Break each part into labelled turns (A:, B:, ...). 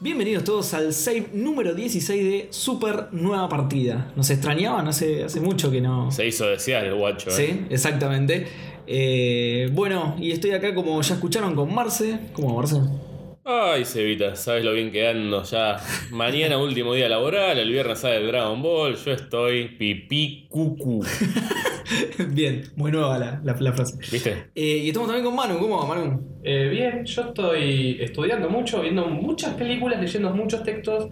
A: Bienvenidos todos al save número 16 de Super Nueva Partida. Nos extrañaban hace, hace mucho que no.
B: Se hizo desear el guacho, ¿eh?
A: Sí, exactamente. Eh, bueno, y estoy acá como ya escucharon con Marce. ¿Cómo va, Marce?
B: Ay, Cevita, sabes lo bien que ando ya. Mañana último día laboral, el viernes sale el Dragon Ball, yo estoy pipí cucu.
A: Bien, muy nueva la, la- la frase.
B: ¿Viste?
A: Eh, y estamos también con Manu. ¿Cómo va, Manu?
C: Eh, bien, yo estoy estudiando mucho, viendo muchas películas, leyendo muchos textos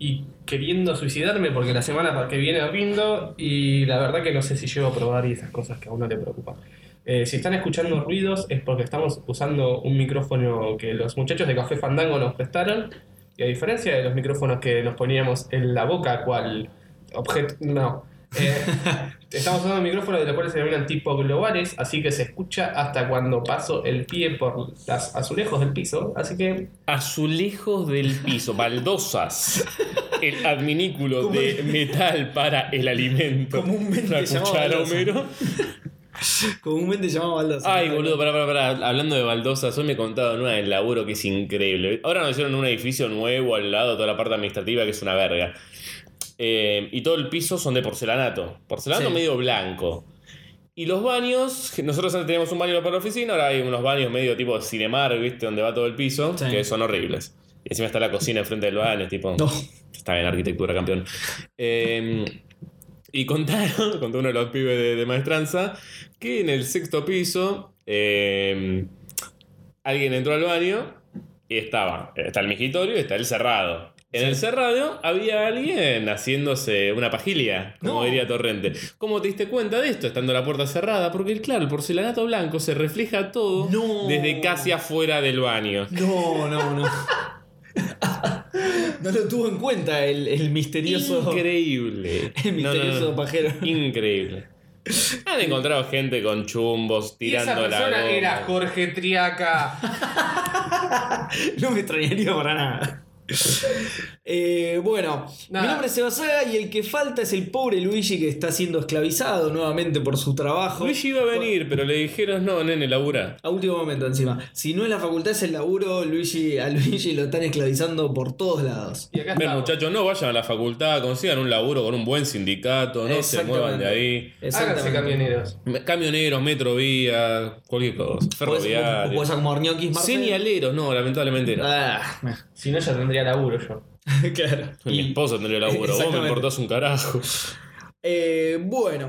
C: y queriendo suicidarme porque la semana que viene rindo y la verdad que no sé si llego a probar y esas cosas que a uno le preocupan. Eh, si están escuchando ruidos es porque estamos usando un micrófono que los muchachos de Café Fandango nos prestaron y a diferencia de los micrófonos que nos poníamos en la boca cual objeto... no. Eh, Estamos usando micrófonos de los cuales se denominan tipo globales, así que se escucha hasta cuando paso el pie por las azulejos del piso. Así que
B: Azulejos del piso, baldosas. El adminículo de metal para el alimento.
A: Comúnmente
B: Una
A: llamado
B: cuchara,
A: baldosa.
B: Homero.
A: Comúnmente llamado Baldassar.
B: Ay, boludo, pará, pará, pará. Hablando de baldosas, hoy me contaron una del laburo que es increíble. Ahora nos hicieron un edificio nuevo al lado, toda la parte administrativa que es una verga. Eh, y todo el piso son de porcelanato. Porcelanato
A: Sí.
B: medio blanco. Y los baños, que nosotros antes teníamos un baño para la oficina, ahora hay unos baños medio tipo cinemar, ¿viste? Donde va todo el piso,
A: Sí.
B: que son horribles. Y encima está la cocina enfrente del baño, es tipo.
A: No.
B: Está bien, arquitectura, campeón. Eh, y contaron, contó uno de los pibes de, de maestranza, que en el sexto piso eh, alguien entró al baño y estaba, está el migitorio y está el cerrado. En el cerrado había alguien haciéndose una pajilia, como
A: No.
B: diría Torrente. ¿Cómo te diste cuenta de esto estando la puerta cerrada? Porque claro, el porcelanato blanco se refleja todo
A: No.
B: desde casi afuera del baño.
A: No, no, no. no lo tuvo en cuenta el, el misterioso.
B: Increíble.
A: El
B: No, no, no.
A: misterioso pajero.
B: Increíble. Han encontrado gente con chumbos
C: y esa
B: tirando la
C: persona
B: goma.
C: era Jorge Triaca.
A: No me extrañaría para nada. Eh, bueno, mi
C: Nada.
A: nombre es Sebasaga y el que falta es el pobre Luigi que está siendo esclavizado nuevamente por su trabajo.
B: Luigi iba a venir, pero le dijeron, no, nene, labura.
A: A último momento encima. Si no es la facultad, es el laburo, Luigi, a Luigi lo están esclavizando por todos lados.
C: Y acá
B: Ven,
C: estamos.
B: muchachos, no vayan a la facultad, consigan un laburo con un buen sindicato, no se
A: Exactamente.
B: muevan de ahí.
C: Háganse camioneros.
B: Me- Camioneros, metrovía, cualquier cosa.
A: ¿Puedes
B: Ferroviario.
A: acomodar ñoquis, Marce?
B: Señaleros, no, lamentablemente no.
A: Ah,
C: Si no, ya tendría laburo yo.
A: claro.
B: Mi
A: Y-
B: esposo tendría laburo, vos me
A: Exactamente.
B: importás un carajo.
A: Eh, bueno.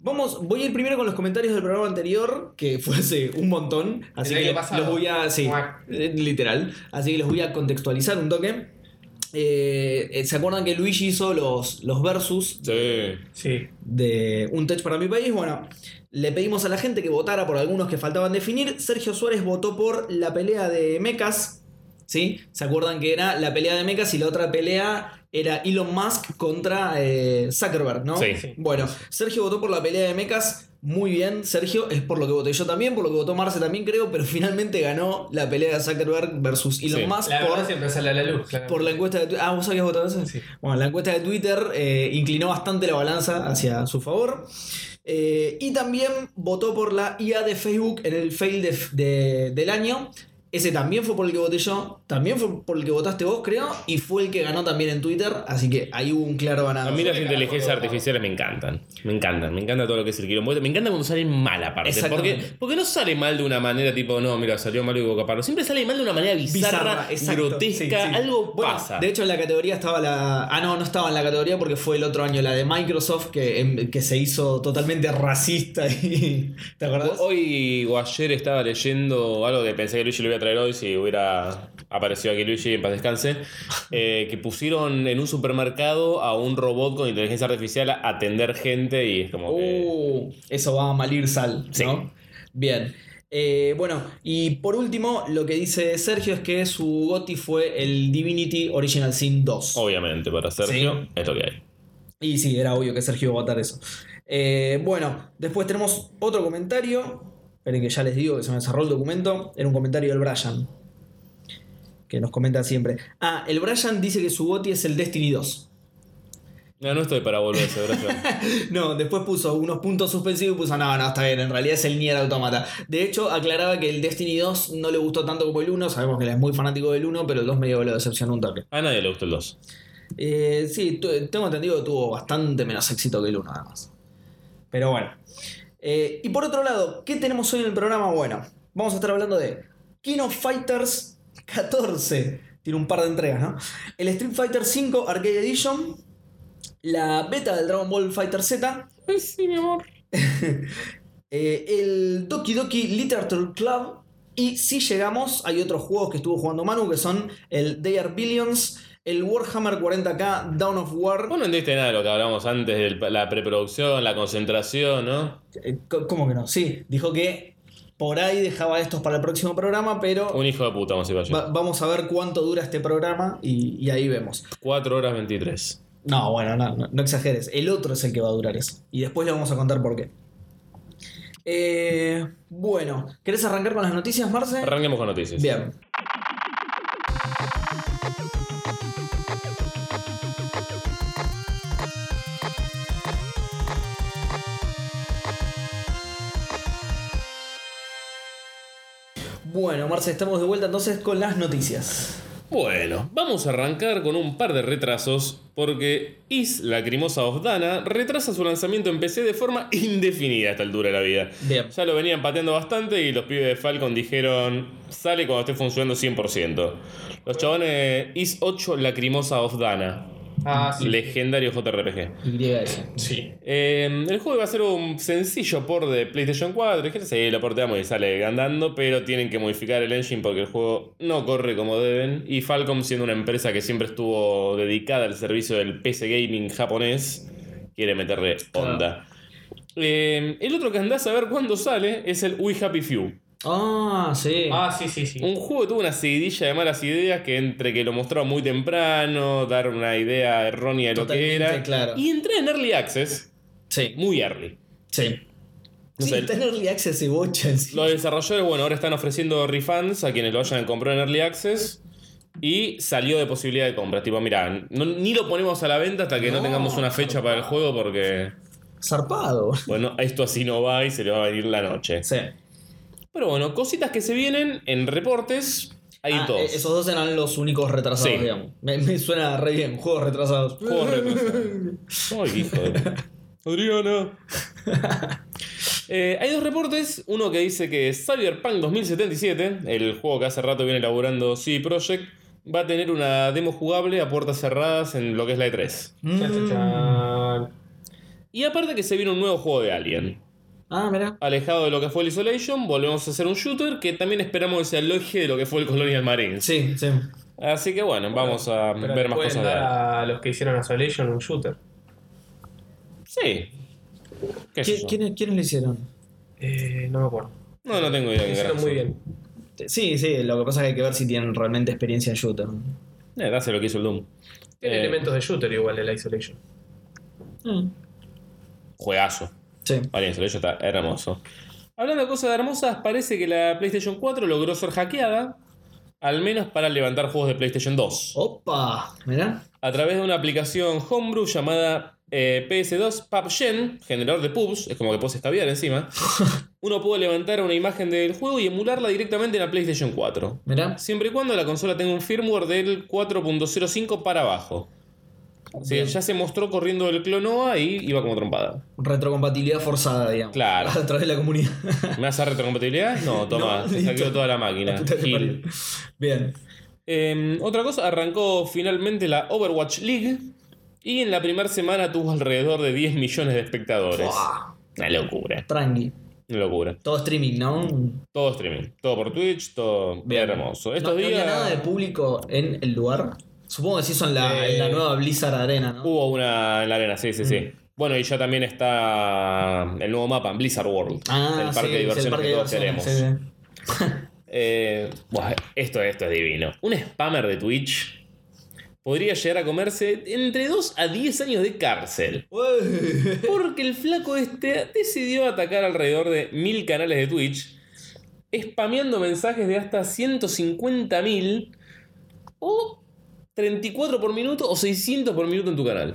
A: Vamos, voy a ir primero con los comentarios del programa anterior, que fue hace un montón. Así
C: El
A: que
C: año pasado.
A: los voy a. Sí,
C: Mua.
A: eh, literal. Así que los voy a contextualizar un toque. Eh, eh, ¿Se acuerdan que Luigi hizo los, los versus
B: Sí.
C: Sí.
A: de Un Tech para mi país? Bueno, le pedimos a la gente que votara por algunos que faltaban definir. Sergio Suárez votó por la pelea de mechas. ¿Sí? ¿Se acuerdan que era la pelea de mechas y la otra pelea era Elon Musk contra eh, Zuckerberg, ¿no?
B: Sí.
C: Sí.
A: Bueno, Sergio votó por la pelea de mecas. Muy bien, Sergio. Es por lo que voté yo también, por lo que votó Marce también, creo. Pero finalmente ganó la pelea de Zuckerberg versus Elon
B: Sí.
A: Musk
C: La verdad
A: por,
C: siempre sale a la luz. claramente.
A: por la encuesta de Twitter. Ah, ¿vos habías votado eso?
C: Sí.
A: Bueno, la encuesta de Twitter eh, inclinó bastante la balanza hacia su favor. Eh, y también votó por la IA de Facebook en el fail de- de- del año. Ese también fue por el que voté yo, también fue por el que votaste vos, creo, y fue el que ganó también en Twitter, así que ahí hubo un claro ganador.
B: A mí las
C: Yo me
B: inteligencias
C: cago,
B: artificiales me encantan. Me encantan. Me encanta todo lo que es el quilombo. Me encanta cuando salen mal aparte.
A: Exactamente.
B: Porque, porque no sale mal de una manera tipo, no, mira, salió mal y boca paro. Siempre sale mal de una manera bizarra,
A: exacto.
B: grotesca.
A: Sí, sí.
B: Algo
A: Bueno,
B: pasa.
A: De hecho, en la categoría estaba la. Ah, no, no estaba en la categoría porque fue el otro año, la de Microsoft, que, em, que se hizo totalmente racista. Y, ¿Te acordás?
B: Hoy o ayer estaba leyendo algo que pensé que Luigi lo iba a traer hoy si hubiera aparecido aquí Luigi en paz descanse. eh, que pusieron en un supermercado a un robot con inteligencia artificial a atender gente y es como. que-
A: Uh, eso va a malir sal, ¿no?
B: Sí.
A: Bien. Eh, bueno, y por último, lo que dice Sergio es que su GOTI fue el Divinity Original Sin 2.
B: Obviamente, para Sergio, es lo que hay.
A: Y sí, era obvio que Sergio iba a votar eso. Eh, bueno, después tenemos otro comentario. Esperen que ya les digo que se me cerró el documento. Era un comentario del Brian. Que nos comenta siempre. Ah, el Brian dice que su goti es el Destiny 2.
B: No, no estoy para volver eso, gracias.
A: No, después puso unos puntos suspensivos y puso, no, no, está bien, en realidad es el Nier Automata. De hecho, aclaraba que el Destiny 2 no le gustó tanto como el 1, sabemos que él es muy fanático del 1, pero el 2 medio lo decepcionó un toque.
B: A nadie le gustó el 2.
A: Eh, sí, tu- tengo entendido que tuvo bastante menos éxito que el 1 además. Pero bueno. Eh, y por otro lado, ¿qué tenemos hoy en el programa? Bueno, vamos a estar hablando de Kino Fighters 14. Tiene un par de entregas, ¿no? El Street Fighter 5 Arcade Edition. La beta del Dragon Ball Fighter Z.
B: Sí, mi amor.
A: eh, el Doki Doki Literature Club. Y si llegamos, hay otros juegos que estuvo jugando Manu, que son el They Are Billions, el Warhammer 40k Dawn of War.
B: Vos no entendiste nada de lo que hablamos antes, de la preproducción, la concentración, ¿no?
A: Eh, co- ¿Cómo que no? Sí, dijo que por ahí dejaba estos para el próximo programa, pero
B: Un hijo de puta, vamos a decir.
A: va- vamos a ver cuánto dura este programa y, y ahí vemos.
B: 4 horas 23.
A: No, bueno, no, no, no exageres. El otro es el que va a durar eso. Y después le vamos a contar por qué. Eh, bueno, ¿querés arrancar con las noticias, Marce?
B: Arranquemos con noticias.
A: Bien. Bueno, Marce, estamos de vuelta entonces con las noticias.
B: Bueno, vamos a arrancar con un par de retrasos porque Is Lacrimosa of Dana retrasa su lanzamiento en PC de forma indefinida a esta altura de la vida.
A: Bien.
B: Ya lo venían pateando bastante y los pibes de Falcon dijeron, sale cuando esté funcionando 100%. Los chabones Is 8 Lacrimosa of Dana,
C: Ah, sí.
B: legendario JRPG.
A: YS.
C: Sí.
B: Eh, el juego iba a ser un sencillo port de PlayStation 4. Que sí, lo porteamos y sale andando, pero tienen que modificar el engine porque el juego no corre como deben. Y Falcom, siendo una empresa que siempre estuvo dedicada al servicio del PC gaming japonés, quiere meterle
A: Ah.
B: onda. Eh, el otro que andás a ver cuándo sale es el We Happy Few.
A: Ah, sí.
C: Ah, sí, sí, sí.
B: Un juego que tuvo una seguidilla de malas ideas que entre que lo mostraba muy temprano, dar una idea errónea de lo que
A: Totalmente,
B: era,
A: claro.
B: y entrar en Early Access,
A: Sí.
B: muy early.
A: Sí.
B: No
A: Sí,
B: sé,
A: está en Early Access y bocha encima.
B: Los desarrolladores, bueno, ahora están ofreciendo refunds a quienes lo hayan comprado en Early Access. Y salió de posibilidad de compra. Tipo, mirá, no- ni lo ponemos a la venta hasta que no,
A: No,
B: tengamos una fecha para el juego porque,
A: Zarpado.
B: bueno, esto así no va y se le va a venir la noche.
A: Sí.
B: Pero bueno, cositas que se vienen en reportes. Hay
A: Ah,
B: todos.
A: eh, Esos dos eran los únicos retrasados,
B: Sí.
A: digamos. Me, me suena re bien, juegos retrasados.
B: Juegos retrasados. Ay, hijo de- Adriana. Eh, hay dos reportes, uno que dice que Cyberpunk 2077, el juego que hace rato viene elaborando CD Projekt, va a tener una demo jugable a puertas cerradas en lo que es la E3.
A: Mm.
C: Chan, chan, chan.
B: Y aparte que se viene un nuevo juego de Alien.
A: Ah, mira.
B: Alejado de lo que fue el Isolation, volvemos a hacer un shooter que también esperamos que se aloje de lo que fue el Colonial Marines.
A: Sí, sí.
B: Así que bueno, vamos a
C: Pero
B: ver
C: le
B: más
C: pueden
B: cosas de
C: dar
B: Alien.
C: a los que hicieron Isolation un shooter.
B: Sí. ¿Qué sé
A: ¿Qui-
B: yo?
A: ¿Quiénes, quiénes lo hicieron?
C: Eh, no me acuerdo.
B: No, no tengo idea.
C: Lo
B: quién
C: hicieron
B: carajo
C: muy
B: son.
C: bien.
A: Sí, sí, lo que pasa es que hay que ver si tienen realmente experiencia en shooter.
B: Eh, hace lo que hizo el Doom.
C: Tiene
B: Eh,
C: elementos de shooter igual el Isolation.
A: Mm.
B: Juegazo.
A: Sí.
B: Alien Isolation está hermoso. Hablando de cosas hermosas, parece que la PlayStation 4 logró ser hackeada. Al menos para levantar juegos de PlayStation 2.
A: Opa, mira.
B: A través de una aplicación Homebrew llamada eh, PS2 PubGen, generador de pubs, es como que puedes escabiar encima. Uno puede levantar una imagen del juego y emularla directamente en la PlayStation 4.
A: Mira.
B: Siempre y cuando la consola tenga un firmware del 4.05 para abajo. O sea, ya se mostró corriendo el clonoa y iba como trompada.
A: Retrocompatibilidad forzada, digamos.
B: Claro.
A: A través de la comunidad.
B: ¿Me vas a dar retrocompatibilidad? No, toma,
A: No,
B: se
A: listo.
B: saqueó toda la máquina.
A: La puta que
B: Gil.
A: parió. Bien.
B: Eh, otra cosa, arrancó finalmente la Overwatch League y en la primera semana tuvo alrededor de 10 millones de espectadores.
A: Buah,
B: Una locura,
A: Tranqui.
B: una locura.
A: Todo streaming, ¿no?
B: Todo streaming, todo por Twitch, todo
A: Bien.
B: hermoso.
A: No,
B: Estos
A: no había
B: días
A: nada de público en el lugar. Supongo que sí son la,
C: Eh.
A: en la nueva Blizzard Arena, ¿no?
B: hubo una en la arena, sí, sí,
A: Mm.
B: sí. Bueno, y ya también está el nuevo mapa, Blizzard World, el parque
A: Ah, sí,
B: de
A: sí,
B: diversiones
A: parque
B: que
A: de
B: todos queremos.
A: diversiones, sí, sí.
B: Eh, buah, esto, esto es divino. Un spammer de Twitch podría llegar a comerse entre 2 a 10 años de cárcel.
A: Ué.
B: Porque el flaco este decidió atacar alrededor de mil canales de Twitch, spameando mensajes de hasta 150.000 o 34 por minuto o 600 por minuto en tu canal.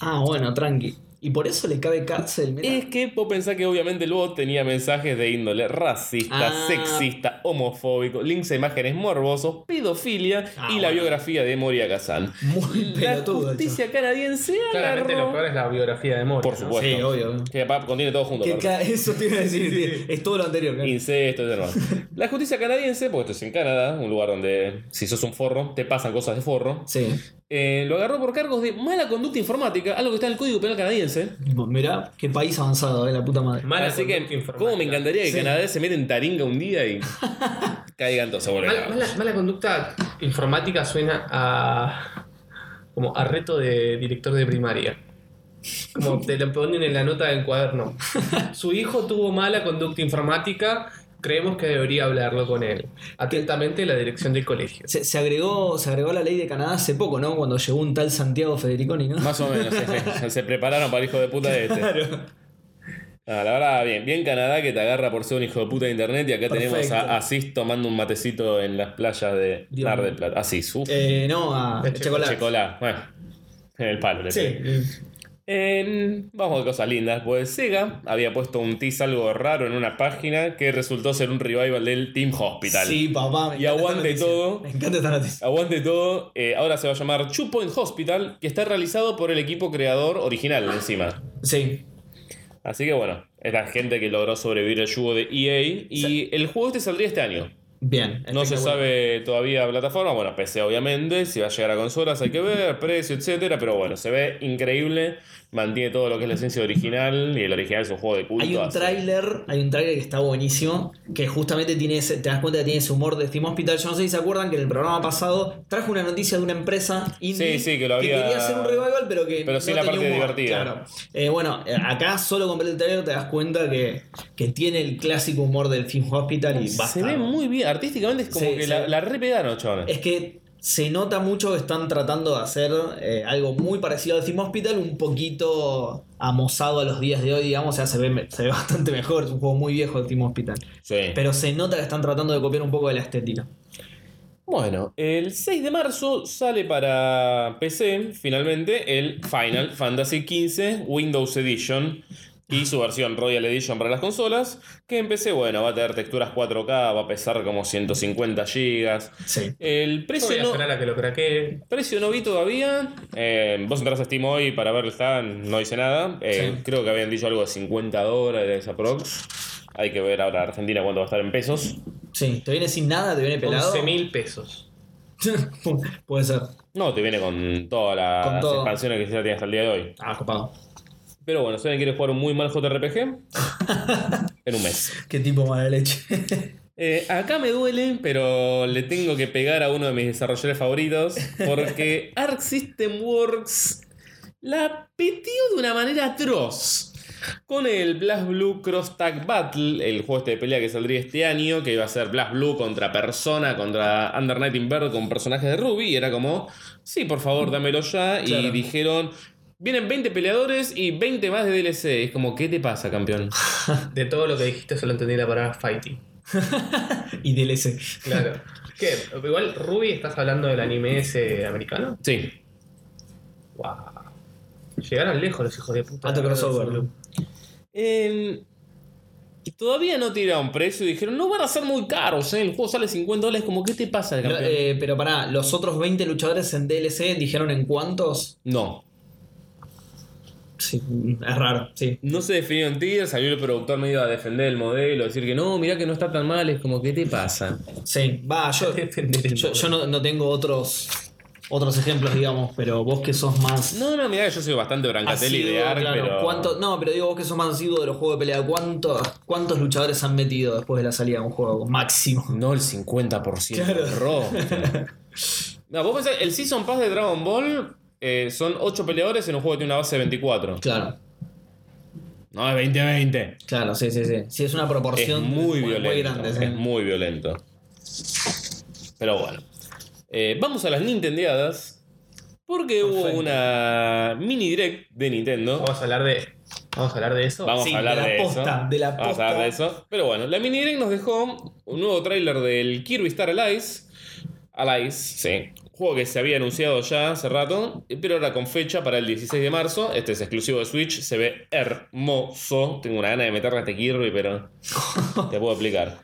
A: Ah, bueno, tranqui. Y por eso le cabe cárcel, mirá.
B: Es que vos pensás que obviamente luego tenía mensajes de índole racista,
A: Ah.
B: sexista, homofóbico, links a imágenes morbosos, pedofilia
A: Ah,
B: y la
A: bueno.
B: biografía de Moria Kazan.
A: Muy
B: La
A: pelotudo. el
B: justicia canadiense
C: Claramente lo
B: agarró...
C: peor es la biografía de Moria.
B: Por
C: ¿no?
A: chabón.
B: supuesto.
A: Sí, obvio.
B: Que pa- contiene todo junto.
A: Que
B: aparte.
A: ca- eso te iba a decir,
C: Sí, sí.
A: es todo lo anterior. claro.
B: Incesto, y demás. La justicia canadiense, porque esto es en Canadá, un lugar donde si sos un forro, te pasan cosas de forro.
A: Sí.
B: Eh, lo agarró por cargos de mala conducta informática, algo que está en el Código Penal canadiense.
A: Bueno, Mirá, qué país avanzado, eh, la puta madre.
C: Mala
B: Así
C: conducta
B: que,
C: informática.
B: ¿cómo me encantaría que
A: Sí.
B: Canadá se meta en taringa un día y caigan todos? se vuelven
C: Mala,
B: locos.
C: mala- mala conducta informática suena a. como a reto de director de primaria. Como te lo ponen en la nota del cuaderno. Su hijo tuvo mala conducta informática, creemos que debería hablarlo con él. Atentamente la dirección del colegio.
A: Se, se agregó, se agregó a la ley de Canadá hace poco, ¿no? Cuando llegó un tal Santiago Federiconi, ¿no?
B: Más o menos, sí, sí. se prepararon para el hijo de puta de este. Ah, la verdad, bien, bien Canadá que te agarra por ser un hijo de puta de internet y acá tenemos
A: Perfecto.
B: a Asís tomando un matecito en las playas de
A: Dios
B: Mar del
A: mío.
B: Plata. Asís, uff,
A: Eh, no, a
C: El
A: Chocolate.
B: Checolá, bueno, en el palo. le
A: Sí.
B: pego. En- vamos de cosas lindas, pues Sega había puesto un tease algo raro en una página que resultó ser un revival del Team Hospital.
A: Sí, papá. me encanta
B: Y
A: esta
B: aguante
A: noticia.
B: todo.
A: Me encanta esta noticia.
B: Aguante todo, eh, ahora se va a llamar Two Point Hospital y está realizado por el equipo creador original encima.
A: Sí.
B: Así que bueno, es la gente que logró sobrevivir el yugo de EA y el juego este saldría este año.
A: Bien.
B: No se
A: espectacular.
B: sabe todavía la plataforma, bueno, PC obviamente, si va a llegar a consolas hay que ver, precio, etcétera, pero bueno, se ve increíble, mantiene todo lo que es la esencia original y el original es un juego de culto.
A: Hay un
B: así.
A: tráiler, hay un tráiler que está buenísimo, que justamente tiene ese, te das cuenta que tiene ese humor de Steam Hospital. Yo no sé si se acuerdan que en el programa pasado trajo una noticia de una empresa indie
B: Sí, sí, que lo había-
A: quería hacer un revival, pero que
B: Pero sin la
A: tenía
B: parte divertida.
A: Claro. Eh, bueno, eh, acá solo con ver el tráiler te das cuenta que, que tiene el clásico humor del Steam Hospital y basta.
B: Se ve muy bien, artísticamente es como
A: Sí,
B: que
A: sí.
B: la, la repegaron, chavales.
A: Es que se nota mucho que están tratando de hacer eh, algo muy parecido al Team Hospital, un poquito amosado a los días de hoy, digamos. O sea, se ve, se ve bastante mejor. Es un juego muy viejo el Team Hospital.
B: Sí.
A: Pero se nota que están tratando de copiar un poco de la estética.
B: Bueno, el 6 de marzo sale para PC finalmente el Final Fantasy XV Windows Edition y su versión Royal Edition para las consolas, que en PC, bueno, va a tener texturas 4K, va a pesar como 150 GB.
A: Sí.
B: El
C: Yo voy
B: precio
C: a
B: no,
C: esperar a que lo craquee.
B: precio no vi todavía. Eh, vos entras a Steam hoy para ver el stand, no dice nada. Eh,
A: Sí.
B: Creo que habían dicho algo de 50 dólares aprox. Hay que ver ahora Argentina cuánto va a estar en pesos.
A: Sí, te viene sin nada, te viene pelado.
C: 11 mil pesos.
A: Puede ser.
B: No, te viene con todas las
A: Con todo.
B: expansiones que ya tiene hasta el día de hoy.
A: Ah, copado.
B: Pero bueno, si alguien quiere jugar un muy mal JRPG, en un mes.
A: Qué tipo mala leche.
B: Eh, acá me duele, pero le tengo que pegar a uno de mis desarrolladores favoritos, porque Arc System Works la pitió de una manera atroz. Con el Blast Blue Cross Tag Battle, el juego este de pelea que saldría este año, que iba a ser Blast Blue contra Persona, contra Under Night in Bird con personajes de Ruby, y era como, sí, por favor, dámelo ya. Y
A: Claro.
B: dijeron, vienen 20 peleadores y 20 más de DLC. Es como, ¿qué te pasa, campeón?
C: De todo lo que dijiste solo entendí la palabra fighting.
A: y DLC.
C: Claro. ¿Qué? Igual, Ruby, ¿estás hablando del anime ese americano?
B: Sí,
C: Wow. Llegaron lejos los hijos de puta.
A: Alto crossover.
B: Eh, y todavía no tiraron precio y dijeron, no van a ser muy caros, ¿eh? el juego sale 50 dólares, como ¿qué te pasa,
A: Lo-
B: campeón?
A: eh, pero pará, los otros 20 luchadores en DLC dijeron en cuántos.
B: no,
A: Sí, es raro, sí.
B: no se definió en tier, salió el productor medio a defender el modelo, a decir que no, mirá que no está tan mal, es como ¿qué te pasa?
A: Sí, va, yo,
C: Defender el
A: yo,
C: modelo.
A: yo no, no tengo otros otros ejemplos, digamos, pero vos que sos más.
B: No, no, mirá que yo soy bastante brancatelli
A: asiduo,
B: de ARC,
A: claro,
B: pero...
A: ¿cuánto- no, pero digo vos que sos más asiduo de los juegos de pelea, ¿cuántos, cuántos luchadores han metido después de la salida de un juego? Máximo.
B: No el 50%
A: Claro.
B: del roster. no, vos pensás, el Season Pass de Dragon Ball eh, son 8 peleadores en un juego que tiene una base de 24.
A: Claro,
B: No, es 20-20.
A: claro, sí, sí, sí. Sí, es una proporción
B: es muy, violento.
A: grande. sí.
B: es muy violento. Pero bueno. Eh, vamos a las Nintendeadas. Porque hubo
C: Perfecto.
B: una mini direct de Nintendo.
C: Vamos a hablar de. Vamos a hablar de eso.
B: Vamos
A: Sí,
B: a hablar
A: de la
B: de,
A: posta,
B: eso.
A: de la
B: Vamos a hablar de
A: posta.
B: eso. Pero bueno, la mini direct nos dejó un nuevo tráiler del Kirby Star Allies. Allies, sí. juego que se había anunciado ya hace rato, pero ahora con fecha para el 16 de marzo. Este es exclusivo de Switch, se ve hermoso. Tengo una gana de meterle a este Kirby, pero te puedo explicar.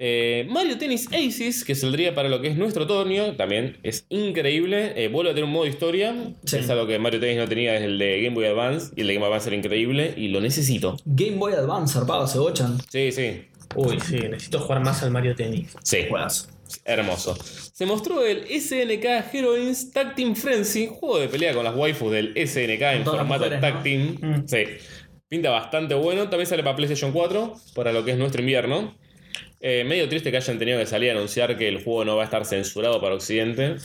B: Eh, Mario Tennis Aces, que saldría para lo que es nuestro torneo, también es increíble. Eh, vuelve a tener un modo historia,
A: Sí.
B: es algo que Mario Tennis no tenía desde el de Game Boy Advance, y el de Game Boy Advance era increíble, y lo necesito.
A: Game Boy Advance, zarpado, se bochan.
B: Sí, sí,
C: Uy, sí, necesito jugar más al Mario Tennis.
B: sí.
A: Juegas.
B: Hermoso. Se mostró el SNK Heroines Tag Team Frenzy, juego de pelea con las waifus del SNK en
A: Todas las
B: formato
A: mujeres,
B: Tag
A: ¿no?
B: Team.
C: Mm.
B: Sí. Pinta bastante bueno. También sale para PlayStation 4, para lo que es nuestro invierno. Eh, medio triste que hayan tenido que salir a anunciar que el juego no va a estar censurado para Occidente.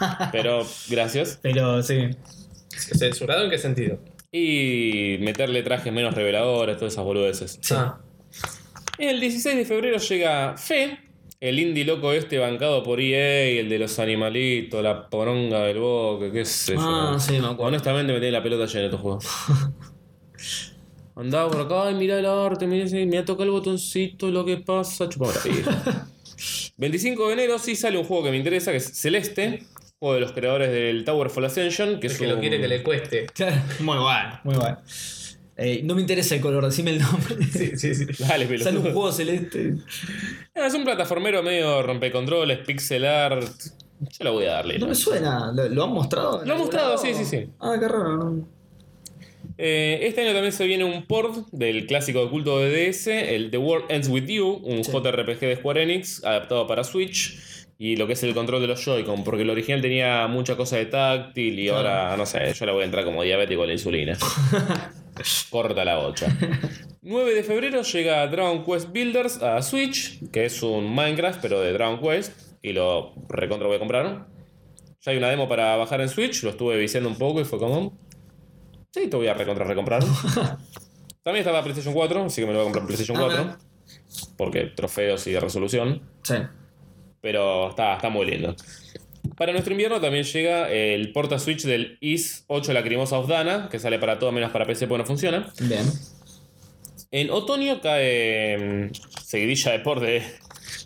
B: Pero gracias.
A: Pero sí.
C: ¿Censurado en qué sentido?
B: Y meterle trajes menos reveladores, todas esas boludeces.
A: Sí.
C: Ah,
B: El 16 de febrero llega Fe, el indie loco este bancado por EA, el de los animalitos, la poronga del bosque, qué sé yo.
A: Ah, sí, me acuerdo.
B: Honestamente me tiene la pelota llena estos juegos. Andaba por acá y mirá el arte, mirá, ese- mirá toca el botoncito, lo que pasa, chupame la pija. 25 de enero sí sale un juego que me interesa, que es Celeste, juego de los creadores del Tower Fall Ascension, que
C: el
B: es
C: que lo
B: un-
C: quiere que le cueste.
A: Claro, Muy bueno, muy bueno. Eh, no me interesa el color, decime el nombre.
C: Sí, sí, sí.
B: Dale, pelotudo.
A: Sale un juego celeste.
B: Ah, Es un plataformero medio rompecontroles, pixel art. Yo lo voy a darle.
A: No me suena, ¿lo, lo han mostrado? en
B: Lo han
A: algún
B: mostrado,
A: lado?
B: sí, sí, sí.
A: Ah, qué raro. no.
B: Eh, este año también se viene un port del clásico de culto de DS, el The World Ends With You, un
A: Sí.
B: JRPG de Square Enix adaptado para Switch y lo que es el control de los Joy-Con, porque el original tenía mucha cosa de táctil y
A: Claro.
B: ahora, no sé, yo la voy a entrar como diabético a la insulina. Corta la bocha. 9 de febrero llega Dragon Quest Builders a Switch, que es un Minecraft, pero de Dragon Quest, y lo recontra voy a comprar. Ya hay una demo para bajar en Switch, lo estuve viciando un poco y fue como. Sí, te voy a recontra recomprar. También está para PlayStation 4, así que me lo voy a comprar en PlayStation
A: Ah,
B: 4.
A: mira.
B: Porque trofeos y de resolución.
A: Sí.
B: Pero está, está muy lindo. Para nuestro invierno también llega el porta Switch del Is 8 Lacrimosa of Dana, que sale para todo menos para PC porque no funciona.
A: Bien.
B: En otoño cae mm, seguidilla de por de,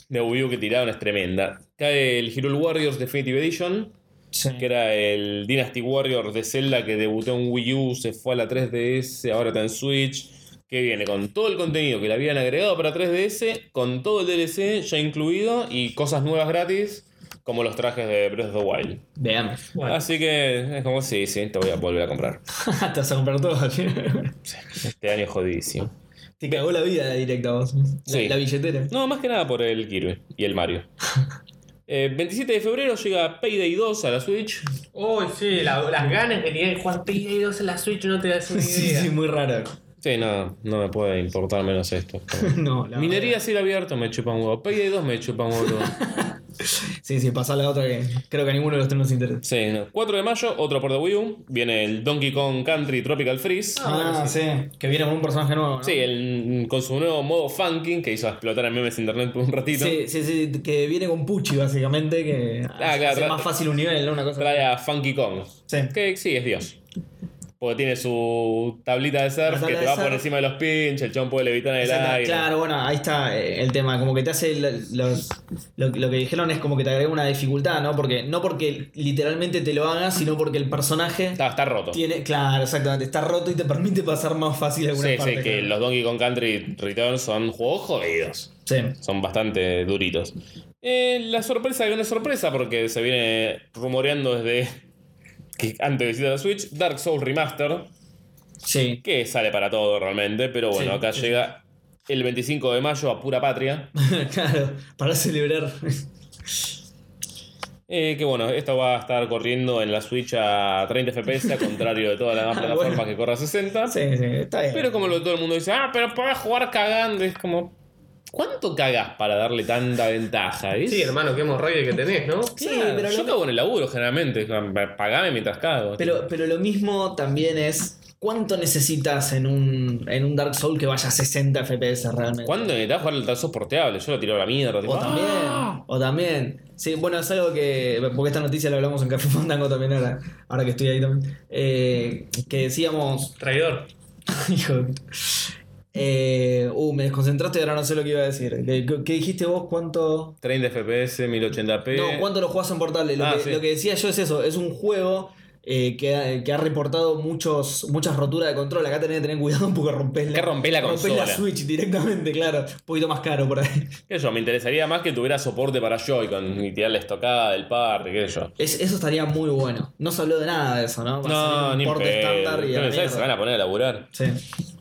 B: de Wii U que tiraron es tremenda. Cae el Hero Warriors Definitive Edition,
A: Sí.
B: que era el Dynasty Warriors de Zelda que debutó en Wii U, se fue a la 3DS, ahora está en Switch. Que viene con todo el contenido que le habían agregado para 3DS, con todo el DLC ya incluido y cosas nuevas gratis, como los trajes de Breath of the Wild.
A: Bien.
C: Bueno.
B: Así que es como, sí, sí, te voy a volver a comprar.
A: Te vas a comprar todo.
B: Este año es jodidísimo.
A: Te cagó la vida directa vos. La,
B: Sí.
A: la billetera.
B: No, más que nada por el Kirby y el Mario. Eh, 27 de febrero llega Payday 2 a la Switch.
C: Uy, sí, la- las ganas que tenía de jugar Payday 2 en la Switch no te das una idea.
A: Sí, sí, muy raro.
B: Sí, no, no me puede importar menos esto.
A: No, la
B: Minería a cielo abierto me chupa un huevo. Payday 2 me chupa un huevo.
A: verdad. Sí, sí, pasá a la otra que creo que a ninguno de los tres nos interesa.
B: Sí, no. 4 de mayo, otro por The Wii U. Viene el Donkey Kong Country Tropical Freeze.
C: Ah, bueno,
A: sí. Que viene con un personaje nuevo. ¿no?
B: Sí, el- con su nuevo modo funking que hizo explotar en memes de internet por un ratito.
A: Sí, sí, sí, que viene con Pucci básicamente, que
B: Ah,
A: hace
B: claro, tra-
A: más fácil un nivel, ¿no? Una cosa
B: Trae a Funky Kong.
A: Sí.
B: Que sí, es Dios. Porque tiene su tablita de surf
A: tabla
B: que
A: de
B: te va por
A: surf.
B: encima de los pinches, el chon puede levitar en el
A: Exacto,
B: aire.
A: Claro, bueno, ahí está eh, el tema. Como que te hace. la- los- lo, lo que dijeron es como que te agrega una dificultad, ¿no? Porque no porque literalmente te lo hagas, sino porque el personaje
B: Está, está roto.
A: tiene. Claro, exactamente. Está roto y te permite pasar más fácil algunas
B: Sí,
A: partes.
B: sí, que
A: claro.
B: los Donkey Kong Country Return son juegos jodidos.
A: Sí.
B: Son bastante duritos. Eh, la sorpresa que no es sorpresa, porque se viene rumoreando desde que antes de visitar la Switch, Dark Souls Remaster,
A: Sí.
B: que sale para todo realmente, pero bueno,
A: Sí,
B: acá
A: sí,
B: llega el 25 de mayo a pura patria.
A: claro, para celebrar.
B: Eh, que bueno, esto va a estar corriendo en la Switch a 30 FPS, al contrario de todas las demás
A: Ah,
B: plataformas
A: bueno.
B: que corre a 60.
A: sí, sí, está bien.
B: Pero como lo, todo el mundo dice, ah, pero podés jugar cagando. Es como, ¿cuánto cagás para darle tanta ventaja? ¿Ves?
C: Sí, hermano, qué hemorroide que tenés, ¿no?
A: Sí,
B: Claro,
A: pero
B: yo
A: lo-
B: cago en el laburo generalmente. Pagame mientras cago.
A: Pero, pero lo mismo también es. ¿Cuánto necesitas en un, en un Dark Soul que vaya a 60 FPS realmente?
B: ¿Cuándo necesitas jugar el tazo porteable? Yo lo tiro a la mierda. tipo,
A: O también,
B: ¡ah!
A: o también. Sí, bueno, es algo que. Porque esta noticia la hablamos en Café Fandango también ahora, ahora que estoy ahí también. Eh, que decíamos.
C: Traidor.
A: hijo, Eh, uh, me desconcentraste y ahora no sé lo que iba a decir. ¿Qué, qué dijiste vos? ¿Cuánto?
B: 30 FPS, 1080p.
A: No, ¿cuánto lo jugás en portales? Lo,
B: Ah,
A: que,
B: sí.
A: lo que decía yo es eso, es un juego eh, que, ha, que ha reportado muchos, muchas roturas de control. Acá tenés que tener cuidado porque rompés la,
B: Que rompés la
A: la
B: consola.
A: Switch directamente, claro. Un poquito más caro por ahí.
B: Qué sé yo, me interesaría más que tuviera soporte para Joy-Con y tirar la estocada del par, qué sé yo.
A: Es- eso estaría muy bueno. No se habló de nada de eso, ¿no? Va a ser
B: No,
A: un
B: ni
A: porte estándar y a la
B: pero ¿sabes? Se
A: mierda.
B: van a poner a laburar.
A: Sí.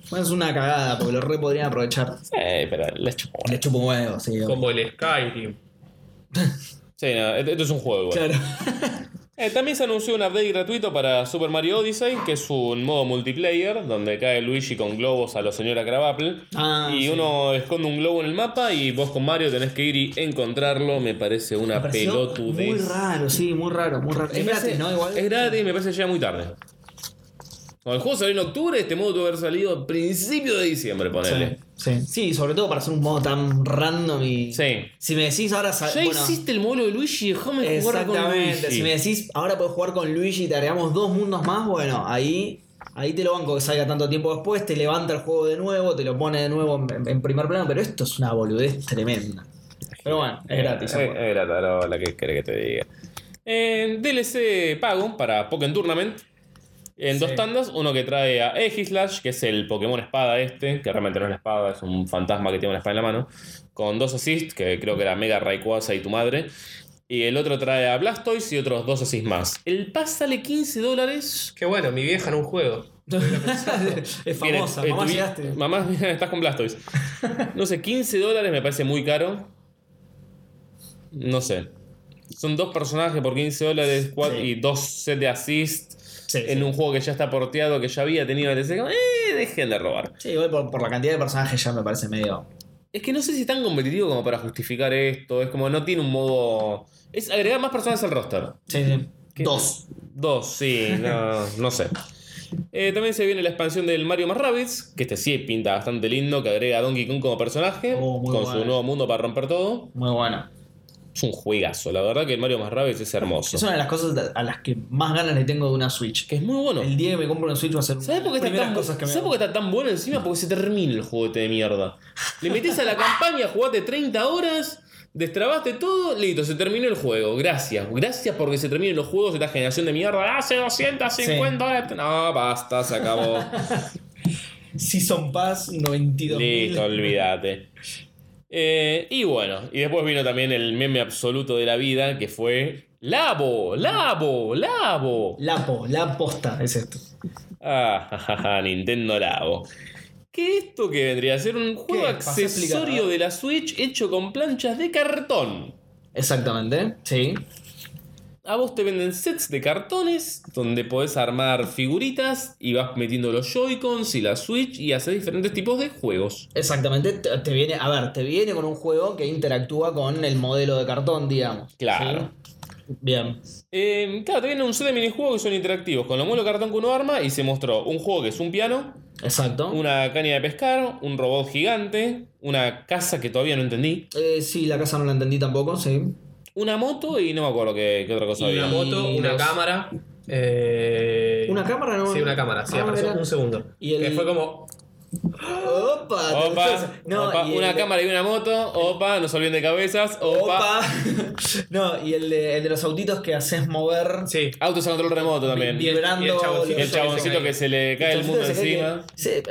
A: Bueno, es una cagada porque lo re podrían aprovechar.
B: Eh, pero les chupo.
A: Le chupo un huevo, sí.
C: Como el Skyrim.
B: Sí, no, e-, esto esto es un juego igual.
A: Claro.
B: Eh, también se anunció un update gratuito para Super Mario Odyssey, que es un modo multiplayer donde cae Luigi con globos a la señora Crabapple.
A: Ah,
B: y
A: sí.
B: uno esconde un globo en el mapa y vos con Mario tenés que ir y encontrarlo. Me parece una
A: Pareció
B: pelotudez.
A: Muy raro, sí, muy raro, muy raro.
B: Me
A: Es
B: parece-
A: gratis, ¿no? Igual.
B: Es gratis, me parece que llega muy tarde. Cuando el juego salió en octubre, este modo tuvo que haber salido a principio de diciembre, ponele.
A: Sí, sí. Sí, sobre todo para hacer un modo tan random y.
B: Sí.
A: Si me decís ahora. sa-
B: Ya
A: Ah, bueno,
B: hiciste el modelo de Luigi, déjame jugar con Luigi.
A: Exactamente. Si me decís ahora puedes jugar con Luigi y te agregamos dos mundos más, bueno, ahí. Ahí te lo banco que salga tanto tiempo después, te levanta el juego de nuevo, te lo pone de nuevo en, en primer plano, pero esto es una boludez tremenda. Pero bueno, es gratis.
B: Eh, Es gratis, ahora la que querés que te diga. Eh, DLC pago para Pokémon Tournament. En dos tandas, uno que trae a Egislash, que es el Pokémon espada este, que realmente no es la espada, es un fantasma que tiene una espada en la mano, con dos assists, que creo que era Mega Rayquaza y tu madre. Y el otro trae a Blastoise y otros dos assists más. El pass sale 15 dólares.
C: Qué bueno, mi vieja en un juego.
A: es
B: Bien,
A: famosa,
B: eh,
A: mamá
B: tuvi-
A: llegaste.
B: Mamá, mira, estás con Blastoise. No sé, 15 dólares me parece muy caro. No sé. Son dos personajes por 15 dólares cuat-
A: Sí.
B: y dos sets de assist
A: Sí,
B: en
A: sí.
B: un juego que ya está porteado, que ya había tenido DLC. Como, Eh, dejen de robar.
A: Sí, igual por, por la cantidad de personajes ya me parece medio.
B: Es que no sé si es tan competitivo como para justificar esto. Es como no tiene un modo. Es agregar más personas al roster.
A: Sí, sí.
B: ¿Qué?
A: Dos.
B: Dos, sí, no, no sé. Eh, también se viene la expansión del Mario más Rabbids, que este sí pinta bastante lindo, que agrega a Donkey Kong como personaje,
A: Oh, muy
B: con
A: bueno.
B: su nuevo mundo para romper todo.
A: Muy bueno.
B: Es un juegazo, la verdad que el Mario más Rabbids es hermoso.
A: Es una de las cosas a las que más ganas le tengo de una Switch.
B: Que es muy bueno.
A: El día que me compro una Switch va a ser
B: ¿Sabes por, qué está tan,
A: primeras cosas que me
B: ¿sabés por qué está tan bueno encima? Porque se termina el juguete de mierda. Le metes a la campaña, jugaste 30 horas, destrabaste todo, listo, se terminó el juego. Gracias. Gracias porque se terminan los juegos de esta generación de mierda. "Ah, Hace 250 horas. No, basta, se acabó.
A: Season Pass 92.
B: Listo, olvídate. Eh, y bueno, y después vino también el meme absoluto de la vida, que fue Labo, Labo, Labo.
A: Lapo, la posta es esto.
B: Ah, jajaja, Nintendo Labo. ¿Qué esto que vendría a ser un juego
A: ¿Qué? Pasá a explicar,
B: accesorio
A: ¿no?
B: de la Switch hecho con planchas de cartón?
A: Exactamente, sí.
B: A vos te venden sets de cartones donde podés armar figuritas y vas metiendo los Joy-Cons y la Switch y haces diferentes tipos de juegos.
A: Exactamente, te, te viene, a ver, te viene con un juego que interactúa con el modelo de cartón, digamos.
B: Claro.
A: ¿sí? Bien.
B: Eh, claro, te viene un set de minijuegos que son interactivos con los modelos de cartón que uno arma y se mostró un juego que es un piano,
A: Exacto.
B: una caña de pescar, un robot gigante, una casa que todavía no entendí,
A: Eh, sí, la casa no la entendí tampoco, sí.
B: una moto y no me acuerdo qué, qué otra cosa
C: una
B: había.
C: moto, una
A: los-
C: cámara. eh,
A: ¿Una cámara no?
C: Sí, una cámara. Sí,
A: Ah,
C: apareció
A: mira.
C: un segundo.
A: Y el-
C: Que fue como.
A: Opa, ¿te gustó
B: Opa,
A: esa? No,
B: opa,
A: y el-
B: una cámara y una moto, opa, no se olviden de cabezas, opa.
A: Opa. no, y el de, el de los autitos que haces mover.
C: Sí.
B: Autos a control remoto también.
A: Bien, Vibrando,
C: Y el chaboncito,
A: boludo.
B: El chaboncito que se le cae el mundo
A: Entonces, se cree
B: encima.
A: que- se-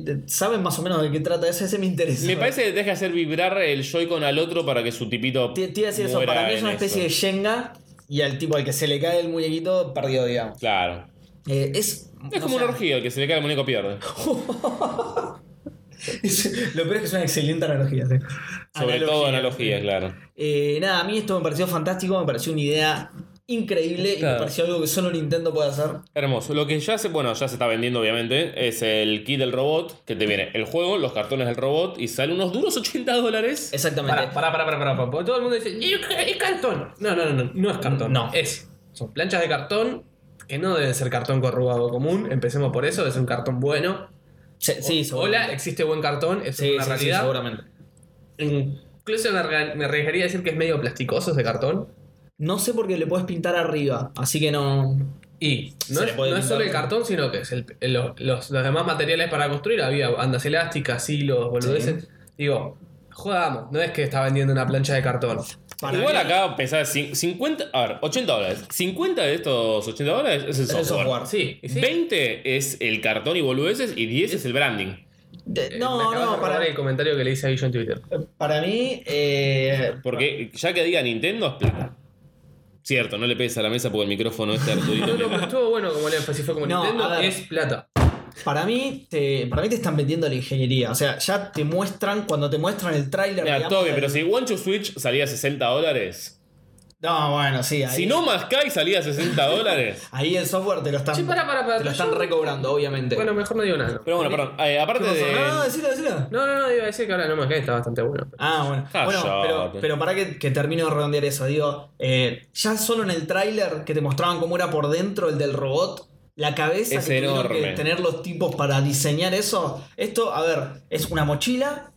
A: eh, ¿Saben más o menos de qué trata eso? Ese me interesa.
B: Me parece que deja hacer vibrar el Joy-Con al otro para que su tipito.
A: Te, te iba a decir eso.
B: muera
A: Para mí es
B: en
A: una especie
B: eso.
A: de Shenga y al tipo al que se le cae el muñequito, perdió, digamos.
B: Claro.
A: Eh, es. no
B: Es como
A: sé,
B: una orgía, el que se le cae el muñeco pierde.
A: es- lo peor es que es una excelente analogía. sí.
B: Sobre todo analogía, claro.
A: Eh, nada, a mí esto me pareció fantástico, me pareció una idea increíble y
B: Claro.
A: me pareció algo que solo Nintendo puede hacer.
B: Hermoso. Lo que ya se, bueno, ya se está vendiendo, obviamente, es el kit del robot, que te viene el juego, los cartones del robot, y sale unos duros 80 dólares.
A: Exactamente.
C: Pará, pará, pará, pará, pará, pará, porque Todo el mundo dice, "Y es ca- es cartón. No, no, no, no, no es cartón.
A: No.
C: Es. Son planchas de cartón que no deben ser cartón corrugado común. Empecemos por eso, es un cartón bueno.
A: Se- sí,
C: Hola,
A: seguramente.
C: existe buen cartón, eso
A: Sí,
C: es una
A: sí, sí,
C: realidad.
A: seguramente.
C: Incluso me arga- me arriesgaría a decir que es medio plasticoso ese cartón.
A: No sé por qué le puedes pintar arriba, así que no.
D: Y no,
E: Se
D: es,
E: le puede
D: no es
E: pintar.
D: solo el cartón, sino que es el- el- los, los demás materiales para construir. Había bandas elásticas, hilos, boludeces. Digo, jodamos, no es que está vendiendo una plancha de cartón.
A: Para
B: Igual
A: mí,
B: acá pensás cin- 50, a ver, 80 dólares. 50 de estos 80 dólares es el
E: Es el
B: software.
E: software.
D: Sí, y sí.
B: 20 es el cartón y boludeces y 10 es el branding.
D: Eh,
A: de-
D: me
A: No,
D: acabas de
A: no,
D: acordar
A: para,
D: el comentario que le hice a Guillo en Twitter.
E: Para mí, eh,
B: Porque ya que diga Nintendo es plata. Cierto, no le pesa a la mesa porque el micrófono este está
D: No, no, pero
B: Arturito.
D: estuvo bueno como le énfasis fue como
A: No,
D: Nintendo,
A: a ver.
D: es plata.
A: para mí te, para mí te están vendiendo la ingeniería. O sea, ya te muestran, cuando te muestran el tráiler.
B: Mira,
A: digamos,
B: todo bien,
A: del-
B: pero si One Two Switch salía a 60 dólares,
A: No, bueno, sí. Ahí,
B: si no más Kai salía a 60 dólares.
A: ahí el software te lo están,
D: Sí, para, para, para.
A: te lo están
D: Yo-
A: recobrando, obviamente.
D: Bueno, mejor no digo nada.
B: Pero bueno, perdón, eh,
A: ¿Qué
B: aparte
A: pasó?
B: de.
A: No, no, decilo, decilo.
D: No, no, no, iba a decir que ahora no me cae, está bastante bueno.
A: Ah, bueno.
B: Cállate.
A: Bueno, pero, pero para que, que termine de redondear eso, digo, eh, ya solo en el tráiler que te mostraban cómo era por dentro el del robot, la cabeza
B: Es
A: que tuvieron
B: enorme.
A: que tener los tipos para diseñar eso. Esto, a ver, es una mochila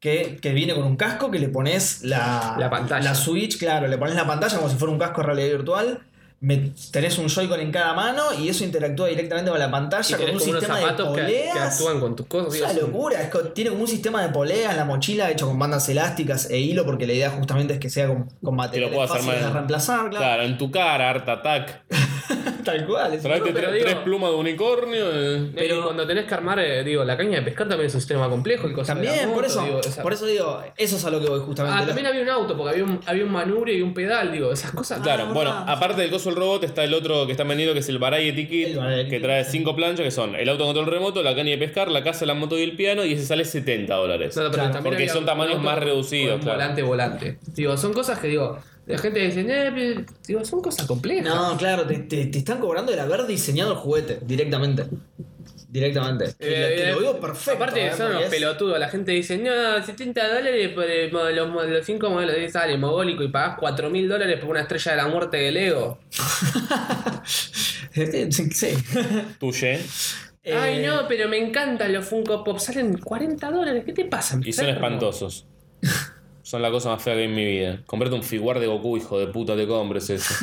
A: que, que viene con un casco que le pones la,
D: La pantalla.
A: la Switch, claro, le pones la pantalla como si fuera un casco de realidad virtual. me- tenés un Joy-Con en cada mano y eso interactúa directamente con la
D: Y
A: pantalla con
D: tenés
A: un
D: como unos
A: sistema de
D: zapatos que, que
A: poleas.
D: actúan con tus cosas. digo,
A: Es una
D: es un-
A: locura, es que tiene como un sistema de poleas en la mochila hecho con bandas elásticas e hilo, porque la idea justamente es que sea con, con materiales
B: puedas
A: fáciles
B: armar.
A: de reemplazar, claro.
B: Claro, en tu cara, Art Attack.
A: Tal cual. es-
B: Traete
D: No, pero
B: tre-
D: digo-
B: tres plumas de unicornio. eh.
D: Pero
A: Pero-
D: cuando tenés que armar, eh, digo, la caña de pescar también es un sistema complejo. El coso de la
A: También,
D: moto,
A: por eso,
D: digo, esa-
A: por eso digo, eso es a lo que voy justamente.
D: Ah, también había un auto, porque había un, había un manubrio y un pedal, digo, esas cosas.
B: Claro,
A: Ah,
B: bueno,
A: verdad.
B: aparte del coso del robot está el otro que está vendido que es el Variety Kit,
A: El Variety
B: que
A: Kit,
B: trae cinco planchas que son el autocontrol remoto, la caña de pescar, la casa, la moto y el piano y ese sale 70 dólares.
D: No, no, pero
A: Claro,
D: también
B: porque
D: había
B: son
D: un
B: tamaños
D: auto
B: más
D: con-
B: reducidos,
D: con un
B: claro.
D: volante, volante. Digo, son cosas que, digo, la gente dice, eh, pero", digo, son cosas complejas.
A: No, claro, te, te- te están cobrando el haber diseñado el juguete directamente. Directamente. Que
D: Eh,
A: lo- que
D: eh,
A: lo digo perfecto.
D: Aparte,
A: ¿eh?
D: son
A: porque
D: unos
A: es-
D: pelotudos. La gente dice, no, 70 dólares por el mo- los, mo- los cinco modelos de sale mogólico y pagás 4 mil dólares por una estrella de la muerte de Lego.
A: sí. sí.
B: Tuye.
A: Eh,
D: Ay, no, pero me encantan los Funko Pop. Salen 40 dólares. ¿Qué te pasa?
B: Y son
D: enfermo?
B: espantosos. Son la cosa más fea que hay en mi vida. Comprate un figuar de Goku, hijo de puta, te compres eso.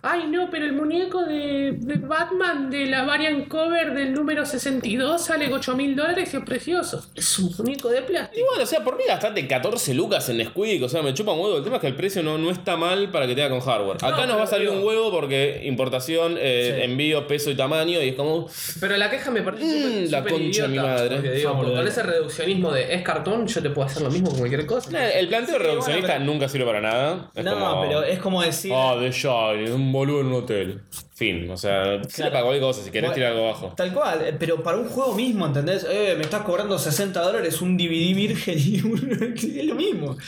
D: Ay, no, pero el muñeco de, de Batman de la variant cover del número 62 sale 8 mil dólares y es precioso. Es un muñeco de
B: Y
D: plástico.
B: bueno, o sea, por mí gastaste 14 lucas en Squeak, o sea, me chupa un huevo. El tema es que el precio no, no está mal para que tenga con hardware. Acá nos
D: pero
B: va a salir
D: digo-
B: un huevo porque importación, eh,
A: Sí.
B: envío, peso y tamaño, y es como.
D: Pero la queja me parece
B: Mm,
D: súper-
B: la
D: súper
B: concha de mi
D: idiota,
B: madre.
D: porque digo,
A: Vamos,
D: con
A: dale.
D: ese reduccionismo de es cartón, yo te puedo hacer lo mismo con cualquier cosa.
B: El planteo reduccionista nunca sirve para nada. Es
A: No,
B: como-
A: pero es como decir.
D: Oh,
B: Ah, The Shining, es un boludo en un hotel. Fin, o sea, sirve para cualquier cosa si querés
A: Bueno.
B: tirar algo abajo.
A: Tal cual, eh, pero para un juego mismo, ¿entendés? Eh, me estás cobrando 60 dólares un DVD virgen y un... es lo mismo.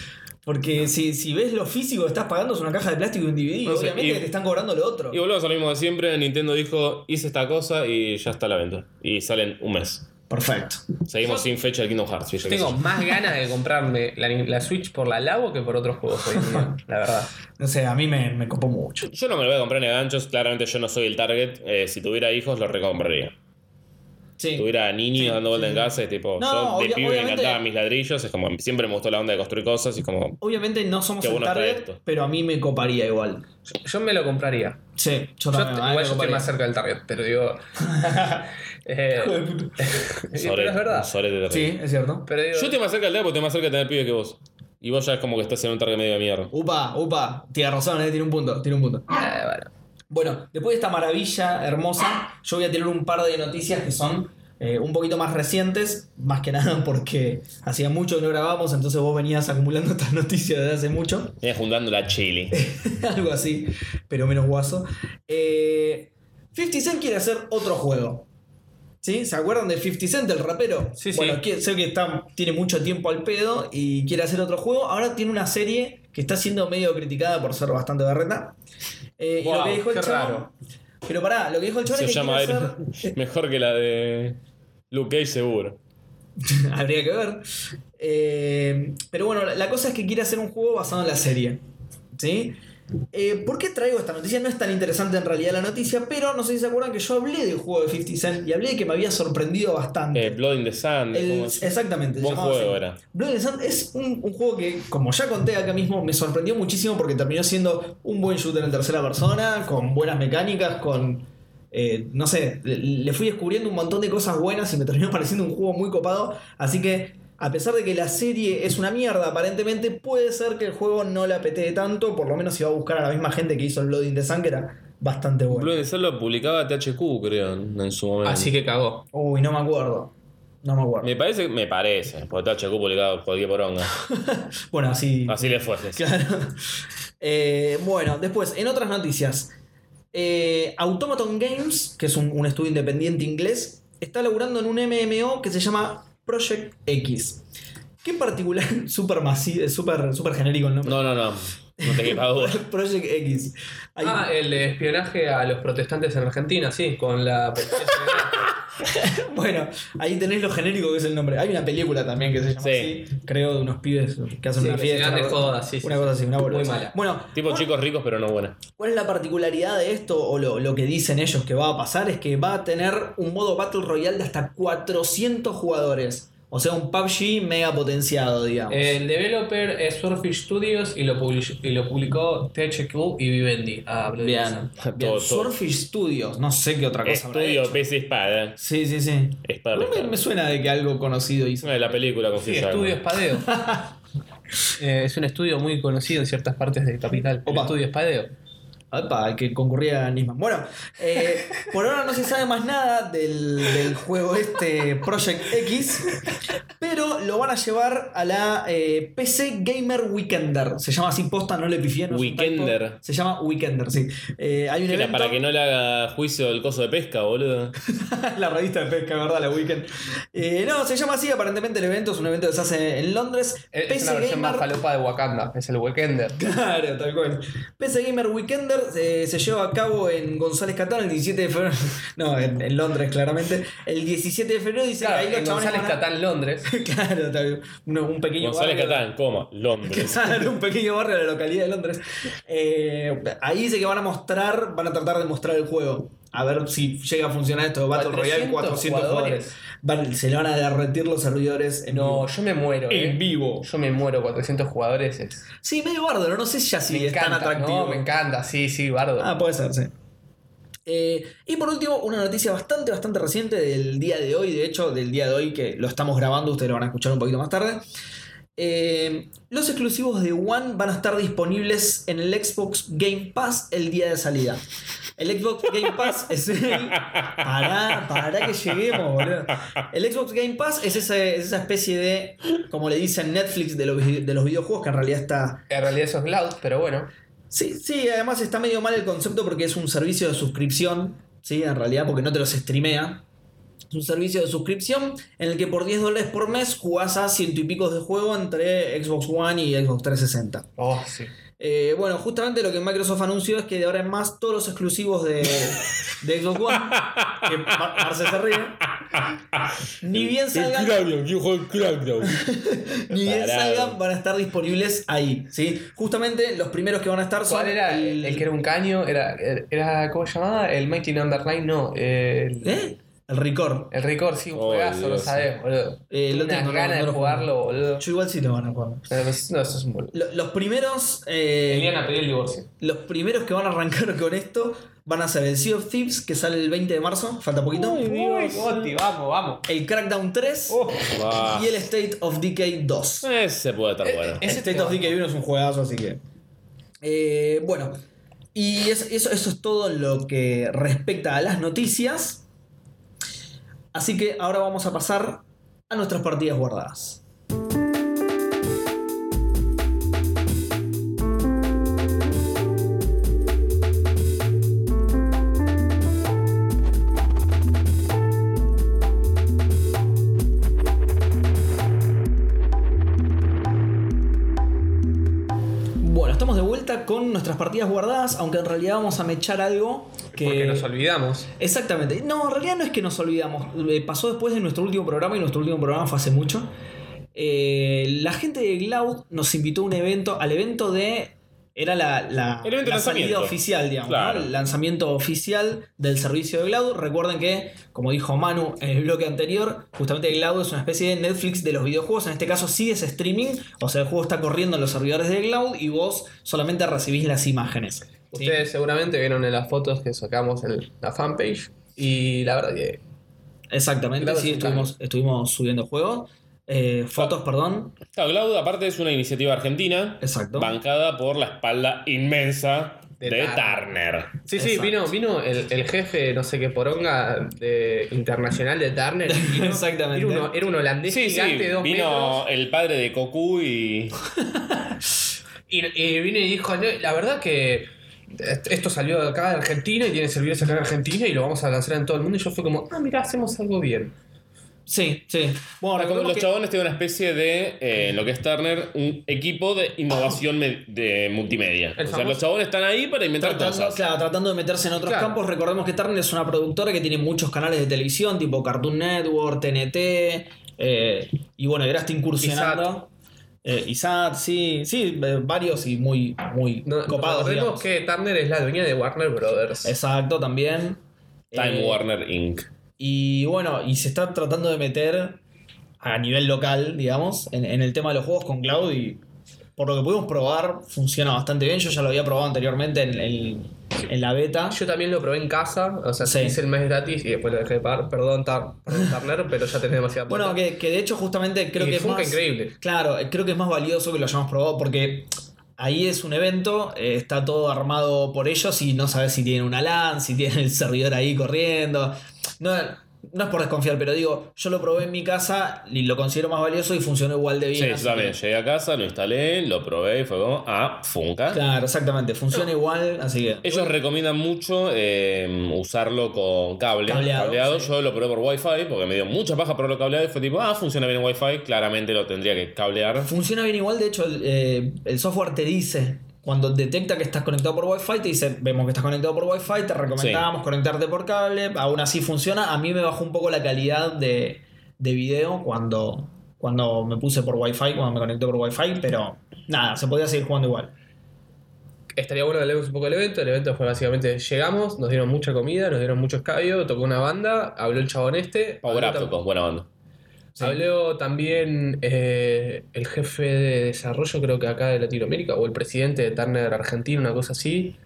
A: Porque si, si ves lo físico que estás pagando es una caja de plástico y un DVD,
B: No sé,
A: obviamente
B: y-
A: que te están cobrando lo otro.
B: Y volvemos a lo mismo de siempre, Nintendo dijo, hice esta cosa y ya está a la venta. Y salen un mes.
A: Perfecto.
B: Seguimos sin fecha de Kingdom Hearts. ¿viste?
D: Tengo
B: ¿Qué sé
D: más ganas de comprarme la, la Switch por la Labo que por otros juegos hoy en día, la verdad.
A: No sé, a mí me, me copó mucho.
B: yo? Yo no me lo voy a comprar en ganchos, claramente yo no soy el target. Eh, si tuviera hijos, lo recompraría. Si
A: Sí.
B: tuviera niños dando vuelta en casa, es tipo,
A: No, no,
B: yo de
A: obvia-
B: pibe me
A: obviamente-
B: encantaban mis ladrillos, es como, siempre me gustó la onda de construir cosas y es como,
A: Obviamente no somos
B: Qué
A: el
B: bueno está
A: target,
B: esto.
A: pero a mí me coparía igual.
D: Yo, yo me lo compraría.
A: Sí, yo
D: Yo,
A: también. a mí
D: igual
A: me
D: yo estoy
A: coparía.
D: más cerca del target, pero digo. eh,
A: Hijo de puta.
D: pero
B: sorete,
D: es verdad.
B: sorete terrible.
A: Sí, es cierto.
D: Pero digo,
B: Yo estoy más cerca del target porque estoy más cerca de tener pibe que vos. Y vos ya es como que estás en un target medio de mierda.
A: Upa, upa, tiene razón, eh, tiene un punto, tiene un punto.
D: eh, bueno.
A: Bueno, después de esta maravilla hermosa, yo voy a tener un par de noticias que son eh, un poquito más recientes, más que nada porque hacía mucho que no grabamos, entonces vos venías acumulando estas noticias desde hace mucho,
B: Venía juntando la chili.
A: algo así, pero menos guaso. Eh, 50 Cent quiere hacer otro juego. ¿Sí? ¿Se acuerdan de 50 Cent, el rapero?
D: Sí, sí.
A: bueno, que- sé que está, tiene mucho tiempo al pedo y quiere hacer otro juego. Ahora tiene una serie que está siendo medio criticada por ser bastante berreta. Eh, y lo
D: Wow,
A: que dijo el
D: qué
A: chabón-
D: raro.
A: pero pará, lo que dijo el chaval
B: Se
A: es que
B: llama
A: quiere
B: Iron-
A: hacer.
B: mejor que la de Luke Cage seguro.
A: Habría que ver. Eh, pero bueno, la- la cosa es que quiere hacer un juego basado en la serie. ¿Sí? Eh, ¿Por qué traigo esta noticia? No es tan interesante en realidad la noticia, pero no sé si se acuerdan que yo hablé del juego de 50 Cent y hablé de que me había sorprendido bastante.
B: Eh, Blood in the Sand.
A: El-
B: ¿cómo es?
A: exactamente. se
B: Buen
A: llamaba
B: juego
A: así.
B: era.
A: Blood in the Sand es un, un juego que, como ya conté acá mismo, me sorprendió muchísimo porque terminó siendo un buen shooter en tercera persona, con buenas mecánicas, con eh, no sé, le, le fui descubriendo un montón de cosas buenas y me terminó pareciendo un juego muy copado. Así que, a pesar de que la serie es una mierda, aparentemente puede ser que el juego no la apetee tanto, por lo menos si va a buscar a la misma gente que hizo el Loading de Sun, que era bastante bueno. Ah,
B: Blue de Cell lo publicaba THQ, creo, en en su momento.
C: Así que cagó.
A: Uy, no me acuerdo. No me acuerdo.
B: Me parece, me parece, porque THQ publicaba cualquier poronga.
A: Bueno, así.
B: Así le fuese.
A: Claro. Eh, bueno, después, en otras noticias. Eh, Automaton Games, que es un, un estudio independiente inglés, está laburando en un MMO que se llama Project X. Que en particular, super, masivo, super, super genérico el nombre.
B: No, no, no. No te quepa duda.
A: Project X. Hay-
C: Ah, el espionaje a los protestantes en Argentina, sí, con la policía federal. eh.
A: Bueno, ahí tenés lo genérico que es el nombre. Hay una película también que se llama
B: Sí.
A: así, creo, de unos pibes que hacen
C: Sí,
A: una
C: que se
A: fiesta.
C: dan de
A: una-
C: joda, sí, sí,
A: una
C: sí.
A: cosa así, una
C: Muy
A: boludez.
C: mala.
A: Bueno,
B: Tipo
A: ¿cuál-
B: chicos ricos, pero no buena.
A: ¿Cuál es la particularidad de esto o lo, lo que dicen ellos que va a pasar? Es que va a tener un modo Battle Royale de hasta 400 jugadores. O sea, un PUBG mega potenciado, digamos.
D: Eh,
C: El developer es Swordfish Studios y lo, publish- y lo publicó THQ y Vivendi. Ah, Bloody
A: bien,
C: Sun.
A: bien.
B: todo.
A: Surfish Studios, no sé qué otra cosa. habrá
B: Estudio
A: hecho.
B: PC Espada.
A: Sí, sí, sí.
B: Espada
A: No me,
B: Pescada.
A: me suena de que algo conocido
B: Es
A: hizo.
B: una de la película con
C: Sí,
B: Fish
C: Estudio
B: Allen.
C: Espadeo. Eh, es un estudio muy conocido en ciertas partes de Capital. El
A: Opa.
C: Estudio Espadeo.
A: Opa, al que concurría Nisman. Bueno, eh, por ahora no se sabe más nada del, del juego este Project X, pero lo van a llevar a la eh, PC Gamer Weekender. Se llama así posta, no le pifié. no es un typo.
B: Weekender.
A: Se llama Weekender, sí. Eh, hay un
B: Que era
A: evento,
B: para que no le haga juicio el coso de pesca, boludo.
A: la revista de pesca, ¿verdad? La Weekend. Eh, no, se llama así, aparentemente el evento es un evento que se hace en Londres.
C: Es es una versión más falopa de Wakanda. Es el Weekender.
A: Claro, tal cual. PC Gamer Weekender eh, se lleva a cabo en González Catán el 17 de febrero. No, en, en Londres, claramente. El 17 de febrero dice
C: Claro,
A: que ahí los
C: en
A: chabones
C: González
A: van a-
C: Catán, Londres.
A: claro, tal cual. Uno- Un, pequeño
B: González
A: barrio-
B: Catán, coma, Londres.
A: Claro, un pequeño barrio de la localidad de Londres. Eh, ahí dice que van a mostrar, van a tratar de mostrar el juego. A ver si llega a funcionar esto de Battle Royale 400 jugadores. Van- se le van a derretir los servidores en
C: No, yo me muero. eh.
A: En vivo.
C: Yo me muero. 400 jugadores es.
A: Sí, medio bárbaro, no sé si ya sí
C: me
A: es
C: encanta.
A: tan atractivo.
C: No, me encanta. Sí, sí, bardo.
A: Ah, puede ser, sí. Eh, y por último, una noticia bastante, bastante reciente del día de hoy, de hecho, del día de hoy que lo estamos grabando, ustedes lo van a escuchar un poquito más tarde. Eh, los exclusivos de One van a estar disponibles en el Xbox Game Pass el día de salida. El Xbox Game Pass es el. Pará, pará que lleguemos, boludo. El Xbox Game Pass es, ese- es esa especie de. Como le dicen Netflix de los, vi- de los videojuegos, que en realidad está.
C: En realidad eso es Cloud, pero bueno.
A: Sí, sí, además está medio mal el concepto porque es un servicio de suscripción, ¿sí? En realidad, porque no te los streamea. Es un servicio de suscripción en el que por 10 dólares por mes jugás a ciento y pico de juego entre Xbox One y Xbox 360.
C: Oh, sí.
A: Eh, bueno, justamente lo que Microsoft anunció es que de ahora en más todos los exclusivos de, de Xbox One, que Mar- Marce se ríe, ni bien salgan
B: hijo del Crackdown.
A: ni bien
B: Pará.
A: salgan, van a estar disponibles ahí. ¿sí? Justamente los primeros que van a estar son.
C: ¿Cuál era el,
A: el-
C: el que era un caño? Era, era ¿Cómo se llamaba? El Mighty Number 9, no. El,
A: ¿Eh? El Record.
C: el Record, sí, un
B: Oh,
C: juegazo, lo
B: Dios,
C: sabes, boludo.
A: Eh, lo
C: Unas
A: tengo, no,
C: ganas
A: no lo
C: de jugarlo, boludo.
A: Yo igual sí lo van a jugar.
C: Pero No, eso es un boludo.
A: Lo- los primeros. eh,
C: a pedir el divorcio.
A: los primeros que van a arrancar con esto van a ser el Sea of Thieves, que sale el 20 de marzo, falta poquito.
C: Uy, Oh. Gotti, vamos, vamos.
A: El Crackdown 3 y el Eh, State of Decay 2.
B: Ah, Ese puede estar bueno.
C: Ese
A: State
C: te
A: of
C: va.
A: Decay 1 es un juegazo, así que. Eh, bueno, y es- eso, eso es todo lo que respecta a las noticias. Así que ahora vamos a pasar a nuestras partidas guardadas. Bueno, estamos de vuelta con nuestras partidas guardadas, aunque en realidad vamos a mechar algo que.
C: Porque nos olvidamos.
A: Exactamente. No, en realidad no es que nos olvidamos. Eh, Pasó después de nuestro último programa y nuestro último programa fue hace mucho. Eh, la gente de Cloud nos invitó a un evento, al evento de. Era la, la,
B: El evento de
A: la salida
B: lanzamiento.
A: oficial, digamos,
B: Claro.
A: ¿no? El lanzamiento oficial del servicio de Cloud. Recuerden que, como dijo Manu en el bloque anterior, justamente Cloud es una especie de Netflix de los videojuegos. En este caso sí es streaming, o sea, el juego está corriendo en los servidores de Cloud y vos solamente recibís las imágenes. Sí.
D: Ustedes seguramente vieron en las fotos que sacamos en la fanpage. Y la verdad que
A: Exactamente,
D: Claro,
A: sí,
D: es un
A: estuvimos, estuvimos subiendo juegos. eh, fotos, perdón.
B: Claro, Cloud, aparte, es una iniciativa argentina
A: Exacto.
B: bancada por la espalda inmensa de,
D: De
B: Turner.
D: Turner. Sí, sí,
A: Exacto.
D: vino, vino el, el jefe, no sé qué poronga de, internacional de Turner. y vino-
A: Exactamente.
D: Era, uno- era un holandés
B: Sí, sí,
D: gigante de dos
B: vino
D: metros.
B: el padre de Cocu y.
D: Y, y vino y dijo, "No, la verdad que est- esto salió de acá de Argentina y tiene servidores acá en Argentina y lo vamos a lanzar en todo el mundo. Y yo fue como, ah, mirá, hacemos algo bien.
A: Sí, sí. Bueno,
B: Como
A: recordemos
B: los
A: que-
B: chabones tienen una especie de, eh, lo que es Turner, un equipo de innovación me- de multimedia. O sea,
D: famoso-
B: los chabones están ahí para inventar
A: Tratando,
B: cosas.
A: claro, tratando de meterse en otros
D: Claro.
A: campos, recordemos que Turner es una productora que tiene muchos canales de televisión, tipo Cartoon Network, TNT, eh, y bueno, ahora está incursionando. Eh, ISAT, sí, sí, eh, varios y muy, muy
D: No,
A: copados. digamos.
D: Recordemos que Turner es la dueña de Warner Brothers.
A: Exacto, también.
B: Time
A: Eh,
B: Warner Inc.
A: Y bueno, y se está tratando de meter a nivel local, digamos, en, en el tema de los juegos con Cloud y por lo que pudimos probar, funciona bastante bien. Yo ya lo había probado anteriormente en, en- en la beta.
D: Yo también lo probé en casa, o sea,
A: Sí.
D: hice el mes gratis y después lo dejé de pagar. Perdón, Tar- perdón, Turner, pero ya tenés demasiada plata.
A: Bueno, que, que de hecho justamente creo
D: Y
A: que es
D: Funko
A: más...
D: increíble.
A: Claro, eh, creo que es más valioso que lo hayamos probado porque ahí es un evento, eh, está todo armado por ellos y no sabes si tienen una LAN, si tienen el servidor ahí corriendo. No, no es por desconfiar, pero digo, yo lo probé en mi casa y lo considero más valioso y funcionó igual de bien.
B: Sí, yo
A: así
B: también.
A: que-
B: Llegué a casa, lo instalé, lo probé y fue como, ah, Funka.
A: Claro, exactamente, funciona igual, así que...
B: Ellos recomiendan mucho eh, usarlo con cable,
A: Cableado,
B: cableado.
A: sí.
B: Yo lo probé por Wi-Fi porque me dio mucha paja probarlo cableado y fue tipo, ah, funciona bien en Wi-Fi, claramente lo tendría que cablear.
A: Funciona bien igual, de hecho el, eh, el software te dice, cuando detecta que estás conectado por Wi-Fi, te dice, vemos que estás conectado por Wi-Fi, te recomendamos conectarte por cable, aún así funciona. A mí me bajó un poco la calidad de, de video cuando, cuando me puse por Wi-Fi, cuando me conecté por Wi-Fi, pero nada, se podía seguir jugando igual.
D: Estaría bueno que hablemos un poco del evento. El evento fue básicamente: llegamos, nos dieron mucha comida, nos dieron mucho escabio, tocó una banda, habló el chabón este.
B: Power
D: habló
B: Up,
D: tam-
B: tocó, buena banda.
A: Sí.
D: Habló también eh, el jefe de desarrollo, creo que acá de Latinoamérica, o el presidente de Turner Argentina, una cosa así.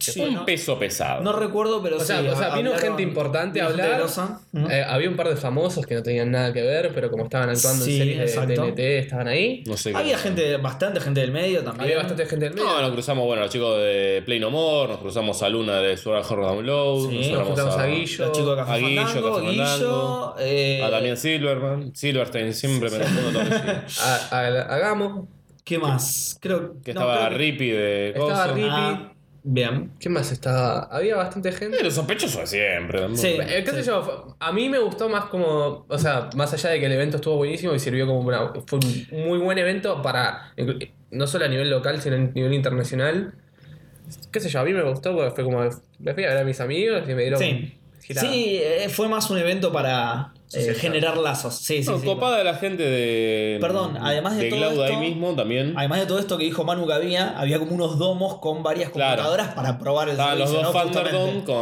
A: Sí,
B: Un
A: no,
B: peso pesado.
A: no recuerdo, pero
D: O sea,
A: sí,
D: o sea, vino
A: hablaron-
D: gente importante a
A: vino gente
D: hablar.
A: grosa. Ujú.
D: Eh, había un par de famosos que no tenían nada que ver, pero como estaban actuando
A: Sí,
D: en series de
A: exacto.
D: TNT, estaban ahí.
B: No sé qué-
A: Había gente, bastante gente del medio también.
D: Había bastante gente del medio.
B: No, nos cruzamos, bueno, los chicos de Play No More, nos cruzamos a Luna de Sword Art Horror Download,
A: Sí,
B: nos,
D: Nos
B: cruzamos
D: juntamos
B: a,
D: a Guillo.
A: Los chicos de Café
B: a Guillo,
A: Fandango,
B: Café
A: Guillo,
B: Fandango,
A: eh,
B: a Damián Silverman, Silverstein, siempre me confundo todo eso.
D: a- a- a Gamo.
A: ¿Qué más? Creo
B: Que
A: no,
B: estaba
A: creo
B: Rippy de
D: Estaba
B: Coso.
D: Rippy.
A: Ah, bien.
D: ¿Qué más estaba? Había bastante gente.
B: Pero sospechoso de siempre. ¿no?
A: Sí.
D: Eh, qué sé yo, fue- a mí me gustó más como, o sea, más allá de que el evento estuvo buenísimo y sirvió como una, fue un muy buen evento para, no solo a nivel local, sino a nivel internacional. Qué sé yo, a mí me gustó porque fue como, me fui a ver a mis amigos y me dieron
A: Sí.
D: girada.
A: Sí, eh, fue más un evento para eh,
D: Social.
A: generar lazos. Sí, sí,
B: No,
A: sí.
B: copada la gente de.
A: Perdón, además de todo
B: Cloud
A: esto-
B: ahí mismo también.
A: Además de todo esto que dijo Manu que había, había como unos domos con varias
B: Claro.
A: computadoras para probar el
B: Estaban los
A: servicio,
B: dos
A: ¿no?
B: Thunderdome
A: Justamente.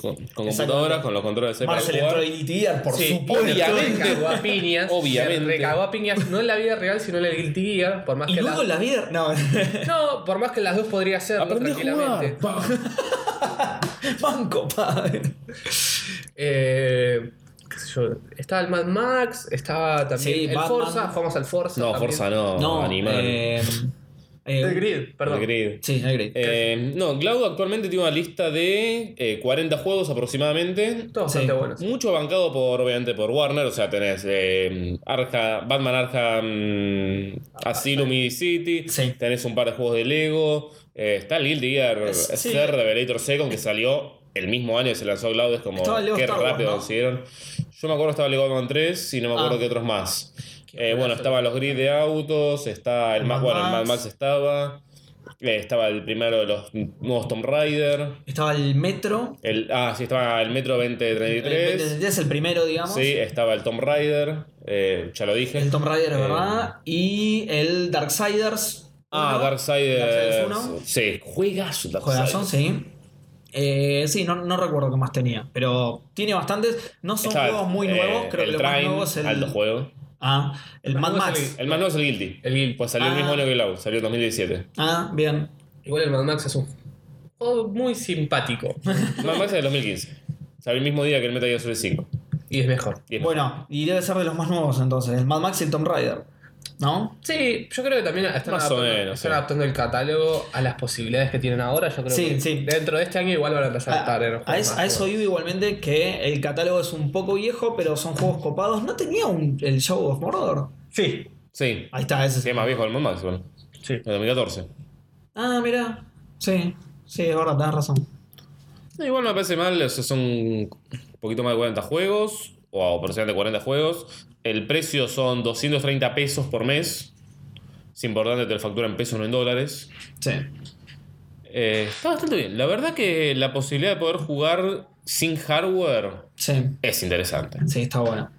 B: con, con, con computadoras, con los controles de para
A: Marcel
B: jugar.
A: entró y DTR, por
D: Sí,
A: supuesto.
B: obviamente.
D: Se recagó a piñas.
B: Obviamente.
D: Se recagó a piñas, no en la vida real, sino en el Guilty Gear. Por más
A: Y
D: que
A: luego
D: la-
A: la vida. No,
D: No, por más que las dos podría ser
B: Aprendí a
D: tranquilamente.
B: jugar. pa.
A: banco, padre.
D: Eh, qué sé yo, estaba el Mad Max, estaba también
A: Sí,
D: el
A: Batman.
D: Forza, fuimos al Forza.
B: No,
D: también.
B: Forza no,
A: No,
B: animal.
A: eh, eh,
D: El Grid, perdón.
B: El grid.
A: Sí, el grid.
B: Eh, no, Cloud actualmente tiene una lista de eh, 40 juegos aproximadamente.
D: Todo bastante
A: Sí.
D: bueno.
B: Mucho bancado por, obviamente, por Warner. O sea, tenés eh, Arca- Batman Arkham Asylum y City.
A: Ah, Sí.
B: Tenés un par de juegos de Lego. eh, está Guilty Gear
A: Es- sí.
B: Ser Revelator Second, que salió el mismo año que se lanzó Cloud. Es como,
A: Estaba Lego
B: qué
A: Star Wars,
B: rápido
A: ¿no?
B: lo hicieron. Yo me acuerdo que estaba Lego Batman 3 y no me acuerdo
A: Ah.
B: qué otros más.
D: Qué
B: Eh, bueno,
D: juegazo.
B: estaban los grid de autos, está el
A: El
B: más,
A: Mad
B: bueno, el Mad
A: Max.
B: Max estaba. eh, estaba el primero de los nuevos Tomb Raider.
A: Estaba el metro.
B: El, ah, sí, estaba el Metro 2033.
A: El, es el primero, digamos.
B: Sí, estaba el Tomb Raider, eh, ya lo dije.
A: El Tomb Raider,
B: Eh,
A: ¿verdad? Y el Darksiders.
B: Ah,
A: uno.
B: Darksiders.
A: Darksiders uno.
B: Sí, juegazo Darksiders.
A: Juegazo, sí. Eh, sí, no, no recuerdo qué más tenía. Pero tiene bastantes. No son
B: Estaba,
A: juegos muy
B: eh,
A: nuevos. Creo que
B: el
A: lo más
B: Train,
A: nuevo es el.
B: Alto juego.
A: Ah, el
D: Los
A: Mad
D: nuevos
A: Max.
D: es
B: El más nuevo es el Guilty.
D: El Guild.
B: Pues salió el
A: Ah.
B: mismo año que Cloud, salió en 2017.
A: Ah, bien.
D: Igual el Mad Max es un o muy simpático.
B: Más más es del 2015. Salió el mismo día que el Metal Gear Solid 5.
D: y es mejor.
B: Y es-
A: Bueno, y debe ser de los más nuevos entonces, el Mad Max y el Tomb Raider. ¿No?
D: Sí, yo creo que también están,
B: Más o
D: adaptando,
B: menos,
D: están
B: sí.
D: adaptando el catálogo a las posibilidades que tienen ahora. Yo creo
A: Sí,
D: que
A: sí.
D: dentro de este año igual van a empezar a
A: A,
D: estar en los
A: a
D: juegos
A: es-
D: más
A: a eso
D: nuevos.
A: iba igualmente que el catálogo es un poco viejo, pero son juegos copados. ¿No tenía un, el Show of Mordor?
D: Sí.
B: Sí.
A: Ahí está, ese
B: Sí, es más viejo el Mad Max, bueno.
D: Sí.
B: El 2014.
A: Ah, mira. Sí, sí, ahora tenés razón.
B: Igual no me parece mal, o sea, son un poquito más de 40 juegos, o aproximadamente 40 juegos. El precio son 230 pesos por mes. Es importante, te lo factura en pesos, no en dólares.
A: Sí.
B: Eh, está bastante bien. La verdad que la posibilidad de poder jugar sin hardware
A: Sí.
B: es interesante.
A: Sí, está bueno.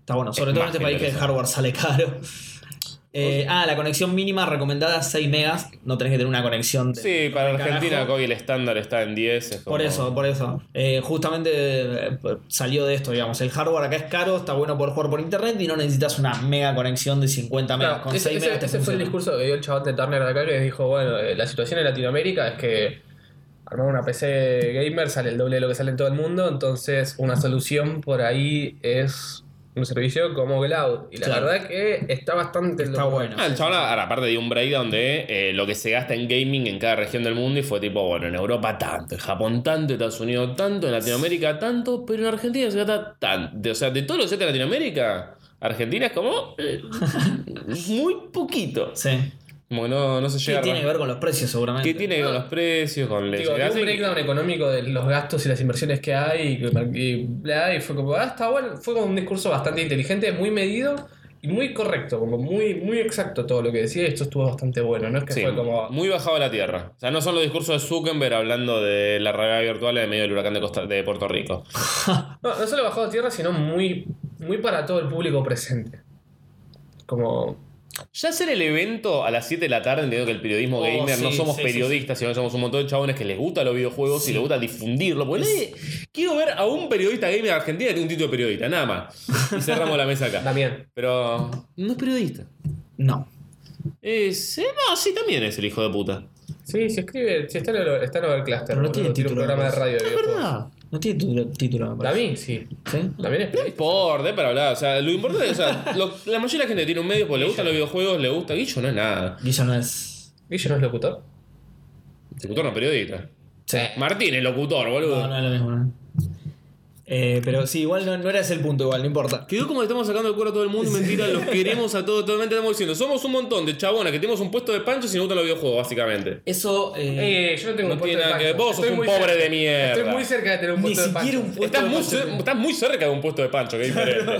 A: Está bueno. Sobre
B: Es
A: todo en
B: más
A: este
B: que
A: país que el
B: interesante.
A: hardware sale caro. Eh, ah, la conexión mínima recomendada es 6 megas. No tenés que tener una conexión. de-
B: Sí, para
A: carajo.
B: Argentina hoy el estándar está en 10. es como-
A: Por eso, por eso. Eh, justamente eh, salió de esto, digamos. El hardware acá es caro, está bueno por jugar por internet y no necesitas una mega conexión de 50 megas.
D: Claro,
A: Con
D: ese
A: 6
D: ese-
A: megas te
D: ese fue el
A: funciona.
D: discurso que dio el chabón de Turner de acá que dijo, bueno, eh, la situación en Latinoamérica es que armar una PC gamer sale el doble de lo que sale en todo el mundo, entonces una solución por ahí es un servicio como Cloud. Y la
A: Claro.
D: verdad que está bastante...
A: Está
D: loco.
A: bueno.
B: Ah, el chabón, ahora, aparte dio un break donde eh, lo que se gasta en gaming en cada región del mundo y fue tipo, bueno, en Europa tanto, en Japón tanto, en Estados Unidos tanto, en Latinoamérica tanto, pero en Argentina se gasta tanto. O sea, de todos los sets de Latinoamérica, Argentina es como eh, muy poquito.
A: Sí.
B: Como que no, no se
A: ¿Qué
B: llega
A: tiene
B: a
A: que ver con los precios, seguramente?
B: ¿Qué tiene que ver con los precios? Con
D: Digo,
B: la-
D: vi
B: hace-
D: un breakdown económico de los gastos y las inversiones que hay y, y bla, y fue como, ah, está bueno. Fue como un discurso bastante inteligente, muy medido y muy correcto, como muy, muy exacto todo lo que decía. y Esto estuvo bastante bueno, ¿no? Es que
B: Sí,
D: fue como.
B: muy bajado a la tierra. O sea, no son los discursos de Zuckerberg hablando de la realidad virtual en medio del huracán de, Costa- de Puerto Rico.
D: No, no solo bajado a tierra, sino muy, muy para todo el público presente. Como.
B: Ya hacer el evento a las 7 de la tarde, entiendo que el periodismo
A: Oh,
B: gamer no
A: sí,
B: somos
A: sí, sí,
B: periodistas, sino que somos un montón de chabones que les gustan los videojuegos y les gusta difundirlo. Porque nadie- quiero ver a un periodista gamer de Argentina que tiene un título de periodista, nada más. Y cerramos la mesa acá.
D: Damián.
B: Pero no es periodista.
A: No.
B: Es, eh, no, sí, también es el hijo de puta.
D: Sí, se escribe. Si está en, el- está en Overcluster.
A: Pero no
D: boludo,
A: tiene
D: un
A: título,
D: programa de
A: ¿no?
D: radio. de
B: Es
D: videojuegos.
B: verdad.
A: No tiene tu- título, me parece.
D: Damián, sí.
A: ¿Sí?
D: Damián es
B: No importa, es para hablar. O sea, lo importante es, o sea, lo- la mayoría de la gente tiene un medio porque le gustan los videojuegos, le gusta. Guillo no es nada.
A: Guillo no es.
D: Guillo no es locutor.
B: Locutor no es periodista.
A: Sí.
B: Martín es locutor, boludo.
A: No, no es lo mismo, ¿no? Eh, pero sí, igual no, no era ese el punto, igual, no importa.
B: Quedó como le estamos sacando el cuero a todo el mundo, mentira, los queremos a todos, totalmente estamos diciendo, somos un montón de chabonas que tenemos un puesto de pancho y nos gustan los videojuegos, básicamente.
A: Eso. eh,
D: Eh, yo no tengo
B: No
D: un puesto
B: tiene
D: de
B: nada que ver,
D: pancho.
B: vos sos
D: Estoy
B: un
D: muy
B: pobre
D: cerca-
B: de mierda.
D: Estoy muy cerca de tener un
A: ni
D: puesto de pancho.
A: siquiera un puesto
B: Estás
A: de
B: muy,
A: pancho
B: cer-
A: tiene.
B: estás muy cerca de un puesto de pancho, que es diferente.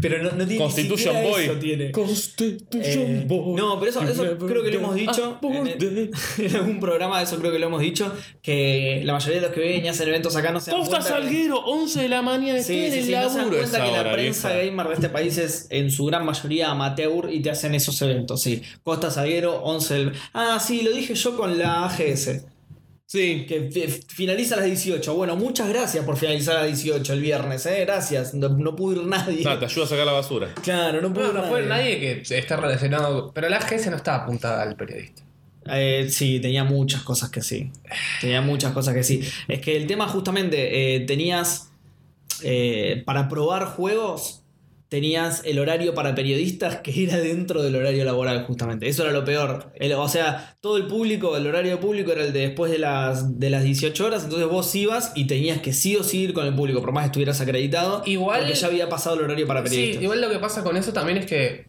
A: Pero no, no tiene. ni
B: Constitution
A: siquiera
B: Boy.
A: eso tiene.
B: Constitution
A: Eh, no, pero eso, eso creo que lo hemos
B: Ah,
A: dicho en, el- en algún programa, eso creo que lo hemos dicho, que la mayoría de los que ven y hacen eventos acá no se dan
B: Costa
A: cuenta que-
B: Salguero, 11 de la mañana,
A: Sí,
B: estoy en
A: sí,
B: el
A: sí, no se dan
B: laburo
A: cuenta
B: esa
A: que
B: hora,
A: la prensa
B: vieja.
A: gamer de este país es en su gran mayoría amateur y te hacen esos eventos, sí. Costa Salguero, 11 del- Ah, sí, lo dije yo con la AGS,
B: Sí.
A: que fi- finaliza a las 18. Bueno, muchas gracias por finalizar a las 18 el viernes, ¿eh? Gracias, no, no pudo ir nadie.
B: No, te ayuda a sacar la basura.
A: Claro, no pudo
D: No,
A: ir
D: no fue nadie que está relacionado. Pero la AGS no está apuntada al periodista.
A: Eh, sí, tenía muchas cosas que sí. Tenía muchas cosas que sí. Es que el tema justamente, eh, tenías, eh, para probar juegos, tenías el horario para periodistas que era dentro del horario laboral, justamente. Eso era lo peor. El- o sea, todo el público, el horario público era el de después de las, de las 18 horas, entonces vos ibas y tenías que sí o sí ir con el público, por más que estuvieras acreditado,
D: Igual-
A: porque ya había pasado el horario para periodistas.
D: Sí, igual lo que pasa con eso también es que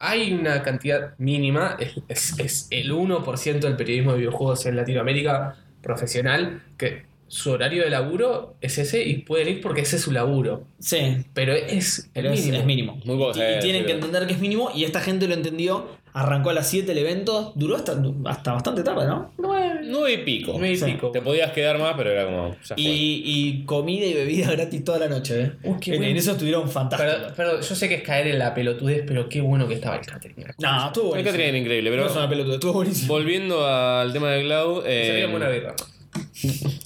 D: hay una cantidad mínima, es, es- es el 1% del periodismo de videojuegos en Latinoamérica profesional, que su horario de laburo es ese y pueden ir porque ese es su laburo.
A: sí.
D: Pero es el
A: Pero es
D: mínimo.
A: es mínimo.
B: Muy poca
A: Y-
B: gente,
A: y tienen
B: sí,
A: que
B: pero-
A: entender que es mínimo y esta gente lo entendió. Arrancó a las 7 el evento, duró hasta, hasta bastante tarde, ¿no?
B: Nueve y pico.
D: Nueve y
A: Sí.
D: pico.
B: Te podías quedar más, pero era como. Ya fue.
A: Y, y comida y bebida gratis toda la noche, ¿eh?
D: Uy, qué
A: en,
D: bueno.
A: en eso estuvieron fantásticos.
D: Pero, pero yo sé que es caer en la pelotudez, pero qué bueno que estaba el catering.
A: no, estuvo
B: El
A: buenísimo.
B: catering era increíble, pero.
A: No es una pelotuda, estuvo buenísimo.
B: Volviendo al tema de Cloud.
D: Se
B: eh,
D: veía buena birra.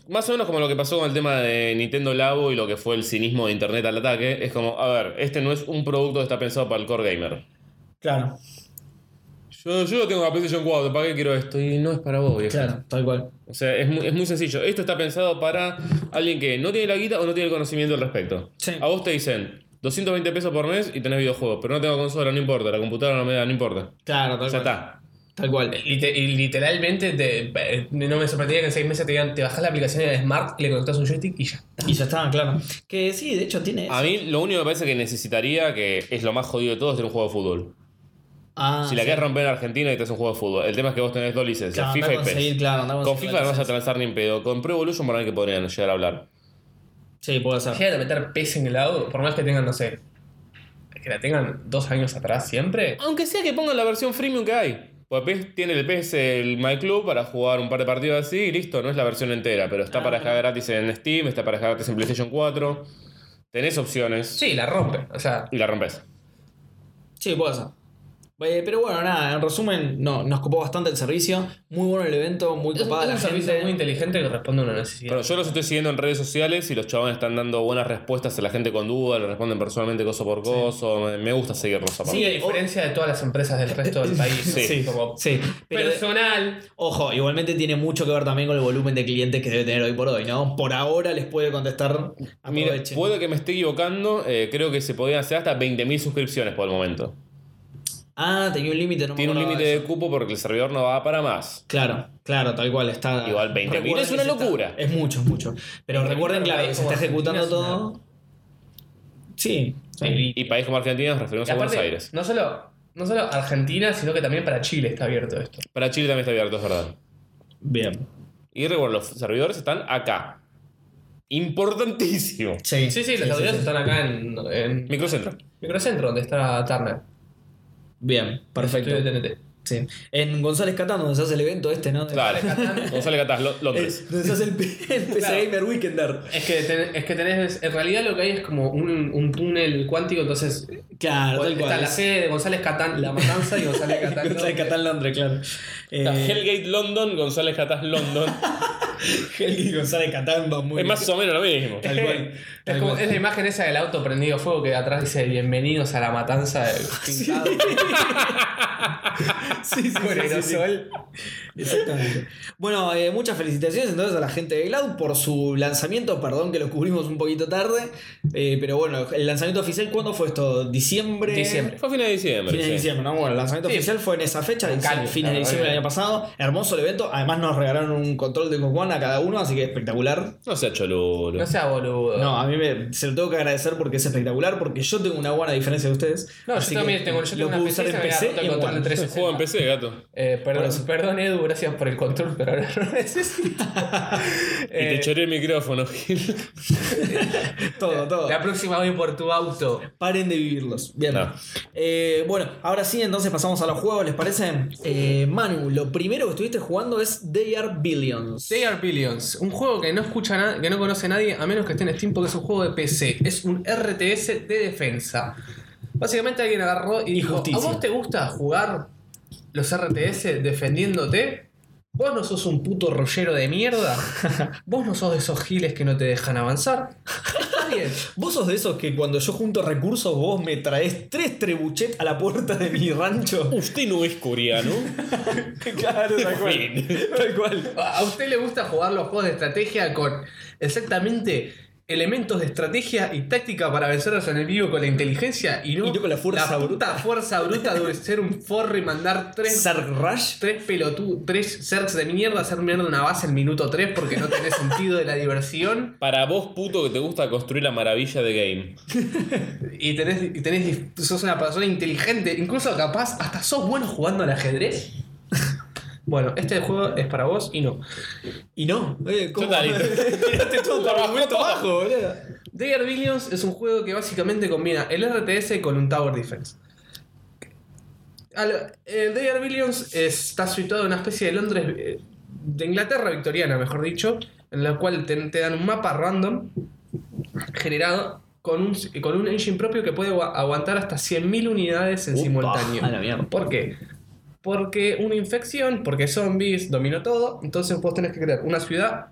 B: más o menos como lo que pasó con el tema de Nintendo Labo y lo que fue el cinismo de Internet al ataque. Es como, a ver, este no es un producto que está pensado para el core gamer.
A: Claro.
B: Yo, yo tengo la PlayStation 4, ¿para qué quiero esto? Y no es para vos, viejo.
A: Claro, tal cual.
B: O sea, es muy, es muy sencillo. Esto está pensado para alguien que no tiene la guita o no tiene el conocimiento al respecto.
A: Sí.
B: A vos te dicen 220 pesos por mes y tenés videojuegos, pero no tengo consola, no importa, la computadora no me da, no importa.
A: Claro, tal
B: Ya
A: cual.
B: está.
A: Tal cual.
D: Lite- y literalmente te- eh, no me sorprendería que en seis meses te digan, te bajas la aplicación de Smart, le conectas un joystick y ya.
A: Y ya está, claro. Que sí, de hecho tiene. eso.
B: A mí lo único que me parece que necesitaría, que es lo más jodido de todo, es tener un juego de fútbol.
A: Ah,
B: si la
A: sí.
B: querés romper en Argentina y te haces un juego de fútbol, el tema es que vos tenés dos licencias,
A: Claro, andá
B: FIFA y
A: a
B: PES.
A: conseguir, claro, andá a
B: Con
A: conseguir
B: FIFA
A: la
B: no vas a
A: licencia.
B: transar ni en pedo. Con Pro Evolution por ahí que podrían llegar a hablar.
A: Sí, puede ser.
D: Llegan a meter pez en el lado, por más que tengan, no sé, que la tengan dos años atrás siempre.
B: Aunque sea que pongan la versión freemium que hay. Pues PES tiene el PES, el My Club, para jugar un par de partidos así y listo. No es la versión entera, pero
A: Ah,
B: está para dejar gratis en Steam, está para dejar gratis en PlayStation 4. Tenés opciones
D: Sí, la rompe. O sea,
B: y la rompes.
A: Sí, puede ser. Eh, pero bueno, nada, en resumen, no, nos copó bastante el servicio. Muy bueno el evento, muy
D: es un,
A: copada
D: es
A: la
D: un servicio
A: gente.
D: muy inteligente que responde a una necesidad.
B: Bueno, yo los estoy siguiendo en redes sociales y los chavales están dando buenas respuestas a la gente con dudas, le responden personalmente cosa por coso. Me- Me gusta seguirlos aparte.
D: Sí, a diferencia de todas las empresas del resto del país.
B: Sí.
D: Como
A: Sí, pero
D: personal.
A: ojo, igualmente tiene mucho que ver también con el volumen de clientes que debe tener hoy por hoy, ¿no? Por ahora les puede contestar.
B: Mira,
A: Aprovechen.
B: puede que me esté equivocando, eh, creo que se podían hacer hasta 20.000 suscripciones por el momento.
A: Ah, tenía un límite, no me
B: Tiene un
A: acordaba
B: límite
A: de
B: de
A: eso.
B: cupo porque el servidor no va para más.
A: Claro, claro, tal cual, está.
B: Igual 20.000
A: Recuerden
B: es una
A: que se está-
B: locura.
A: es mucho, es mucho. Pero recuerden, claro, que se está ejecutando
D: Argentina es
A: todo. Sí, sí.
B: Y país como Argentina nos
D: Y
B: referimos a
D: aparte,
B: Buenos Aires.
D: No solo, no solo Argentina, sino que también para Chile está abierto esto.
B: Para Chile también está abierto, es verdad.
A: Bien.
B: Y recuerdo, los servidores están acá. Importantísimo.
A: Sí,
D: Sí, sí, las audiencias
A: sí.
D: están acá en, en
B: Microcentro.
D: Microcentro, donde está Turner.
A: Bien, perfecto.
D: Estudio de TNT.
A: Sí. En González Catán, donde se hace el evento este, ¿no? De-
B: Claro. González Catás, Lo-
A: Eh,
B: Londres.
A: donde se hace el, el PC
D: Claro.
A: Gamer Weekender.
D: Es que, ten- es que tenés, en realidad lo que hay es como un, un túnel cuántico, entonces
A: Claro, Ah, tal
D: está
A: cual.
D: la
A: es-
D: sede de González Catán, La Matanza y González Catán.
A: González Catán, Londres, claro.
B: Está
A: Eh,
B: Hellgate London, González Catás London.
A: Helgi González Catán va muy
B: es más o menos lo mismo.
A: Tal cual.
D: Es,
A: tal
D: como-
A: cual.
D: es la imagen esa del auto prendido a fuego que atrás dice bienvenidos a la matanza del pintado.
A: Sí, sí, sí,
D: Bueno,
A: sí, sí. Exactamente. Bueno, eh, muchas felicitaciones entonces a la gente de Cloud por su lanzamiento. Perdón que lo cubrimos un poquito tarde. eh, pero bueno, el lanzamiento oficial, ¿cuándo fue esto? ¿Diciembre?
D: Diciembre.
B: Fue a fines de diciembre.
A: Fines de
B: sí.
A: diciembre, ¿no? Bueno, el lanzamiento
D: Sí.
A: oficial fue en esa fecha,
D: Con caños,
A: fines de
D: claro,
A: diciembre del año pasado. Hermoso el evento. Además nos regalaron un control de Xbox One a cada uno, así que espectacular.
B: No sea cholulo.
D: No sea boludo.
A: No, a mí me- se lo tengo que agradecer porque es espectacular, porque yo tengo una One a diferencia de ustedes.
D: No, yo
A: así
D: también
A: que
D: tengo, yo tengo
A: lo
D: una
A: puedo
D: PC
A: usar
D: y se
A: en
D: me había
A: PC
D: roto
A: y
D: el
A: en
D: control de
A: One.
D: 360.
B: Juego en PC, gato.
D: Eh,
A: Por
D: perdón,
A: eso.
D: perdón, Edu, gracias por el control, pero ahora no lo necesito.
B: Y te
D: Eh,
B: choré el micrófono, Gil.
A: Todo, todo.
D: La próxima voy por tu auto.
A: Paren de vivirlos. Bien.
B: No.
A: Eh, bueno, ahora sí, entonces pasamos a los juegos, ¿les parece? Eh, Manu, lo primero que estuviste jugando es They Are Billions.
D: They Are Billions, un juego que no escucha na- que no conoce nadie a menos que esté en Steam porque es un juego de PC. Es un RTS de defensa. Básicamente alguien agarró y dijo,
A: Injusticia.
D: ¿a vos te gusta jugar los RTS defendiéndote? Vos no sos un puto rollero de mierda. Vos no sos de esos giles que no te dejan avanzar. Está bien.
A: Vos sos de esos que cuando yo junto recursos vos me traes tres trebuchet a la puerta de mi rancho.
B: Usted no es coreano.
A: claro, tal cual. Tal cual.
D: ¿A usted le gusta jugar los juegos de estrategia con exactamente elementos de estrategia y táctica para vencer a los enemigos con la inteligencia y no,
A: Y no con la fuerza
D: puta fuerza bruta de ser un forro y mandar tres,
A: Sark Rush.
D: tres pelotu- tres sercs de mierda, hacer mierda una base en minuto 3 porque no tenés sentido de la diversión
B: Para vos, puto, que te gusta construir la maravilla de game.
D: y tenés, y tenés, sos una persona inteligente, incluso capaz, hasta sos bueno jugando al ajedrez. Bueno, este juego es para vos y no.
A: Y no. Eh, ¿cómo?
B: Total.
A: Tiraste todo por el cuento abajo, boludo.
D: They Are Billions es un juego que básicamente combina el RTS con un Tower Defense. Al, eh, They Are Billions está situado en una especie de Londres, eh, de Inglaterra victoriana, mejor dicho, en la cual te, te dan un mapa random generado con un, con un engine propio que puede agua- aguantar hasta 100.000 unidades en
A: Upa, Ah,
D: simultáneo.
A: a la mierda.
D: ¿Por qué? Porque una infección, porque zombies, dominó todo, entonces vos tenés que crear una ciudad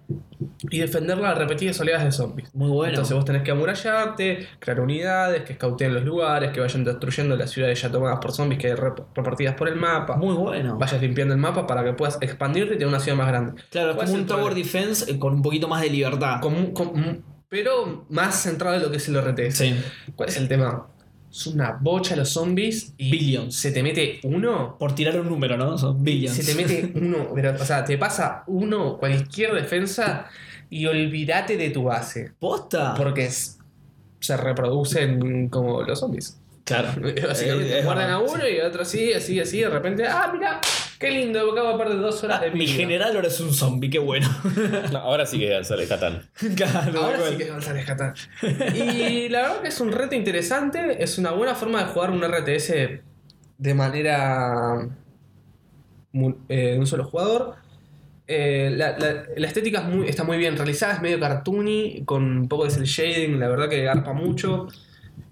D: y defenderla de repetidas oleadas de zombies.
A: Muy bueno.
D: Entonces vos tenés que amurallarte, crear unidades, que escauteen los lugares, que vayan destruyendo las ciudades ya tomadas por zombies que hay rep- repartidas por el mapa.
A: muy bueno.
D: Vayas limpiando el mapa para que puedas expandirte y tener una ciudad más grande.
A: Claro, es
D: ¿Cuál
A: como un
D: es el
A: Tower
D: problema?
A: Defense eh, con un poquito más de libertad.
D: Con- con- pero más centrado en lo que es el RTS.
A: Sí.
D: ¿Cuál es el tema? Es una bocha los zombies y
A: Billions.
D: se te mete uno.
A: Por tirar un número, ¿no? Son billions.
D: Se te mete uno, pero, o sea, te pasa uno cualquier defensa y olvídate de tu base.
A: ¿Posta?
D: Porque es- se reproducen como los zombies.
A: Claro.
D: Básicamente,
A: Eh, es
D: guardan
A: verdad,
D: a uno y a otro así, así, así. De repente, ah, mira, qué lindo, acabo de perder dos horas
A: Ah,
D: de mi
A: mi
D: vida".
A: general ahora es un zombie, qué bueno.
B: No, ahora sí que sale Catán.
A: Claro,
D: Ahora
A: igual.
D: sí que avanzar a rescatar. Y la verdad que es un reto interesante, es una buena forma de jugar un RTS de manera mu- eh, de un solo jugador. Eh, la, la- la estética es muy- está muy bien realizada, es medio cartoony, con un poco de cel shading, la verdad que garpa mucho.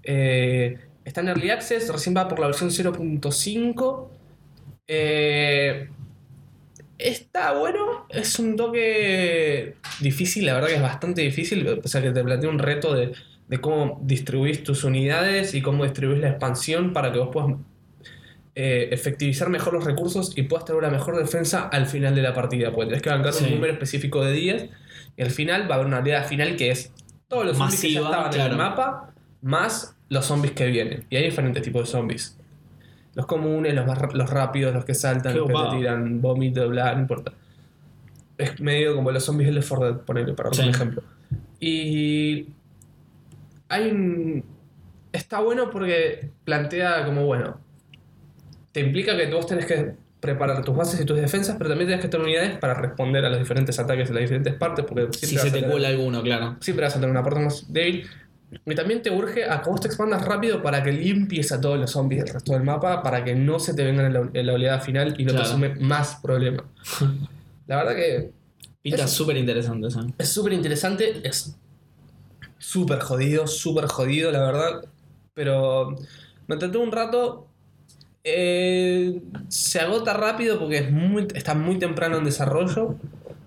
D: Eh, está en Early Access, recién va por la versión 0.5. Eh, Está bueno, es un toque difícil, la verdad que es bastante difícil, o sea que te plantea un reto de, de cómo distribuís tus unidades y cómo distribuís la expansión para que vos puedas eh, efectivizar mejor los recursos y puedas tener una mejor defensa al final de la partida, porque tenés que bancar
A: Sí.
D: un número específico de días y al final va a haber una oleada final que es todos los zombies que ya
A: Masiva,
D: estaban en
A: claro.
D: el mapa más los zombies que vienen. Y hay diferentes tipos de zombies. Los comunes, los, más, ra- los rápidos, los que saltan,
A: Qué
D: los que te
A: copado.
D: tiran vómito, bla, no importa. Es medio como los zombies del Left 4 Dead, ponele, para dar
A: Sí.
D: un ejemplo. Y hay un... Está bueno porque plantea como, bueno, te implica que vos tenés que preparar tus bases y tus defensas, pero también tenés que tener unidades para responder a los diferentes ataques de las diferentes partes, porque siempre
A: Si
D: vas
A: se
D: a
A: te
D: tener-
A: cuela alguno, claro.
D: siempre vas a tener una parte más débil. Y también te urge a que vos te expandas rápido para que limpies a todos los zombies del resto del mapa, para que no se te vengan en la, en la oleada final y no
A: Claro.
D: te sume más problema. la verdad que
A: Pinta
D: Es-
A: súper interesante esa.
D: es súper interesante, es súper jodido, súper jodido, la verdad. Pero me traté un rato. eh, se agota rápido porque es muy, está muy temprano en desarrollo.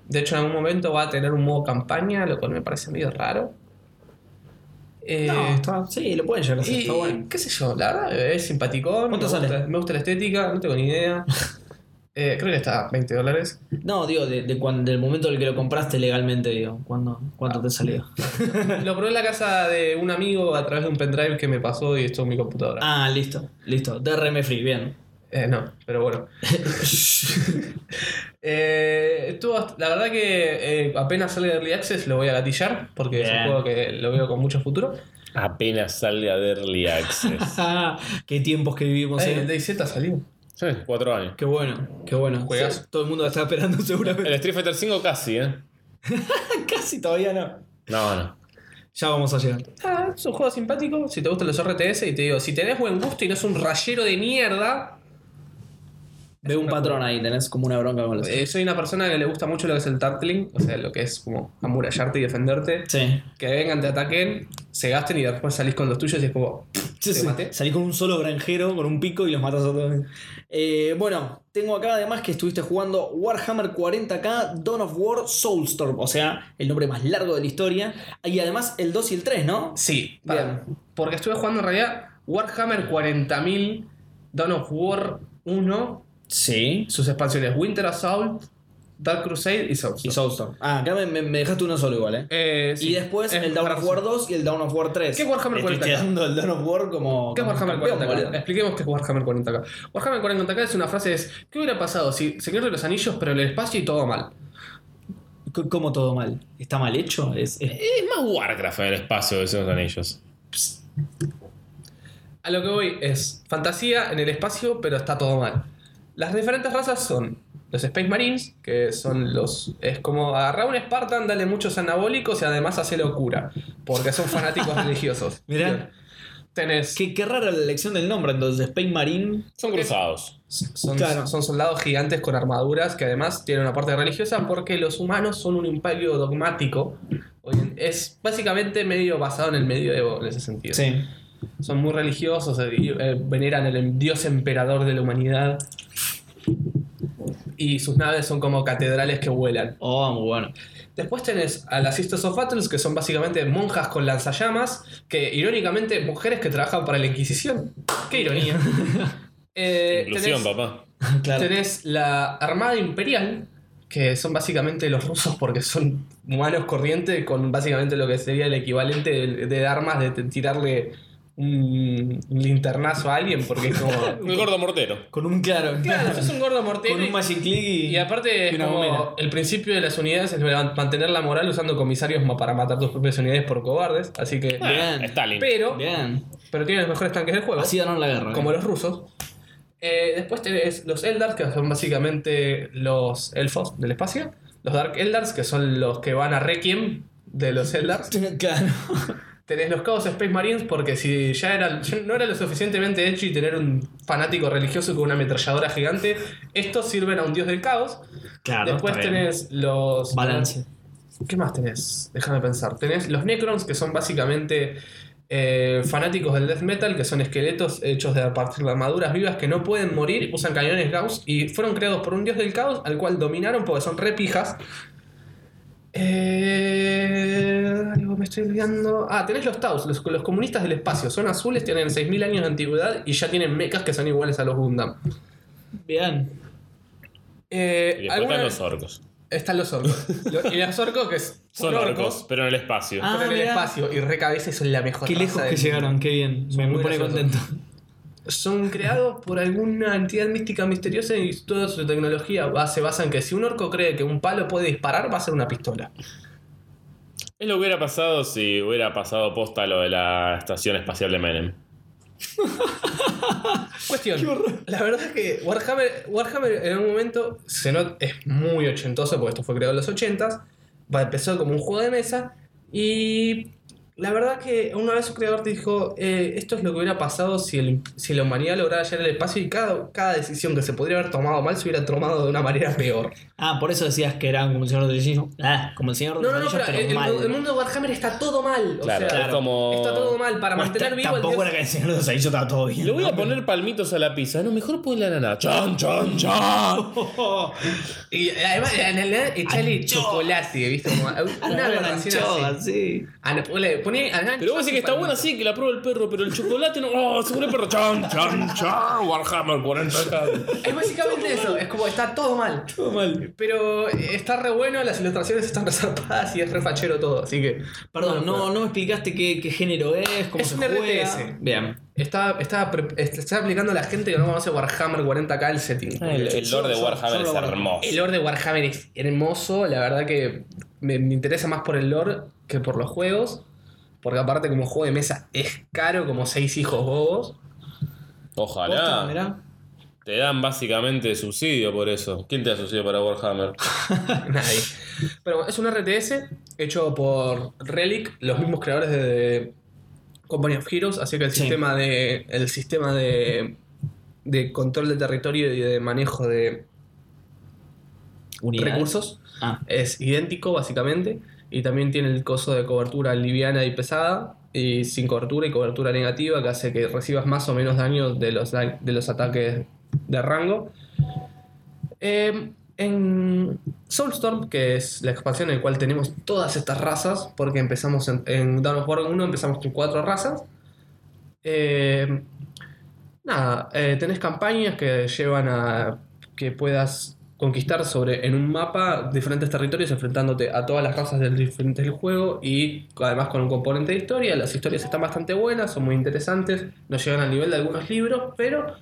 D: De hecho, en algún momento va a tener un modo campaña, lo cual me parece medio raro. Eh,
A: no, está, sí, lo pueden llegar a hacer,
D: y
A: está bueno.
D: qué sé yo, la verdad eh, es simpaticón.
A: ¿Cuánto
D: me gusta-
A: sale?
D: me gusta la estética, no tengo ni idea. Eh, creo que está a 20 dólares.
A: No, digo, de, de cuando, del momento en el que lo compraste legalmente, digo, ¿cuándo, ¿cuánto te salió?
D: Lo probé en la casa de un amigo a través de un pendrive que me pasó y esto en mi computadora.
A: Ah, listo, listo. DRM Free, bien.
D: Eh, no, pero bueno. Eh, estuvo bast- la verdad que eh, apenas sale de Early Access lo voy a gatillar porque es un
A: Bien.
D: juego que lo veo con mucho futuro.
B: Apenas salga de Early Access.
A: Ah, qué tiempos que vivimos,
D: Eh,
A: eh.
D: el DayZ salió.
B: Sí, cuatro años.
A: Qué bueno, qué bueno.
D: Juegazo.
A: Todo el mundo lo está esperando seguramente.
B: El Street Fighter 5 casi, ¿eh?
A: Casi todavía no.
B: No, no.
A: Ya vamos a llegar.
D: Ah, es un juego simpático. Si te gustan los RTS y te digo, si tenés buen gusto y no es un rayero de mierda,
A: Veo un patrón ahí, tenés como una bronca con los.
D: eh, soy una persona que le gusta mucho lo que es el tartling, o sea, lo que es como amurallarte y defenderte.
A: Sí.
D: Que vengan, te ataquen, se gasten y después salís con los tuyos y es como.
A: Sí,
D: ¿Te
A: sí.
D: maté?
A: Salí con un solo granjero, con un pico y los matas a todos. Eh, bueno, tengo acá además que estuviste jugando Warhammer 40k, Dawn of War, Soulstorm, o sea, el nombre más largo de la historia. Y además el 2 y el 3, ¿no?
D: Sí,
A: Bien.
D: para- porque estuve jugando en realidad Warhammer 40.000, Dawn of War 1,
A: Sí.
D: sus expansiones Winter Assault, Dark Crusade y
A: Y
D: Soulstorm.
A: Soulstorm. Ah, acá me, me- me dejaste uno solo igual, ¿eh?
D: Eh, sí,
A: y después
D: es
A: el Dawn of
D: Warhammer-
A: War 2 y el Dawn of War 3.
D: ¿Qué Warhammer
A: Le estoy
D: 40K?
A: dando el Dawn of War como.
D: ¿Qué es
A: como
D: Warhammer
A: campeón,
D: 40k?
A: boludo.
D: Expliquemos qué es Warhammer 40k. Warhammer 40k es una frase es, ¿qué hubiera pasado si Señor de los Anillos pero en el espacio y todo mal?
A: C- ¿Cómo todo mal? ¿Está mal hecho? Es, es-
B: Es más Warcraft en el espacio de esos anillos.
D: A lo que voy es fantasía en el espacio, pero está todo mal. Las diferentes razas son los Space Marines, que son los. Es como agarrar un Spartan, darle muchos anabólicos y además hace locura, porque son fanáticos religiosos.
A: Mirá.
D: Tenés.
A: Qué, qué rara la elección del nombre, entonces. Spain Marine.
B: Son cruzados.
D: Son,
A: Claro.
D: son soldados gigantes con armaduras que además tienen una parte religiosa porque los humanos son un imperio dogmático. Hoy en- Es básicamente medio basado en el medioevo en ese sentido.
A: Sí.
D: son muy religiosos, eh, y, eh, veneran al em- dios emperador de la humanidad. y sus naves son como catedrales que vuelan.
F: Oh, muy bueno.
D: Después tenés a las Sisters of Battles, que son básicamente monjas con lanzallamas, que irónicamente mujeres que trabajan para la Inquisición. ¡Qué ironía! Eh,
B: Inclusión,
D: tenés-
B: papá.
F: Claro.
D: Tenés la Armada Imperial, que son básicamente los rusos porque son humanos corrientes con básicamente lo que sería el equivalente de, de armas de t- tirarle un linternazo a alguien porque es como...
B: Un gordo mortero.
F: Con un claro.
D: claro, es un gordo mortero
F: Con un
D: y-
F: Magic Click y.
D: y aparte es
F: y una
D: como
F: bombera.
D: el principio de las unidades es levan- mantener la moral usando comisarios ma- para matar tus propias unidades por cobardes, así que...
B: Ah,
F: Bien.
B: Stalin.
D: Pero,
F: Bien.
D: pero tiene los mejores tanques del juego
F: Así ganaron la guerra.
D: como los rusos. Eh, después tenés los Eldars, que son básicamente los elfos del espacio. Los Dark Eldars, que son los que van a Requiem de los Eldars.
F: Claro.
D: Tenés los Chaos Space Marines, porque si ya, era, ya no era lo suficientemente edgy tener un fanático religioso con una ametralladora gigante, estos sirven a un dios del caos.
F: Claro.
D: después
F: Ah, está bien.
D: tenés los...
F: Balance.
D: ¿Qué más tenés? Déjame pensar. Tenés los Necrons, que son básicamente eh, fanáticos del death metal, que son esqueletos hechos de a partir de armaduras vivas que no pueden morir, usan cañones Gauss y fueron creados por un dios del caos al cual dominaron porque son repijas. Eh, algo me estoy olvidando. Ah, tenés los Taus, los, los comunistas del espacio. Son azules, tienen 6.000 años de antigüedad y ya tienen mechas que son iguales a los Gundam.
F: Bien.
D: Eh,
B: Y después están
D: alguna-
B: los orcos.
D: están los orcos. Lo- y los orcos que es-
B: Son orcos, pero en el espacio.
F: Ah,
D: pero en el
F: mirá.
D: espacio y recabeza son la mejor
F: Qué
D: raza
F: lejos
D: del
F: que
D: mundo.
F: llegaron, qué bien. Me, me
D: muy
F: pone
D: graciosos.
F: contento.
D: Son creados por alguna entidad mística misteriosa y toda su tecnología va- se basa en que si un orco cree que un palo puede disparar, va a ser una pistola.
B: Es lo que hubiera pasado si hubiera pasado posta lo de la estación espacial de Menem.
D: Cuestión. La verdad es que Warhammer, Warhammer en un momento se not- es muy ochentoso, porque esto fue creado en los ochentas. Va, empezó como un juego de mesa. Y la verdad que una vez su creador dijo: eh, Esto es lo que hubiera pasado si, el- si la humanidad lograra llegar al espacio y cada, cada decisión que se podría haber tomado mal se hubiera tomado de una manera peor.
F: Ah, por eso decías que eran como el señor del anillo. Ah, como el señor de los
D: No, no, no,
F: anillos,
D: pero el,
F: pero
D: el
F: mal.
D: mu- el mundo de Warhammer está todo mal. O
B: Claro,
D: sea,
B: es como.
D: Está todo mal para
F: Bueno,
D: mantener
F: t-
D: vivo el
F: Tampoco
D: dios.
F: era que el señor de los anillos estaba todo bien.
B: Le voy
F: ¿no?
B: a poner palmitos a la pizza. No, mejor ponle la nana. ¡Chan, chan, chan!
D: Y además, echale chocolate, ¿viste? Como una
F: Una
D: aberración así.
F: anchoa, sí.
D: Ana- Ah, ponle- poné anancho
B: Pero vos decís que
D: y
B: está buena
D: palmito.
B: sí, que la prueba el perro, pero el chocolate no. ¡Oh, se pone el perro! ¡Chan, chan, chan! Warhammer 40k.
D: Es básicamente eso, es como está todo mal.
F: Todo mal.
D: Pero eh, está re bueno, las ilustraciones están resarpadas y es re fachero todo, así que.
F: Perdón, no, no me explicaste qué, qué género es, cómo
D: Es
F: se
D: un
F: juega.
D: RTS.
F: Bien.
D: Está, está, pre- está aplicando a la gente que no conoce Warhammer 40k el setting.
B: El, el lore de Warhammer es hermoso.
D: El lore de Warhammer es hermoso, la verdad que me, me interesa más por el lore que por los juegos. Porque aparte como juego de mesa es caro como seis hijos bobos.
F: Posta,
B: Ojalá.
F: mirá.
B: Te dan básicamente subsidio por eso. ¿Quién te da subsidio para Warhammer?
D: Nadie. Pero bueno, es un RTS hecho por Relic, los mismos creadores de Company of Heroes, así que el
F: Sí.
D: sistema de. el sistema de. de control de territorio y de manejo de
F: Unidades.
D: recursos
F: Ah,
D: es idéntico básicamente y también tiene el coso de cobertura liviana y pesada y sin cobertura y cobertura negativa que hace que recibas más o menos daño de los, da- de los ataques de rango. Eh, en Soulstorm, que es la expansión en la cual tenemos todas estas razas, porque empezamos en, en Dawn of War 1 empezamos con cuatro razas. Eh, nada, eh, tenés campañas que llevan a que puedas conquistar sobre en un mapa diferentes territorios enfrentándote a todas las razas del diferentes del juego y además con un componente de historia. Las historias están bastante buenas, son muy interesantes, no llegan al nivel de algunos libros, pero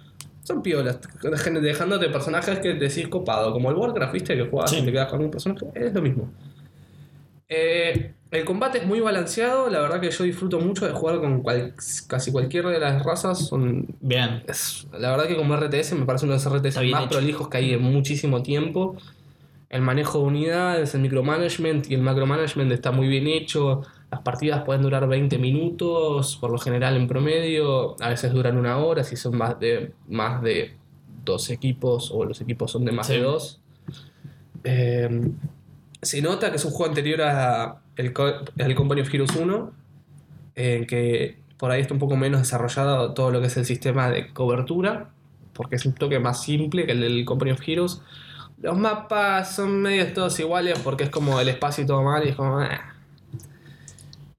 D: son piolas, dej- dejándote personajes que decís copado, como el Warcraft, ¿viste? Que jugabas y te quedas con un personaje, es lo mismo. Eh, el combate es muy balanceado, la verdad que yo disfruto mucho de jugar con cual- casi cualquiera de las razas, son
F: bien.
D: es- la verdad que como RTS me parece uno de los RTS
F: Está bien
D: más
F: hecho.
D: prolijos que hay en muchísimo tiempo. El manejo de unidades, el micromanagement y el macromanagement está muy bien hecho. Las partidas pueden durar 20 minutos, por lo general en promedio. A veces duran una hora si son más de, más de dos equipos o los equipos son de más de
F: Sí.
D: dos. Eh, se nota que es un juego anterior a el, co- al Company of Heroes 1, en que por ahí está un poco menos desarrollado todo lo que es el sistema de cobertura, porque es un toque más simple que el del Company of Heroes. Los mapas son medios todos iguales porque es como el espacio y todo mal y es como... eh.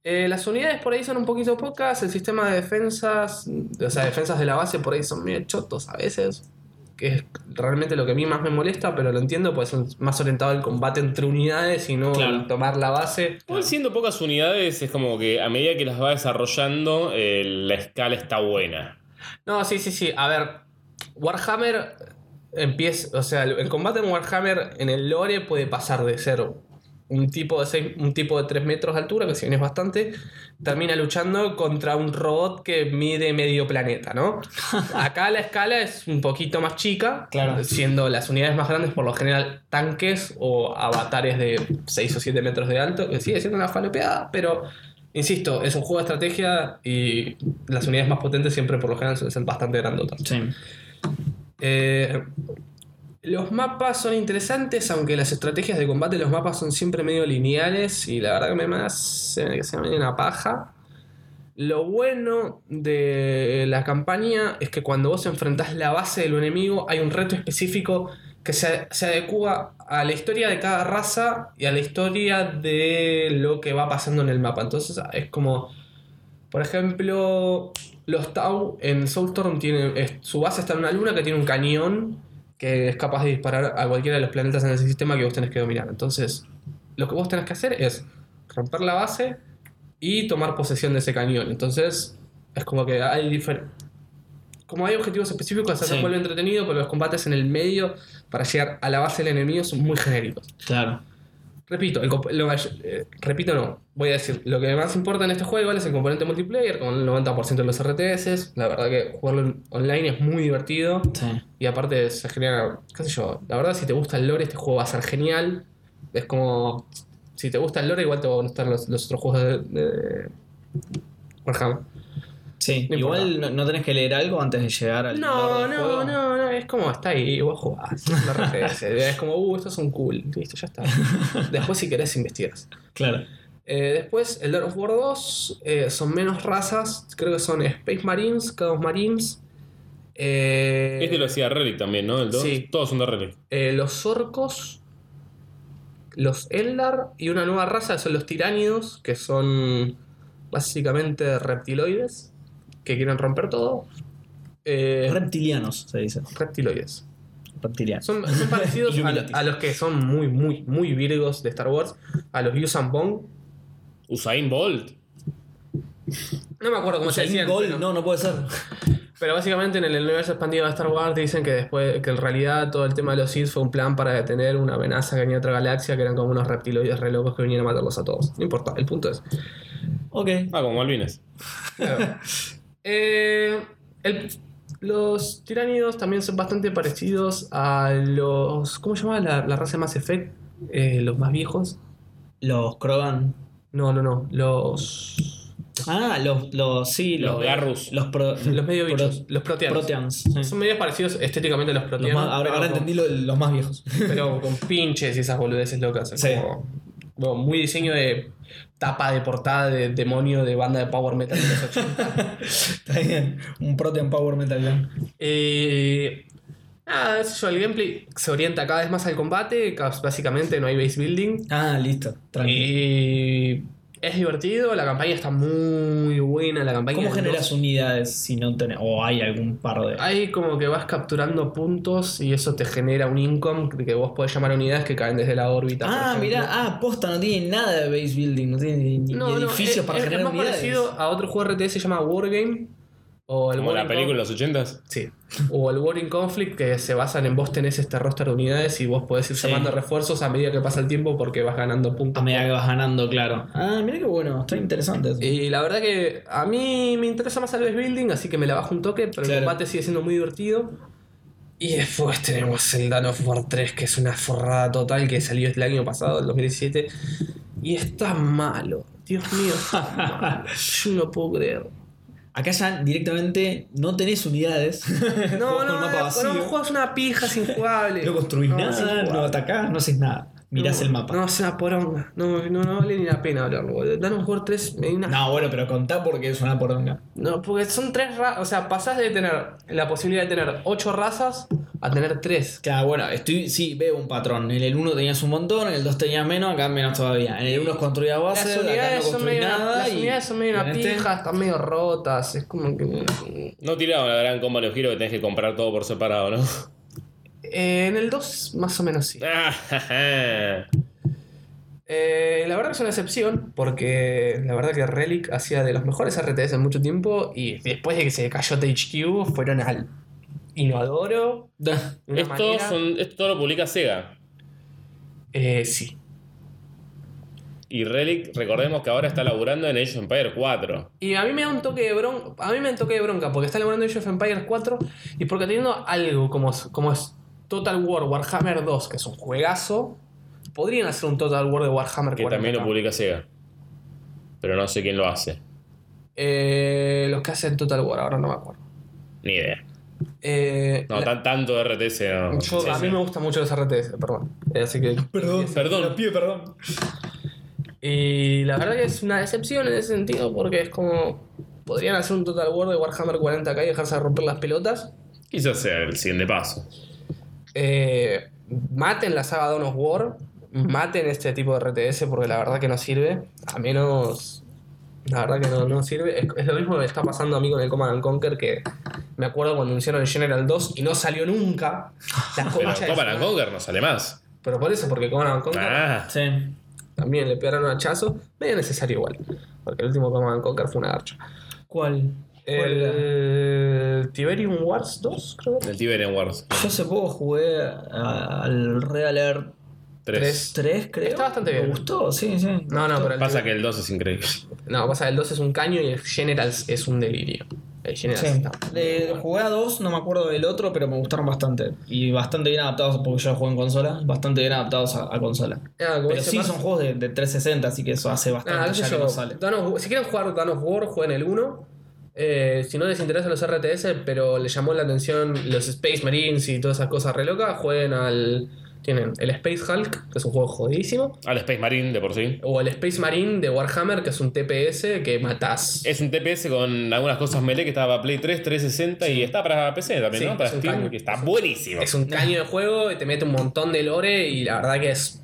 D: Eh, las unidades por ahí son un poquito pocas, el sistema de defensas, o sea, defensas de la base por ahí son medio chotos a veces, que es realmente lo que a mí más me molesta, pero lo entiendo, pues son más orientado al combate entre unidades y no
B: Claro.
D: tomar la base.
B: Igual siendo pocas unidades, es como que a medida que las va desarrollando, eh, la escala está buena.
D: No, sí, sí, sí. A ver, Warhammer eh, empieza. O sea, el, el combate en Warhammer en el lore puede pasar de ser un tipo de, seis- un tipo de 3 metros de altura, que si bien es bastante, termina luchando contra un robot que mide medio planeta, ¿no? Acá la escala es un poquito más chica,
A: Claro.
D: siendo las unidades más grandes por lo general tanques o avatares de 6 o 7 metros de alto, que sigue siendo una falopeada, pero Insisto, es un juego de estrategia y las unidades más potentes siempre por lo general suelen ser bastante grandotas.
A: Sí.
D: Eh, los mapas son interesantes, aunque las estrategias de combate de los mapas son siempre medio lineales y la verdad que me hace que sea medio una paja. Lo bueno de la campaña es que cuando vos enfrentás la base del enemigo hay un reto específico que se, se adecua a la historia de cada raza y a la historia de lo que va pasando en el mapa. Entonces es como, por ejemplo, los Tau en Soulstorm tienen, es- su base está en una luna que tiene un cañón que es capaz de disparar a cualquiera de los planetas en el sistema que vos tenés que dominar. Entonces, lo que vos tenés que hacer es romper la base y tomar posesión de ese cañón. Entonces, es como que hay difer- Como hay objetivos específicos, se
A: Sí.
D: vuelve entretenido, pero los combates en el medio para llegar a la base del enemigo son muy genéricos.
A: Claro.
D: Repito, el comp- lo may- eh, repito no, voy a decir, lo que más importa en este juego es el componente multiplayer, con el 90% de los RTS, la verdad que jugarlo en- online es muy divertido
A: Sí.
D: y aparte se genera, qué sé yo, la verdad si te gusta el lore este juego va a ser genial, es como, si te gusta el lore igual te van a gustar los, los otros juegos de, de Warhammer.
A: Sí.
D: No
A: Igual no, no tenés que leer algo antes de llegar al.
D: No, no, no, no, es como, está ahí, vos jugás, es un RTS, es como, uh, estos son cool, listo, ya está. Después si querés investigas.
A: Claro.
D: Eh, después, el Lord of War 2 eh, son menos razas, creo que son Space Marines, Chaos Marines. eh,
B: Este lo hacía Relic también, ¿no? El dos.
D: Sí.
B: Todos son de Relic.
D: eh, los orcos, los Eldar y una nueva raza que son los tiránidos, que son básicamente reptiloides que quieren romper todo. Eh,
A: Reptilianos se dice.
D: reptiloides.
A: Reptilianos.
D: Son, son parecidos a, a los que son muy, muy, muy virgos de Star Wars, a los Yusan Bong.
B: Usain Bolt.
D: No me acuerdo cómo se decían.
A: Gol,
D: pero-
A: no, no puede ser.
D: Pero básicamente en el universo expandido de Star Wars te dicen que después que en realidad todo el tema de los Sith fue un plan para detener una amenaza que venía de otra galaxia que eran como unos reptiloides re locos que venían a matarlos a todos. No importa, el punto es.
A: Ok.
B: Ah, como Malvinas.
D: Claro. Eh, el- los tiránidos también son bastante parecidos a los. ¿Cómo se llama la, la raza de Mass Effect? Eh, los más viejos.
A: Los Krogan.
D: No, no, no. Los.
A: Ah, los, los sí,
B: Los
A: los,
B: Garrus.
A: Los, pro-
D: Los medio
A: pro-
D: bichos. los proteanos.
A: Proteans. sí.
D: Son medios parecidos estéticamente a los
A: Los
D: proteanos.
A: más- ahora ahora
D: pero con-
A: entendí lo- los más viejos.
D: pero con pinches y esas boludeces locas. es
A: Sí.
D: como- como muy diseño de tapa de portada de demonio de banda de power metal de los 80.
A: Está bien. Un Protean Power Metal Gun.
D: Eh, nada, qué sé yo, el gameplay se orienta cada vez más al combate, casi- básicamente no hay base building.
A: Ah, listo.
D: Eh,
A: Tranquilo.
D: Y es divertido, la campaña está muy buena, la campaña
A: ¿Cómo
D: no-
A: generas unidades si no tenés. o hay algún par de.
D: Hay como que vas capturando puntos y eso te genera un income que vos podés llamar a unidades que caen desde la órbita. por
A: Ah,
D: ejemplo.
A: mirá, ah, posta, no tiene nada de base building, no tiene ni, ni edificios
D: es-
A: para
D: eh, es, es
A: generar
D: más
A: unidades.
D: parecido a otro juego RTS se llama Wargame. O el
B: Como
D: War
B: la
D: in
B: película de
D: Con-
B: los ochentas.
D: Sí. O el War in Conflict que se basan en vos tenés este roster de unidades y vos podés ir
A: Sí.
D: llamando refuerzos a medida que pasa el tiempo porque vas ganando
A: A
D: puntos.
A: medida que vas ganando, claro. Ah, mira qué bueno, está interesante eso.
D: Y la verdad que a mí me interesa más el base building, así que me la bajo un toque, pero
A: Claro.
D: el combate sigue siendo muy divertido. Y después tenemos el Dawn of War 3, que es una forrada total que salió el año pasado, el 2017. Y está malo. Dios mío, está malo. Yo no puedo creer.
A: Acá ya directamente no tenés unidades.
D: No, no,
A: mapa
D: no,
A: vacío.
D: no, juegas una pija, es injugable.
A: No construís
D: es
A: nada,
D: injugable.
A: no atacás, no haces nada. Mirás
D: No,
A: el mapa.
D: No, es una poronga. No, no, no vale ni la pena hablarlo. boludo. Dawn of War 3 me dio una
A: No, bueno, pero contá porque es una poronga.
D: No, porque son tres razas. O sea, pasás de tener la posibilidad de tener ocho razas a tener tres.
A: Claro, bueno, estoy, sí, veo un patrón. En el 1 tenías un montón, en el 2 tenías menos, acá menos todavía. En el 1 construías bases,
D: las
A: acá
D: unidades,
A: no
D: son
A: construís
D: medio,
A: nada.
D: las
A: y-
D: unidades son medio una
A: en este-
D: pija, están medio rotas. Es como que.
B: No tiraron la gran comba de los giros que tenés que comprar todo por separado, ¿no?
D: Eh, en el 2, más o menos sí.
B: Ah, ja, ja.
D: Eh, la verdad que es una excepción, porque la verdad que Relic hacía de los mejores RTS en mucho tiempo y después de que se cayó THQ fueron al inodoro.
A: Da.
D: de una
B: esto,
D: manera-
B: son- esto todo lo publica Sega.
D: Eh, sí.
B: Y Relic, recordemos que ahora está laburando en Age of Empire 4.
D: Y a mí me da un toque de bronca, a mí me da un toque de bronca porque está elaborando Age of Empires 4 y porque teniendo algo como, es- como es Total War Warhammer 2, que es un juegazo, podrían hacer un Total War de Warhammer
B: Que también lo
D: 40K.
B: publica Sega. Pero no sé quién lo hace.
D: Eh, los que hacen Total War, ahora no me acuerdo.
B: Ni idea.
D: Eh,
B: No,
D: la-
B: tan, tanto RTS no.
D: Yo- a mí me gustan mucho los RTS, perdón. Eh, Así que.
A: Perdón,
B: Perdón.
A: Pide perdón.
D: Y la verdad que es una decepción en ese sentido, porque es como. Podrían hacer un Total War de Warhammer 40k y dejarse romper las pelotas.
B: Quizás sea el siguiente paso.
D: Eh, maten la saga Dawn of War. Maten este tipo de RTS porque la verdad que no sirve. A menos. La verdad que no, no sirve. Es, es lo mismo que me está pasando a mí con el Command and Conquer que me acuerdo cuando anunciaron el General 2 y no salió nunca. La
B: Pero
D: concha
B: Command
D: de su
B: and
D: madre.
B: Conquer no sale más.
D: Pero por eso, porque Command and Conquer
B: Ah,
A: Sí.
D: También le pegaron un hachazo, medio necesario igual. Porque el último Command and Conquer fue una garcha.
A: ¿Cuál? ¿Cuál
D: Eh,
A: era?
D: El Tiberium Wars 2, creo.
B: el Tiberian Wars
A: Yo hace poco jugué a- al Real Alert
B: 3.
A: 3, creo.
D: Está bastante bien.
A: Me gustó, sí, sí.
D: No, no, pero el
B: Pasa
D: Tiber-
B: que el 2 es increíble.
D: No, pasa que el 2 es un caño y el Generals es un delirio. El Generals
A: Sí.
D: está.
A: Eh, jugué a dos, no me acuerdo del otro, pero me gustaron bastante. Y bastante bien adaptados, porque yo jugué en consola, bastante bien adaptados a, a consola.
D: Ah, como
A: Pero
D: dice
A: sí,
D: Marce-
A: son juegos de, de 360, así que eso hace bastante
D: Ah, qué
A: ya
D: sé
A: que
D: yo.
A: no sale.
D: Dawn of- si quieren jugar Dawn of War, jueguen el 1. Eh, si no les interesan los RTS, pero les llamó la atención los Space Marines y todas esas cosas re locas, jueguen al. Tienen el Space Hulk, que es un juego jodidísimo.
B: Al Space Marine de por sí.
D: O el Space Marine de Warhammer, que es un TPS que matás.
B: Es un TPS con algunas cosas melee que estaba para Play 3, 360 y está para PC también,
D: Sí,
B: ¿no? Para
D: es un
B: Steam,
D: caño.
B: que está buenísimo.
D: Es un caño de juego y te mete un montón de lore y la verdad que es...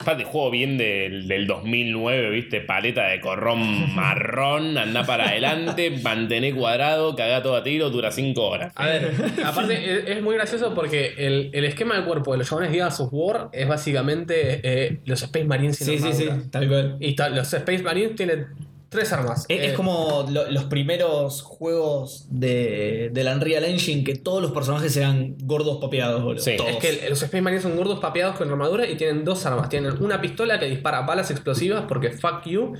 B: Aparte, juego bien del, del 2009, ¿viste? Paleta de corrón marrón, anda para adelante, mantené cuadrado, cagá todo a tiro, dura 5 horas.
D: A ver, aparte es, es muy gracioso porque el, el esquema del cuerpo de los jóvenes Gears of War es básicamente eh, los Space Marines sin
A: Sí, sí, sí,
D: armadura.
A: tal cual.
D: Y ta- los Space Marines tienen tres armas.
A: Es, es
D: Eh,
A: como lo- los primeros juegos de, del Unreal Engine que todos los personajes eran gordos papeados, boludo.
B: Sí.
A: Todos.
D: Es que el- los Space Marines son gordos papeados con armadura y tienen dos armas. Tienen una pistola que dispara balas explosivas porque fuck you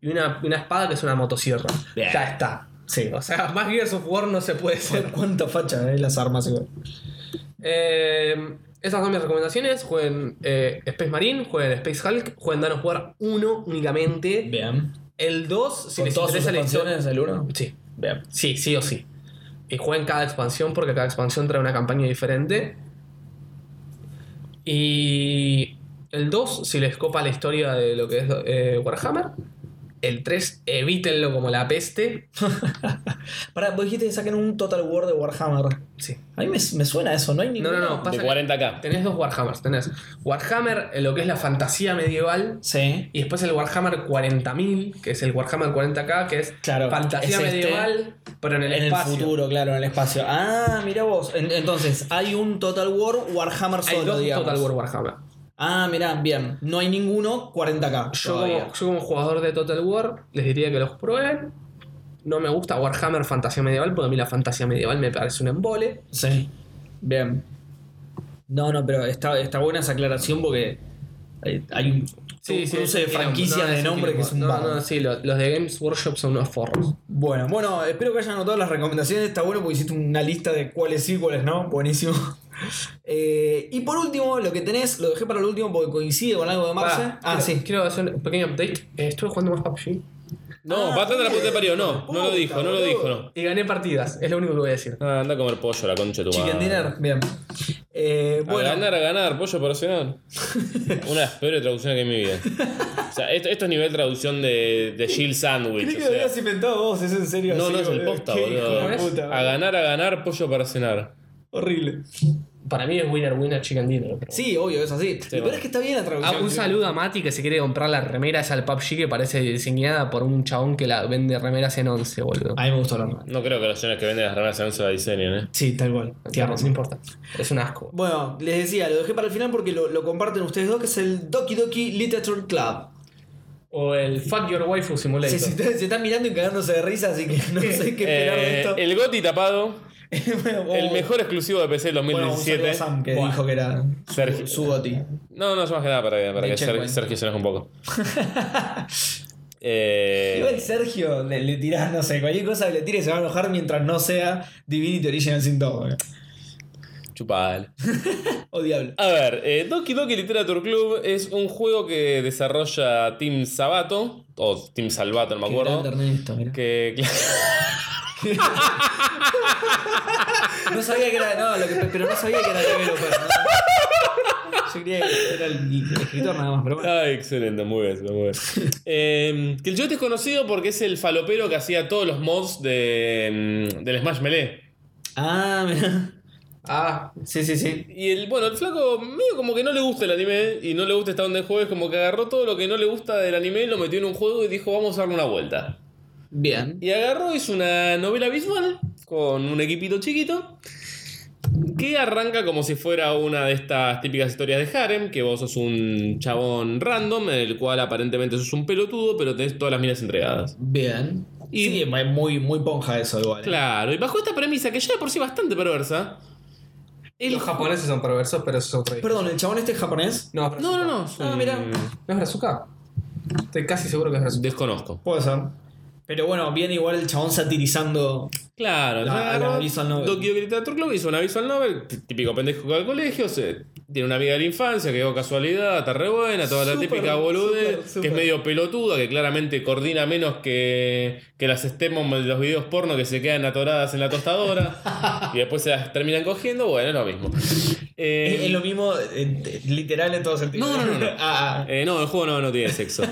D: y una, una espada que es una motosierra.
A: Bien.
D: Ya está.
A: Sí.
D: O sea, más Gears of War no se puede hacer.
A: Cuánta facha, eh, las armas, igual.
D: Eh, esas son mis recomendaciones. Jueguen eh, Space Marine, jueguen Space Hulk, jueguen Danos Jugar 1 únicamente.
A: Bien.
D: El 2, si
A: ¿Con
D: les
A: todas sus
D: interesa la historia.
A: expansiones, el 1?
D: Sí,
A: Bien.
D: sí, sí o sí. Y jueguen cada expansión porque cada expansión trae una campaña diferente. Y el 2, si les copa la historia de lo que es eh, Warhammer. El 3, evítenlo como la peste.
A: Pará, vos dijiste que saquen un Total War de Warhammer.
D: Sí.
A: A mí me, me suena eso, no hay
D: No,
A: ningún.
D: no, no.
B: De
D: Pasa,
B: 40k.
D: tenés dos Warhammers. Tenés Warhammer, eh, lo que es la fantasía medieval.
A: Sí.
D: Y después el Warhammer 40.000, que es el Warhammer 40K, que es
A: Claro,
D: fantasía
A: es este,
D: medieval, pero en el
A: En el
D: espacio.
A: futuro, claro, en el espacio. Ah, mira vos. En- entonces, hay un Total War Warhammer
D: Hay
A: solo,
D: dos
A: digamos.
D: Total War Warhammer.
A: Ah, mirá, bien. No hay ninguno 40k.
D: Yo
A: todavía.
D: como, yo como jugador de Total War les diría que los prueben. No me gusta Warhammer fantasía medieval, porque a mí la fantasía medieval me parece un embole.
A: Sí. Bien. No, no, pero está, está buena esa aclaración porque hay, hay un cruce de
D: es un quilombo.
A: franquicias
D: No,
A: de
D: un
A: nombre que
D: quilombo.
A: es un
D: No,
A: bardo.
D: no, sí, lo- los, de Games Workshop son unos forros.
A: Bueno, bueno, espero que hayan notado las recomendaciones. Está bueno porque hiciste una lista de cuáles sí, cuáles no. Buenísimo. Eh, y por último, lo que tenés, lo dejé para el último porque coincide con algo de Marce.
D: Pará,
A: ah,
D: quiero-
A: sí.
D: Quiero hacer un pequeño update. Eh, Estuve jugando más PUBG
B: No,
A: Ah,
B: patate la puta de parió, no.
A: puta,
B: No lo dijo, no lo
A: boludo.
B: dijo, no.
D: y gané partidas, es lo único que voy a decir.
B: Ah, anda a comer pollo la concha de tu
A: Chicken
B: madre.
A: dinner, bien. Eh,
B: A
A: bueno,
B: ganar, a ganar, pollo para cenar. Una de las peores traducciones que hay en mi vida. O sea, esto, esto es nivel traducción de, de Jill Sandwich.
A: creí
B: o
A: que
B: sea.
A: lo habías inventado vos, es en serio.
B: no,
A: así,
B: no es el
A: boludo.
B: posta,
A: Qué hijo
B: boludo.
A: de puta,
B: A ganar, a ganar, pollo para cenar.
A: Horrible.
G: Para mí es winner, winner, chicken dinner. pero-
A: Sí, obvio, es así. Lo peor
B: bueno.
A: es que está bien la
D: Ah,
A: traducción.
D: un saludo a Mati que se quiere comprar la remera esa al PUBG que parece diseñada por un chabón que la vende remeras en 11, boludo.
A: A mí me gustó la normal.
B: No creo que los señores que venden las remeras no se la diseñen, ¿eh?
A: Sí, tal cual. Tienes
D: Claro,
A: razón.
D: no importa. Es un asco.
A: Bueno, les decía, lo dejé para el final porque lo, lo comparten ustedes dos, que es el Doki Doki Literature Club.
D: O el Fuck Your Waifu Simulator.
A: Se, se está- se están mirando y cagándose de risa, así que no sé qué esperar
B: Eh,
A: de esto. Oh.
B: el Goti tapado,
A: Bueno,
B: el mejor exclusivo de PC del
A: bueno, un saludo
B: 2017.
A: a Sam, que dijo que era
B: Sergio.
A: su Goti.
B: No, no, yo más que nada para, para
A: De
B: que Sergio,
A: checkpoint.
B: Sergio se enoje un poco. Eh,
A: Igual Sergio le, le tirás, no sé, cualquier cosa que le tire se va a enojar mientras no sea Divinity Original Sin todo
B: chupadale.
A: O Diablo.
B: A ver, eh, Doki Doki Literature Club es un juego que desarrolla Team Sabato, o Team Salvato, no me
A: Qué
B: acuerdo.
A: grande Ernesto, mirá.
B: Que,
A: No sabía que era. No, lo que- pero no sabía que era developer. ¿no? Yo creía que era el escritor nada más, pero bueno.
B: Ay, Ah, excelente, muy bien, muy bien. Eh, que el Joyot es conocido porque es el falopero que hacía todos los mods de, mm, del Smash Melee.
A: Ah, mirá.
D: Ah,
A: Sí, sí, sí.
B: Y el, bueno, el flaco medio como que no le gusta el anime y no le gusta esta onda de juego, es como que agarró todo lo que no le gusta del anime, lo metió en un juego y dijo, vamos a darle una vuelta.
A: Bien.
B: Y agarró, hizo una novela visual con un equipito chiquito que arranca como si fuera una de estas típicas historias de harem, que vos sos un chabón random, en el cual aparentemente sos un pelotudo, pero tenés todas las minas entregadas.
A: Bien.
B: Y-
A: sí, muy, muy ponja eso igual. ¿eh?
B: Claro, y bajo esta premisa, que ya de por sí bastante perversa, el...
D: los japoneses son perversos, pero eso es otro.
A: Perdón, ¿el chabón este es japonés?
D: No,
B: No, no, no.
A: Ah, mirá.
D: ¿No es Brazuca? Estoy casi seguro que es Brazuca.
B: Desconozco.
A: Puede ser. Pero bueno, viene igual el chabón satirizando.
B: Claro,
A: La-
B: ya agarró
A: la visual novel.
B: Tokyo Ghoul Literature Club hizo una visual novel, t- típico pendejo que va al colegio, se- tiene una amiga de la infancia que quedó casualidad, está re buena, toda la
A: Súper,
B: típica boludez,
A: súper, súper.
B: que es medio pelotuda, que claramente coordina menos que, que las estemos de los videos porno que se quedan atoradas en la tostadora y después se las terminan cogiendo, bueno, es lo mismo. Eh,
A: Es, es lo mismo, eh, literal en todo sentido.
B: No, no, no, no.
A: ah, ah.
B: eh, no, el juego no, no tiene sexo.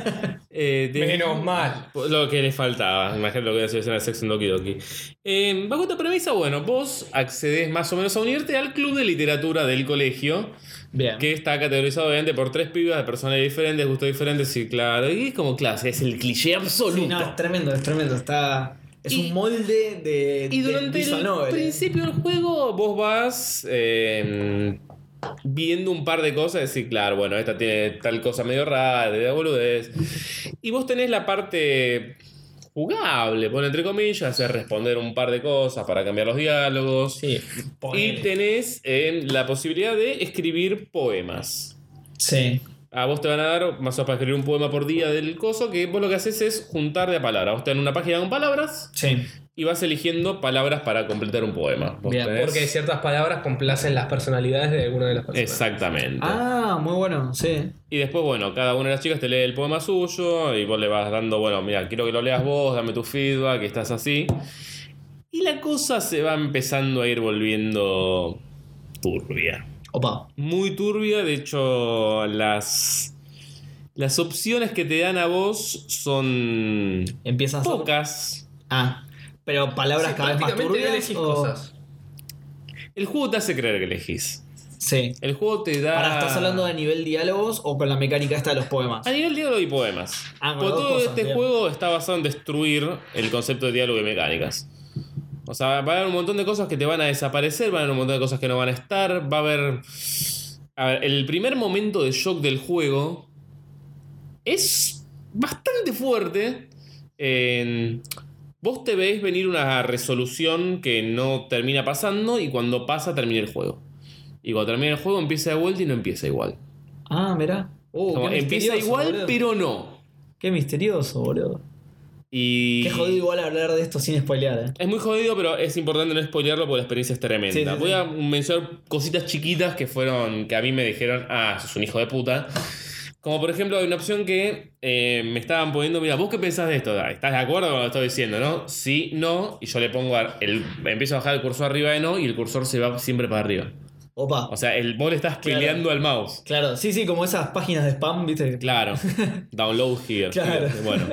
B: Eh, tiene-
D: Menos mal.
B: Lo que le faltaba, imagínate lo que es el sexo en Doki Doki. Eh, bajo esta premisa, bueno, vos accedes más o menos a unirte al club de literatura del colegio,
A: Bien.
B: que está categorizado obviamente por tres pibas de personas diferentes, gustos diferentes, y claro, y es como clase, es el cliché absoluto.
A: Sí, no, es tremendo, es tremendo. Está. Es
B: Y-
A: un molde de.
B: Y
A: de
B: durante
A: visual
B: el
A: novel, eh.
B: principio del juego vos vas eh, viendo un par de cosas y decís, claro, bueno, esta tiene tal cosa medio rara, de la boludez. Y vos tenés la parte jugable, pone entre comillas, es responder un par de cosas para cambiar los diálogos.
A: Sí.
B: y
A: ponele.
B: tenés eh, la posibilidad de escribir poemas.
A: Sí.
B: A vos te van a dar más o menos para escribir un poema por día del coso, que vos lo que haces es juntar de a palabras. Vos te dan una página con palabras
A: Sí.
B: y vas eligiendo palabras para completar un poema. Vos
D: Bien,
B: tenés-
D: porque ciertas palabras complacen las personalidades de alguna de las personas.
B: Exactamente.
A: Ah, muy bueno, sí.
B: Y después, bueno, cada una de las chicas te lee el poema suyo y vos le vas dando, bueno, mira, quiero que lo leas vos, dame tu feedback, que estás así. Y la cosa se va empezando a ir volviendo turbia.
A: Opa.
B: Muy turbia, de hecho, las, las opciones que te dan a vos son
A: Empiezas a.
B: pocas.
A: Ah. Pero palabras
D: Sí,
A: cada vez más
D: prácticamente
A: turbias.
D: elegís
A: o-
D: cosas.
B: El juego te hace creer que elegís.
A: Sí.
B: El juego te da...
A: Ahora, ¿estás hablando de nivel diálogos o con la mecánica esta de los poemas?
B: A nivel diálogo y poemas.
A: Ah, con las
B: Porque
A: dos
B: todo
A: cosas,
B: este
A: bien.
B: juego está basado en destruir el concepto de diálogo y mecánicas. O sea, va a haber un montón de cosas que te van a desaparecer, van a haber un montón de cosas que no van a estar, va a haber... A ver, el primer momento de shock del juego es bastante fuerte. En- Vos te veis venir una resolución que no termina pasando y cuando pasa termina el juego. Y cuando termina el juego empieza de vuelta y no empieza igual.
A: Ah, mirá.
F: Oh,
A: Uh,
B: Como
A: qué
B: empieza
A: misterioso,
B: igual,
A: boludo.
B: pero no.
A: Qué misterioso, boludo.
B: Y
A: Qué jodido igual hablar de esto sin spoilear, eh.
B: Es muy jodido, pero es importante no spoilearlo porque la experiencia es tremenda.
A: Sí, sí, sí.
B: Voy a mencionar cositas chiquitas que fueron. que a mí me dijeron, ah, sos un hijo de puta. Como por ejemplo, hay una opción que eh, me estaban poniendo, mira, ¿vos qué pensás de esto? Ah, ¿Estás de acuerdo con lo que estoy diciendo, no? Sí, no, y yo le pongo, a- el, empiezo a bajar el cursor arriba de no y el cursor se va siempre para arriba.
A: Opa.
B: O sea, el, vos le estás peleando al mouse.
A: Claro, sí, sí, como esas páginas de spam, ¿viste?
B: Claro, download here.
A: Claro.
B: Bueno,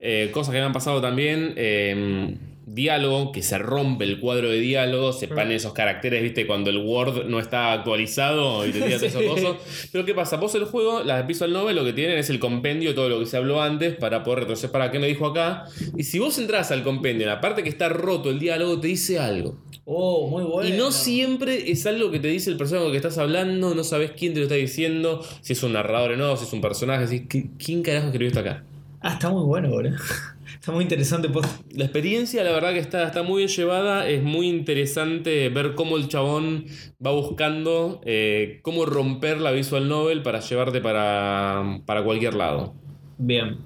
B: eh, cosas que me han pasado también. eh, diálogo, que se rompe el cuadro de diálogo, se ponen esos caracteres, viste, cuando el Word no está actualizado y te tiras esos cosas. Pero ¿qué pasa? Vos el juego, las visual novel lo que tienen es el compendio, de todo lo que se habló antes, para poder retroceder para qué me dijo acá. Y si vos entras al compendio, en la parte que está roto el diálogo, te dice algo.
F: Oh, muy bueno.
B: Y no siempre es algo que te dice el personaje con el que estás hablando, no sabes quién te lo está diciendo, si es un narrador o no, si es un personaje, si, ¿qui- ¿quién carajo escribió esto acá?
F: Ah, está muy bueno, boludo. Está muy interesante. pues. post.
B: La experiencia, la verdad que está, está muy bien llevada, es muy interesante ver cómo el chabón va buscando eh, cómo romper la visual novel para llevarte para, para cualquier lado.
F: Bien.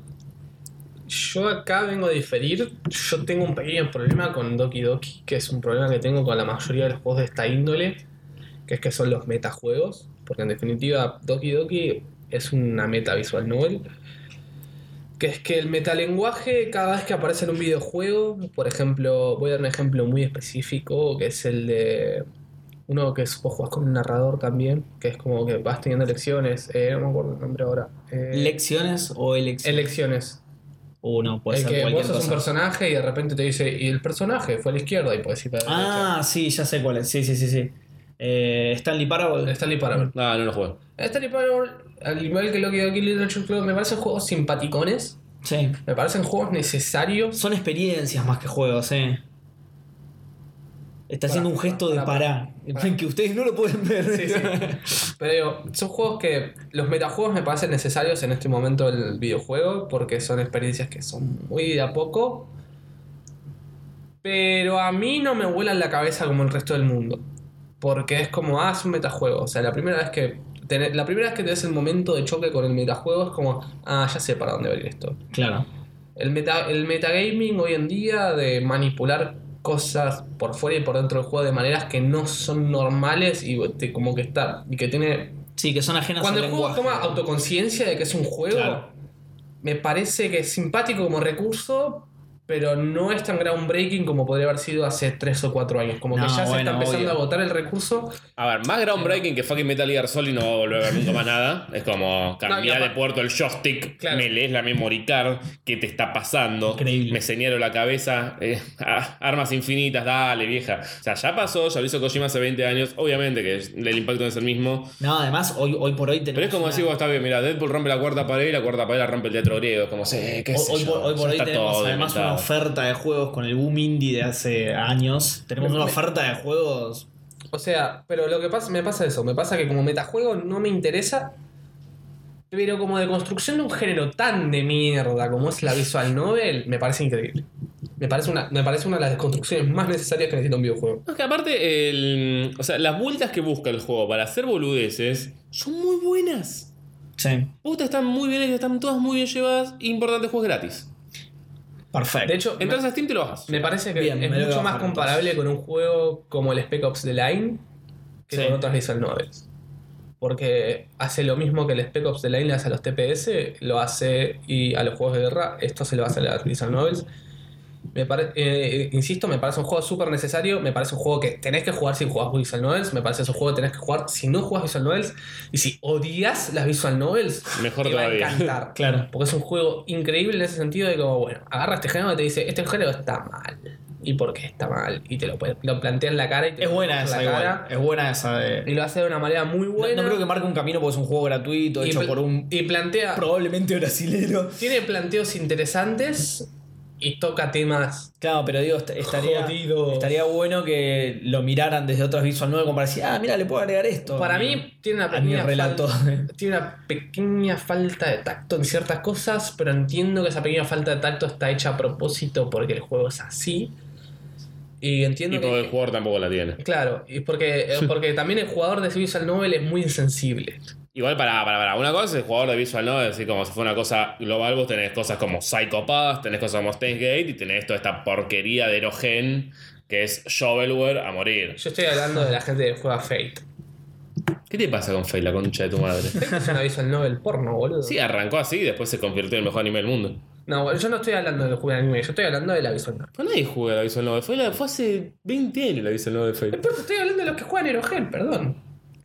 D: Yo acá vengo a diferir. Yo tengo un pequeño problema con Doki Doki, que es un problema que tengo con la mayoría de los juegos de esta índole, que es que son los metajuegos, porque en definitiva Doki Doki es una meta visual novel. Que es que el metalenguaje cada vez que aparece en un videojuego, por ejemplo, voy a dar un ejemplo muy específico, que es el de uno que es, vos jugás con un narrador también, que es como que vas teniendo lecciones, eh, no me acuerdo el nombre ahora. eh,
F: ¿Lecciones o elecciones?
D: elecciones.
F: O no, puede
D: El
F: ser
D: que vos
F: cualquier
D: sos un
F: cosa.
D: personaje y de repente te dice, y el personaje fue a la izquierda y puedes ir para la
F: Ah, sí, ya sé cuál es. Sí, sí, sí, sí. Eh, Stanley
D: derecha.
F: Parable.
D: Stanley Parable.
B: No, no lo juego.
D: Stanley Parable, al igual que lo que aquí Little Shoe Club, me parecen juegos simpaticones,
F: Sí.
D: me parecen juegos necesarios.
F: Son experiencias más que juegos, eh. Está
D: Pará,
F: haciendo un gesto de
D: pará, pará,
F: pará.
D: pará.
F: Que ustedes no lo pueden ver.
D: Sí, sí. Pero digo, son juegos que los metajuegos me parecen necesarios en este momento del videojuego porque son experiencias que son muy de a poco. Pero a mí no me vuelan la cabeza como el resto del mundo. Porque es como, ah, es un metajuego. O sea, la primera vez que tenés, la primera vez que tenés el momento de choque con el metajuego es como, ah, ya sé para dónde va a ir esto.
F: Claro.
D: El, meta, el metagaming hoy en día de manipular cosas por fuera y por dentro del juego de maneras que no son normales y te- como que está y que tiene
F: Sí, que son ajenas
D: cuando
F: al
D: el juego
F: lenguaje.
D: toma autoconciencia de que es un juego
F: Claro.
D: me parece que es simpático como recurso pero no es tan groundbreaking como podría haber sido hace 3 o 4 años como
F: No,
D: que ya se
F: bueno,
D: está empezando
F: obvio.
D: a agotar el recurso
B: A ver, más groundbreaking que fucking Metal Gear Solid no va a volver a ver nunca más nada. Es como
D: No, y
B: cambiar
D: aparte-
B: de puerto el joystick,
D: Claro.
B: me lees la memory card, qué te está pasando.
F: Increíble.
B: Me señalo la cabeza, eh, ah, armas infinitas, dale vieja. O sea, ya pasó, ya lo hizo Kojima hace 20 años, obviamente que el impacto no es el mismo.
F: No, además, hoy, hoy por hoy tenemos.
B: Pero es como
F: una-
B: decir, vos está bien, mira, Deadpool rompe la cuarta pared y la cuarta pared la rompe el teatro griego. Es como, sé, qué
F: Hoy,
B: sé
F: hoy
B: yo,
F: por, hoy
B: ya
F: por hoy
B: está
F: tenemos además
B: todo
F: una
B: inventado.
F: oferta de juegos con el boom indie de hace años. Tenemos
D: Me-
F: una
D: me-
F: oferta de juegos.
D: O sea, pero lo que pasa, me pasa eso, me pasa que como metajuego no me interesa, pero como de construcción de un género tan de mierda como es la visual novel, me parece increíble. Me parece una, me parece una de las desconstrucciones más necesarias que necesita un videojuego.
B: No, es que aparte, el- o sea, las vueltas que busca el juego para hacer boludeces son muy buenas.
F: Sí.
B: Puta, están muy bien hechas, están todas muy bien llevadas. Importante juegos gratis.
F: Perfecto.
D: De hecho,
B: Entras a Steam y te lo bajas.
D: me, me parece que
F: Bien,
D: es
F: me lo voy a
D: mucho más
F: bajar,
D: comparable
F: entonces.
D: con un juego como el Spec Ops The Line que
F: Sí.
D: con otras visual novels. Porque hace lo mismo que el Spec Ops The Line le hace a los TPS, lo hace y a los juegos de guerra, esto se lo hace a las visual novels. Me pare- eh, insisto, me parece un juego súper necesario. Me parece un juego que tenés que jugar si jugás Visual Novels. Me parece un juego que tenés que jugar si no jugás Visual Novels. Y si odias las Visual Novels,
B: Mejor
D: te va
B: todavía.
D: a encantar.
F: Claro.
D: Porque es un juego increíble en ese sentido de como, bueno, agarra este género y te dice, este género está mal. ¿Y por qué está mal? Y te lo, puede- lo plantea en la cara y te
F: es
D: lo
F: buena esa,
D: muestra en la
F: igual.
D: cara.
F: Es buena esa de.
D: Y lo hace de una manera muy
F: No-
D: buena.
F: No, creo que marque un camino porque es un juego gratuito,
D: y,
F: hecho
D: pl-
F: por un.
D: y plantea.
F: Probablemente brasilero.
D: Tiene planteos interesantes y toca temas
F: Claro, pero digo, est- estaría,
D: Jodidos.
F: estaría bueno que lo miraran desde otras visual 9 como para decir, ah, mira, le puedo agregar esto.
D: Para mí tiene una
F: a mi
D: pequeña
F: relato.
D: falta- tiene una pequeña falta de tacto en ciertas cosas, pero entiendo que esa pequeña falta de tacto está hecha a propósito porque el juego es así. Y entiendo
B: Y
D: que
B: porque el jugador tampoco la tiene.
D: claro, y porque eh, porque también el jugador de Visual Novel es muy insensible.
B: Igual para, para, para una cosa es el jugador de Visual Novel, así como si fuera una cosa global, vos tenés cosas como Psychopaths, tenés cosas como Steins Gate y tenés toda esta porquería de Erogen que es Shovelware a morir.
D: Yo estoy hablando de la gente que juega Fate.
B: ¿Qué te pasa con Fate, la concha de tu madre?
D: Fate es una Visual Novel porno, boludo.
B: Sí, arrancó así y después se convirtió en el mejor anime del mundo.
D: No, yo no estoy hablando del juego de anime, yo estoy hablando de la Visual Novel.
B: Pero nadie juega a la Visual Novel, fue, la- fue hace 20 años la Visual Novel de Fate.
D: Pero estoy hablando de los que juegan Erogen, perdón.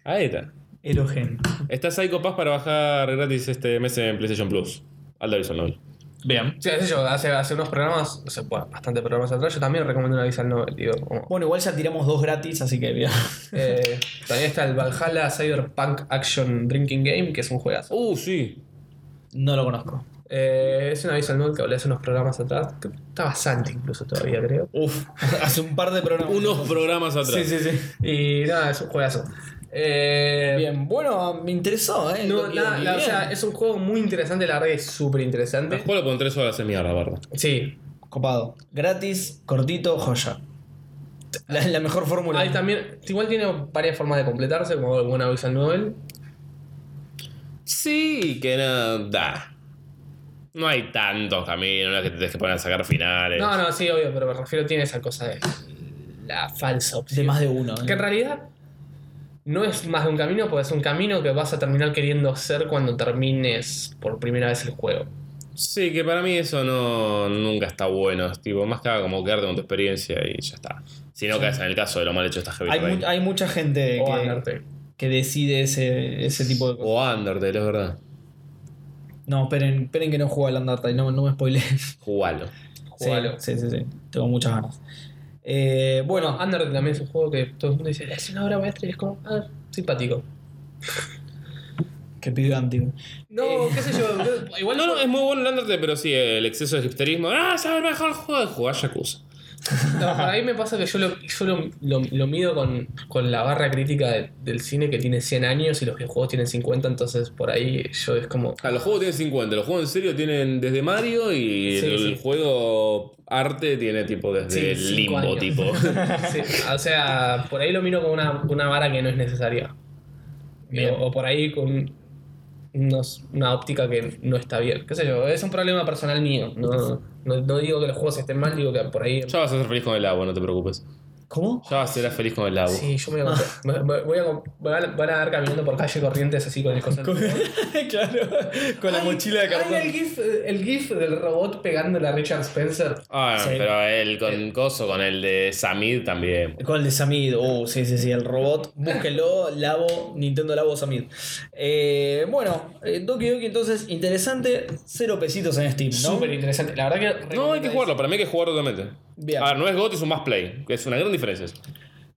B: Ahí está.
F: Erogen.
B: Está Psycho Pass para bajar gratis este mes en PlayStation Plus. Alta Visual Novel.
D: Bien. Sí, es eso, hace, hace unos programas, no sé, bueno, bastante programas atrás, yo también recomiendo una visa al Nobel, digo. como,
A: Bueno, igual ya tiramos dos gratis, así que mira.
D: eh, también está el Valhalla Cyberpunk Action Drinking Game, que es un juegazo.
B: Uh, sí.
A: No lo conozco.
D: Eh, es una visa al Nobel que hablé hace unos programas atrás, que está bastante incluso todavía, creo.
A: Uf, hace un par de programas.
B: Unos programas atrás.
A: Sí, sí, sí.
D: Y nada, es un juegazo. Eh,
A: Bien, bueno, me interesó, ¿eh?
D: No,
A: Lo-
D: nada, la- o
A: bien.
D: sea, es un juego muy interesante, la verdad que es súper interesante.
B: Juego con tres horas de mierda, verdad.
D: Sí.
A: Copado. Gratis, cortito, joya. La, la mejor fórmula.
D: Hay Ah, también, igual tiene varias formas de completarse, como alguna visa al Nobel.
B: Sí, que nada. No hay tantos caminos, no es que te tenés que poner a sacar finales.
D: No, no, sí, obvio, pero me refiero, tiene esa cosa de la falsa
A: De
D: opción.
A: más de uno. ¿eh?
D: Que en realidad no es más de un camino, porque es un camino que vas a terminar queriendo hacer cuando termines por primera vez el juego.
B: Sí, que para mí eso no nunca está bueno. es Tipo, más que nada como quedarte con tu experiencia y ya está. Si no caes en el caso de lo mal hecho está Heavy
A: hay,
B: Rain.
A: mu- hay mucha gente
D: O
A: que,
D: Undertale.
A: que decide ese, ese tipo de cosas.
B: O Undertale, es verdad.
A: No, esperen, esperen que no juego al Undertale, no, no me spoileen.
B: Jugalo.
D: Jugalo.
A: Sí, sí, sí. Tengo muchas ganas. Eh,
D: Bueno,
A: bueno,
D: Undertale también es un juego que todo el mundo dice, es una obra maestra y es como, ah, simpático.
A: que pidió antiguo.
D: No, qué sé yo, yo- igual
B: No, no, es muy bueno el Undertale, pero sí, el exceso de hipsterismo. Ah, sabes mejor juego de jugar Yakuza.
D: No, para mí me pasa que yo lo, yo lo- lo- lo mido con, con la barra crítica de- del cine que tiene 100 años y los videojuegos tienen 50, entonces por ahí yo es como...
B: Ah, los juegos tienen 50, los juegos en serio tienen desde Mario y
D: Sí,
B: el
D: sí.
B: juego arte tiene tipo desde
D: Sí,
B: limbo,
D: cinco años.
B: tipo.
D: Sí, o sea, por ahí lo miro con una, una vara que no es necesaria.
A: Bien.
D: O, o por ahí con unos- una óptica que no está bien. Qué sé yo, es un problema personal mío. No, no, no digo que los juegos estén mal, digo que por ahí...
B: ya vas a ser feliz con el agua, no te preocupes.
A: ¿Cómo?
B: Ya vas a ser feliz con el agua.
D: Sí, yo me voy a, me- me- voy a, me van a- van a dar caminando por calle corrientes así con el coso.
A: claro, con la
D: Ay,
A: mochila de
D: ay,
A: cartón.
D: el GIF, el GIF del robot pegándole a Richard Spencer.
B: Ah,
A: Sí.
B: pero el con Coso, con el de Samid también.
A: Con el de Samid, oh, sí, sí, sí, el robot. Búsquenlo, Labo, Nintendo Labo Samid. Eh, bueno, eh, Doki Doki, entonces, interesante, cero pesitos en Steam, ¿no?
D: Súper interesante. La verdad que.
B: No, hay que jugarlo, para mí hay que jugarlo totalmente.
A: Bien.
B: A ver, no es GOT, es un más play, que es una gran diferencia. eso.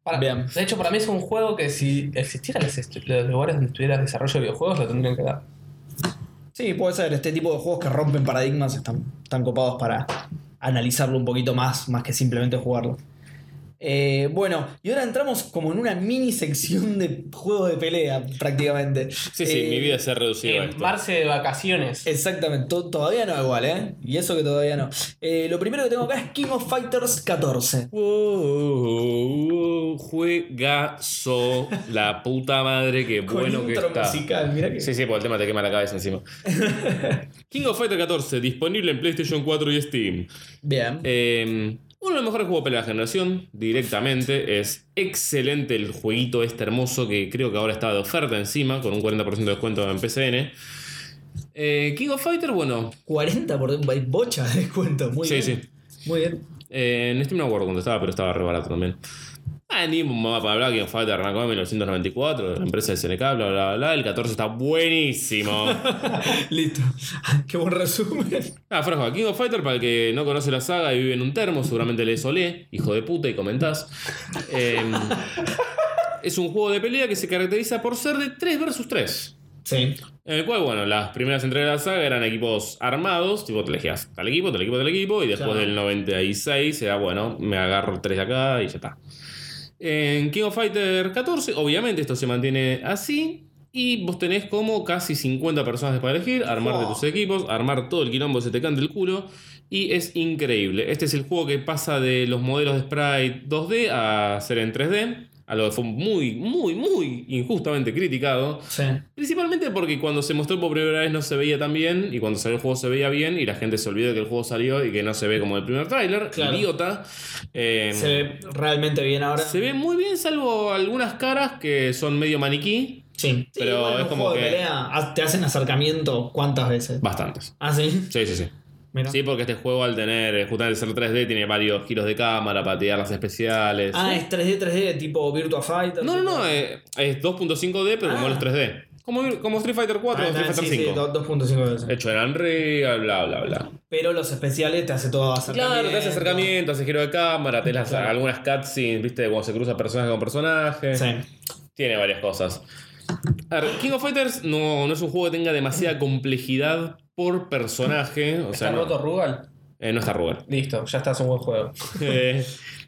D: Para-
A: Bien.
D: De hecho, para mí es un juego que si existieran los, estu- los lugares donde estuviera desarrollo de videojuegos, lo tendrían que dar.
A: Sí, puede ser, este tipo de juegos que rompen paradigmas están, están copados para analizarlo un poquito más, más que simplemente jugarlo. Eh, bueno, y ahora entramos como en una mini sección de juegos de pelea, prácticamente.
B: Sí, sí,
A: Eh,
B: mi vida se ha reducido a
D: en
B: esto.
D: marce de vacaciones.
A: Exactamente, to- todavía no igual, ¿eh? Y eso que todavía no. Eh, lo primero que tengo acá es King of Fighters 14.
B: Wow, juegazo, la puta madre, qué bueno
A: Con
B: que
A: intro
B: está.
A: musical, mirá que-
B: Sí, sí, porque el tema te quema la cabeza encima. King of Fighter 14, disponible en PlayStation 4 y Steam.
A: Bien.
B: Eh, uno de los mejores juegos de pelea de la generación, directamente. Es excelente el jueguito este hermoso que creo que ahora está de oferta encima, con un 40% de descuento en PCN. Eh, King of Fighter, bueno,
A: 40 por hay bocha de descuento. Muy
B: Sí,
A: bien.
B: sí.
A: Muy bien.
B: eh, en Steam no acuerdo cuando estaba, pero estaba re barato también. Ah, ni mamá para hablar, King of Fighter arrancó en 1994, la empresa de SNK, bla, bla, bla. El 14 está buenísimo.
A: Listo. Qué buen resumen.
B: Ah, Franjo, King of Fighter, para el que no conoce la saga y vive en un termo, seguramente lees o lee, hijo de puta, y comentás. Em, es un juego de pelea que se caracteriza por ser de 3 versus 3.
A: Sí.
B: En el cual, bueno, las primeras entregas de la saga eran equipos armados, tipo te elegías tal equipo, tal equipo, tal equipo, y después
A: Claro.
B: del 96 era, bueno, me agarro tres de acá y ya está. En King of Fighter 14, obviamente esto se mantiene así, y vos tenés como casi 50 personas para elegir, armar de
A: Oh.
B: tus equipos, armar todo el quilombo que se te cante el culo, y es increíble. Este es el juego que pasa de los modelos de sprite 2D a ser en 3D, a lo que fue muy, muy, muy injustamente criticado.
A: Sí.
B: Principalmente porque cuando se mostró por primera vez no se veía tan bien y cuando salió el juego se veía bien y la gente se olvidó que el juego salió y que no se ve como el primer tráiler.
A: Claro.
B: Idiota. Eh,
A: Se ve realmente bien ahora.
B: se ve muy bien salvo algunas caras que son medio maniquí.
A: Sí.
B: Pero
A: igual en
B: es
A: un
B: como
A: juego
B: que-
A: de pelea ha- te hacen acercamiento cuántas veces.
B: Bastantes.
A: Ah, sí.
B: Sí, sí, sí.
A: Mira.
B: Sí, porque este juego al tener, eh, justamente ser 3D, tiene varios giros de cámara para tirar las especiales.
A: Ah, es 3D, 3D, tipo Virtua Fighter.
B: no, no,
A: tipo-
B: no, eh, es 2.5D pero como
A: Ah.
B: los 3D. Como, como Street Fighter 4 o Street
A: Ah,
B: Fighter
A: sí, sí,
B: 5.
A: do- 2.5 veces.
B: Hecho en Unreal, bla, bla, bla.
A: Pero los especiales te hace todo acercamiento.
B: Claro, te hace acercamiento, hace giro de cámara, te las, algunas cutscenes, viste, cuando se cruza personaje con personaje.
A: Sí.
B: Tiene varias cosas. A ver, King of Fighters no, no es un juego que tenga demasiada complejidad por personaje. O sea,
D: ¿Está roto
B: no,
D: Rugal?
B: eh, no está Rugal.
D: Listo, ya está, es un buen juego.
B: Eh,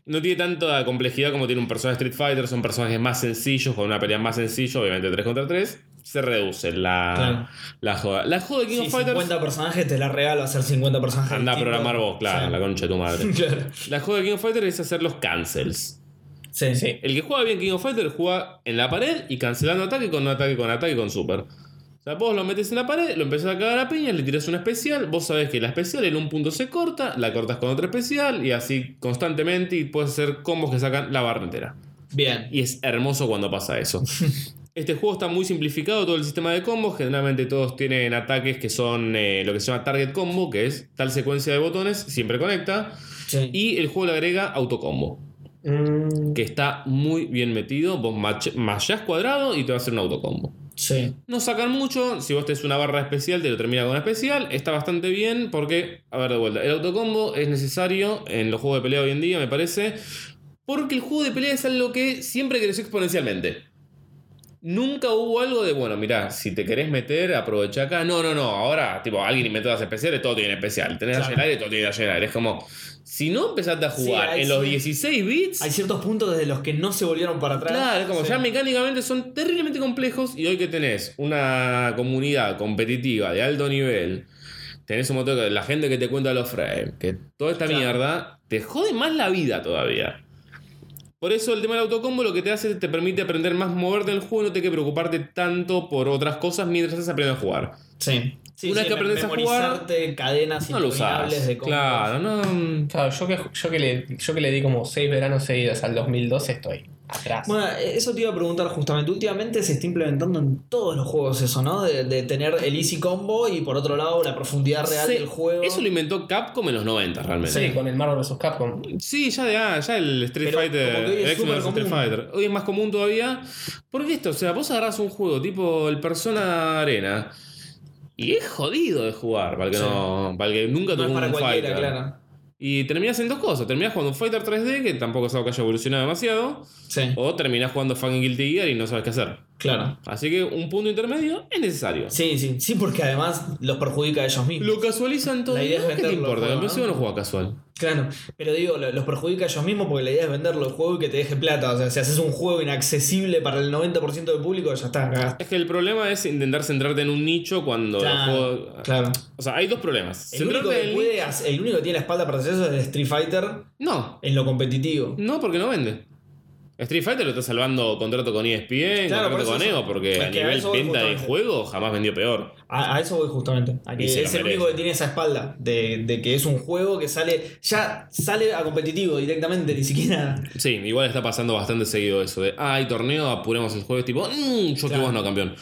B: no tiene tanta complejidad como tiene un personaje de Street Fighter. Son personajes más sencillos, con una pelea más sencilla, obviamente 3 contra 3. Se reduce la,
A: Claro.
B: la joda. La joda de King
A: Sí,
B: of Fighters.
A: 50 personajes te la regalo hacer 50 personajes.
B: Anda a
A: distintos.
B: programar vos, claro,
A: Sí.
B: la concha de tu madre.
A: Claro.
B: La joda de King of Fighters es hacer los cancels.
A: Sí.
D: Sí.
B: El que juega bien King of Fighters juega en la pared y cancelando ataque con ataque con ataque con super. O sea, vos lo metes en la pared, lo empezás a cagar a piña, le tirás una especial, vos sabés que la especial en un punto se corta, la cortas con otra especial y así constantemente y puedes hacer combos que sacan la barra entera.
A: Bien.
B: Y es hermoso cuando pasa eso. Este juego está muy simplificado, todo el sistema de combos. Generalmente todos tienen ataques que son eh, lo que se llama target combo, que es tal secuencia de botones, siempre conecta.
A: Sí.
B: Y el juego le agrega autocombo, que está muy bien metido. Vos mach- machás cuadrado y te va a hacer un autocombo.
A: Sí.
B: No sacan mucho, si vos tenés una barra especial, te lo termina con una especial. Está bastante bien porque, a ver de vuelta, el autocombo es necesario en los juegos de pelea hoy en día, me parece, porque el juego de pelea es algo que siempre creció exponencialmente. Nunca hubo algo de, bueno, mirá, si te querés meter, aprovecha acá. No, no, no, ahora, tipo, alguien inventó las especiales, todo tiene especial. Tenés dash en el aire, todo tiene dash en el aire. Es como, si no empezaste a
A: Sí,
B: jugar
A: hay
B: en los
A: sí.
B: 16 bits...
A: Hay ciertos puntos desde los que no se volvieron para atrás.
B: Claro, es como
A: Sí.
B: ya mecánicamente son terriblemente complejos y hoy que tenés una comunidad competitiva de alto nivel, tenés un motor que la gente que te cuenta los frames, que toda esta
A: Claro.
B: mierda, te jode más la vida todavía. Por eso el tema del autocombo lo que te hace es que te permite aprender más, moverte en el juego y no te que preocuparte tanto por otras cosas mientras estás aprendiendo a jugar.
A: Sí. Sí,
B: Una
A: sí,
B: vez que
A: me-
B: aprendes a jugar,
A: memorizarte cadenas
B: No lo
A: interminables
B: usás.
A: de combos.
B: Claro, no.
D: Claro, yo que, yo, que le, yo que le di como seis veranos seguidos al 2012 estoy atrás.
A: Bueno, e- eso te iba a preguntar justamente. Últimamente se está implementando en todos los juegos eso, ¿no? De, de tener el easy combo y por otro lado la profundidad real
B: Sí,
A: del juego.
B: Eso lo inventó Capcom en los 90 realmente.
D: sí, con el Marvel vs. Capcom.
B: Sí, ya de ah, ya el Street
A: Pero
B: Fighter,
A: como que hoy es
B: el X-Men
A: súper
B: vs Street
A: común.
B: Fighter. Hoy es más común todavía. Porque esto, o sea, vos agarrás un juego tipo el Persona Arena. Y es jodido de jugar, para el que,
A: Sí.
B: no, para el que nunca
A: no
B: tuvo
A: es para
B: un
A: cualquiera,
B: fighter.
A: claro.
B: Y terminás en dos cosas. Terminás jugando un Fighter 3D, que tampoco es algo que haya evolucionado demasiado.
A: Sí,
B: O terminás jugando fucking Guilty Gear y no sabes qué hacer.
A: claro.
B: Así que un punto intermedio es necesario.
A: Sí, sí, sí, porque además los perjudica a ellos mismos.
B: Lo casualizan todo.
A: La idea es
B: ¿Qué te
A: venderlo,
B: importa? Que
A: ¿no?
B: en principio no juega casual.
A: Claro, pero digo, lo- los perjudica a ellos mismos porque la idea es venderlo el juego y que te deje plata. O sea, si haces un juego inaccesible para el 90% del público, ya está, cagaste.
B: Es que el problema es intentar centrarte en un nicho cuando el juego-
A: Claro, claro.
B: O sea, hay dos problemas.
A: El único,
B: Centrarte en
A: que
B: el-
A: puede hacer- el único que tiene la espalda para hacer eso es el Street Fighter
B: No,
A: en lo competitivo.
B: no, porque no vende. Street Fighter lo está salvando contrato con E ESPN,
A: Claro,
B: contrato
A: por
B: con
A: eso
B: EO,
A: yo-
B: porque
A: es
B: a
A: que a
B: nivel
A: eso voy
B: venta de
A: justamente.
B: juego jamás vendió peor.
A: A, a eso voy justamente. a que
B: Y se lo
A: es el
B: merece.
A: único que tiene esa espalda. De, de que es un juego que sale. Ya sale a competitivo directamente, ni siquiera.
B: Sí, igual está pasando bastante seguido eso de, ah, hay torneo, apuremos el jueves, tipo, "Mm, yo que
A: Claro.
B: vos no, campeón.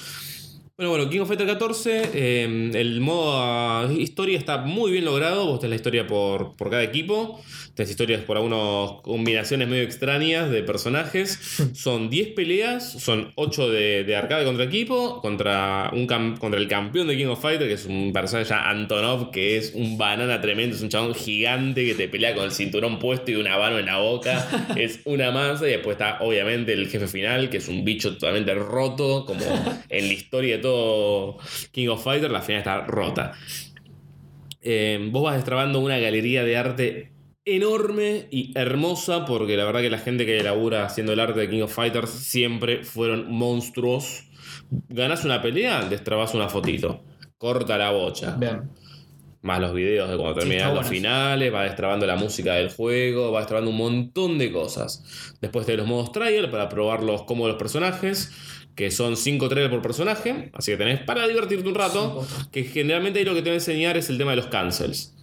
B: Bueno, bueno, King of Fighter 14, eh, el modo ah, historia está muy bien logrado, vos tenés la historia por, por cada equipo, tenés historias por algunas combinaciones medio extrañas de personajes, son 10 peleas, son 8 de, de arcade contra equipo, contra, un cam- contra el campeón de King of Fighter, que es un personaje ya Antonov, que es un banana tremendo, es un chabón gigante que te pelea con el cinturón puesto y una mano en la boca, es una masa, y después está obviamente el jefe final, que es un bicho totalmente roto, como en la historia de todo King of Fighter, la final está rota. Eh, vos vas destrabando una galería de arte enorme y hermosa, porque la verdad que la gente que labura haciendo el arte de King of Fighters siempre fueron monstruos. Ganás una pelea, destrabas una fotito. Corta la bocha.
A: Bien.
B: Más los videos de cuando terminan
A: está
B: los
A: bueno.
B: finales, va destrabando la música del juego, va destrabando un montón de cosas. Después de los modos trial para probar los combos de los personajes, que son 5 trailers por personaje, así que tenés para divertirte un rato, que generalmente ahí lo que te va a enseñar es el tema de los cancels.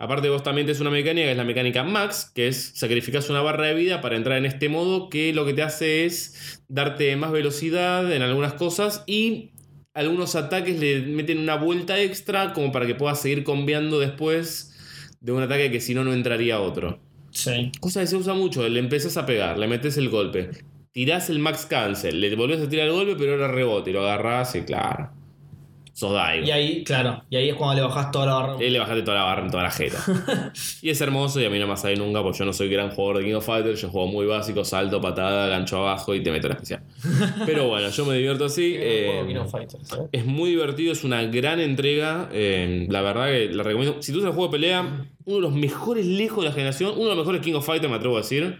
B: Aparte vos también tenés una mecánica que es la mecánica max, que es sacrificás una barra de vida para entrar en este modo que lo que te hace es darte más velocidad en algunas cosas y algunos ataques le meten una vuelta extra como para que puedas seguir combiando después de un ataque que si no no entraría otro.
A: Sí.
B: Cosa que se usa mucho, le empezás a pegar, le metes el golpe. tirás el max cancel, le volvés a tirar el golpe, pero ahora rebote, lo agarrás y claro. Sos Daigo.
A: Y ahí, claro, y ahí es cuando le bajás toda la barra.
B: Y le bajaste toda la barra en toda la jeta. y es hermoso y a mí no me sale nunca porque yo no soy gran jugador de King of Fighters. Yo juego muy básico, salto, patada, gancho abajo y te meto la especial. Pero bueno, yo me divierto así. eh, es muy divertido, es una gran entrega. eh, la verdad que la recomiendo. Si tú usas el juego de pelea, uno de los mejores lejos de la generación, uno de los mejores King of Fighters, me atrevo a decir.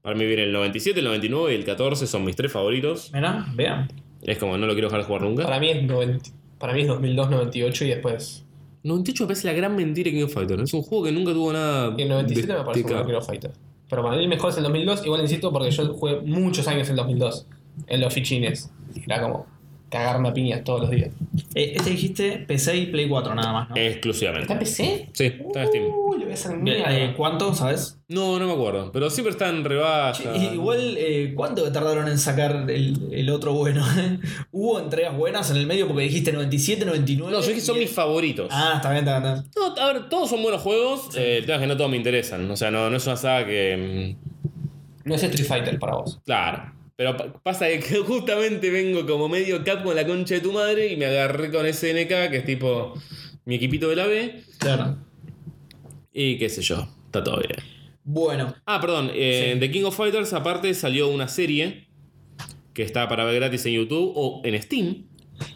B: Para mí viene el 97, el 99 y el 14 son mis tres favoritos.
A: Mirá, vean.
B: Es como no lo quiero dejar de jugar nunca.
D: Para mí es 90 para mí es 2002, 98 y después.
B: 98 me parece la gran mentira de King of Fighters. Es un juego que nunca tuvo nada.
D: Y el 97
B: de
D: me parece un
B: pica.
D: buen King of Fighter. Pero para mí el mejor es el 2002, igual insisto porque yo jugué muchos años en 2002 en los fichines. Y Era como cagarme a piñas todos los días.
A: Eh, este dijiste PC y Play 4 nada más, ¿no?
B: Eh,
D: ¿Está
B: Exclusivamente.
D: en PC?
B: Sí, está en Steam.
D: Uy, lo voy a hacer
A: Bien,
D: mierda.
A: eh, ¿Cuánto, sabes?
B: No, no me acuerdo. Pero siempre está en rebaja.
A: Che, y- Igual, eh, ¿cuánto tardaron en sacar el, el otro bueno? ¿Hubo entregas buenas en el medio? Porque dijiste 97, 99.
B: No, yo dije son
A: y-
B: mis favoritos.
A: Ah, está bien, está bien. está bien.
B: No, a ver, todos son buenos juegos. eh, el tema es que no todos me interesan. O sea, no, no es una saga que. mm,
D: No es Street Fighter para vos.
B: Claro. Pero pa- pasa de que justamente vengo como medio cap con la concha de tu madre y me agarré con SNK, que es tipo mi equipito de la B.
A: Claro.
B: Y qué sé yo, está todo bien.
A: Bueno,
B: Ah, perdón, eh, de King of Fighters aparte salió una serie que está para ver gratis en YouTube o en Steam,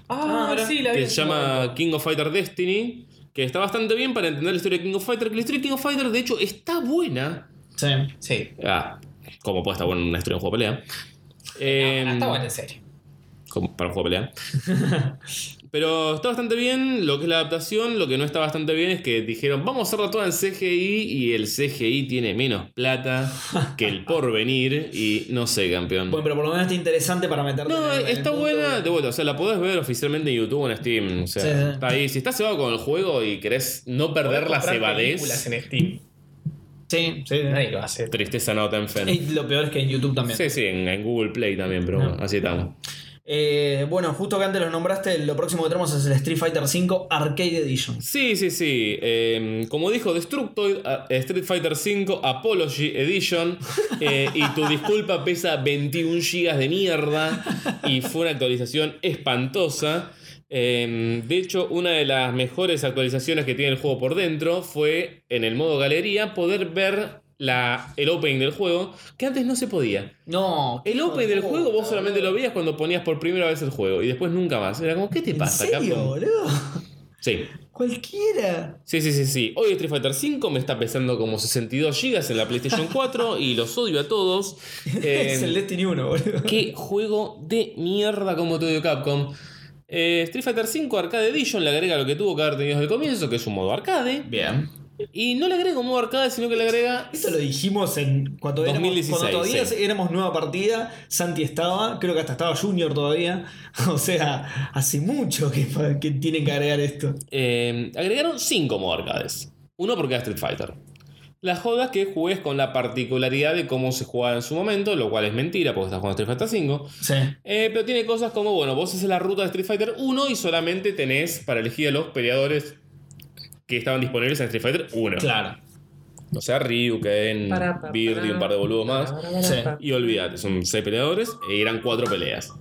D: Ah, sí, la vi
B: que
D: en
B: se
D: su
B: llama
D: momento.
B: King of Fighter Destiny, que está bastante bien para entender la historia de King of Fighter, que la historia de King of Fighter de hecho está buena.
A: sí.
D: Sí.
B: Ah, como puede estar buena una historia de un juego de pelea. Eh,
D: Ah, está bueno, en serio.
B: como para un juego de pelea. Pero está bastante bien lo que es la adaptación. Lo que no está bastante bien es que dijeron, vamos a hacerla toda en CGI y el CGI tiene menos plata que el porvenir y no sé, campeón.
A: Bueno, pero por lo menos está interesante para meterte.
B: No,
A: en el- en el
B: está
A: punto
B: buena,
A: de-
B: de vuelta, o sea, la podés ver oficialmente en YouTube o en Steam. O sea,
A: Sí, sí.
B: está ahí. Si estás cebado con el juego y querés no perder la
D: Comprar
B: cebadez,
D: películas en Steam.
A: Sí, sí.
D: Nadie lo hace.
B: tristeza no te enferma.
A: Y lo peor es que en YouTube también.
B: Sí, sí, en, en Google Play también, pero bueno, así estamos.
A: Eh, bueno, justo que antes lo nombraste, lo próximo que tenemos es el Street Fighter V Arcade Edition.
B: Sí, sí, sí. Eh, como dijo Destructoid, a- Street Fighter V Apology Edition. eh, y tu disculpa pesa 21 gigas de mierda. Y fue una actualización espantosa. Eh, de hecho, una de las mejores actualizaciones que tiene el juego por dentro fue en el modo galería poder ver la, el opening del juego, que antes no se podía.
A: No,
B: El opening del juego vos solamente lo veías cuando ponías por primera vez el juego y después nunca más. Era como, ¿qué te
A: ¿En
B: pasa,
A: serio,
B: Capcom?
A: boludo?
B: Sí.
A: Cualquiera.
B: Sí, sí, sí, sí. Hoy Street Fighter 5 me está pesando como 62 GB en la PlayStation 4 y los odio a todos. Eh,
A: es el Destiny 1, boludo.
B: qué juego de mierda como te odio Capcom. Eh, Street Fighter 5 Arcade Edition le agrega lo que tuvo que haber tenido desde el comienzo, que es un modo arcade.
A: Bien.
B: Y no le agrega un modo arcade, sino que le agrega.
A: Eso lo dijimos en cuando, éramos-
B: 2016,
A: cuando todavía
B: sí.
A: éramos nueva partida. Santi estaba, creo que hasta estaba Junior todavía. O sea, hace mucho que, que tienen que agregar esto.
B: Eh, agregaron 5 modos arcades. Uno por cada Street Fighter. La joda es que juegues con la particularidad de cómo se jugaba en su momento, lo cual es mentira porque estás jugando Street Fighter 5.
A: Sí.
B: Eh, pero tiene cosas como, bueno, vos haces la ruta de Street Fighter 1 y solamente tenés para elegir a los peleadores que estaban disponibles en Street Fighter 1.
A: Claro.
B: O sea, Ryu, Ken, Bird y un par de boludos más.
A: Sí.
B: Y olvídate, son 6 peleadores y eran 4 peleas.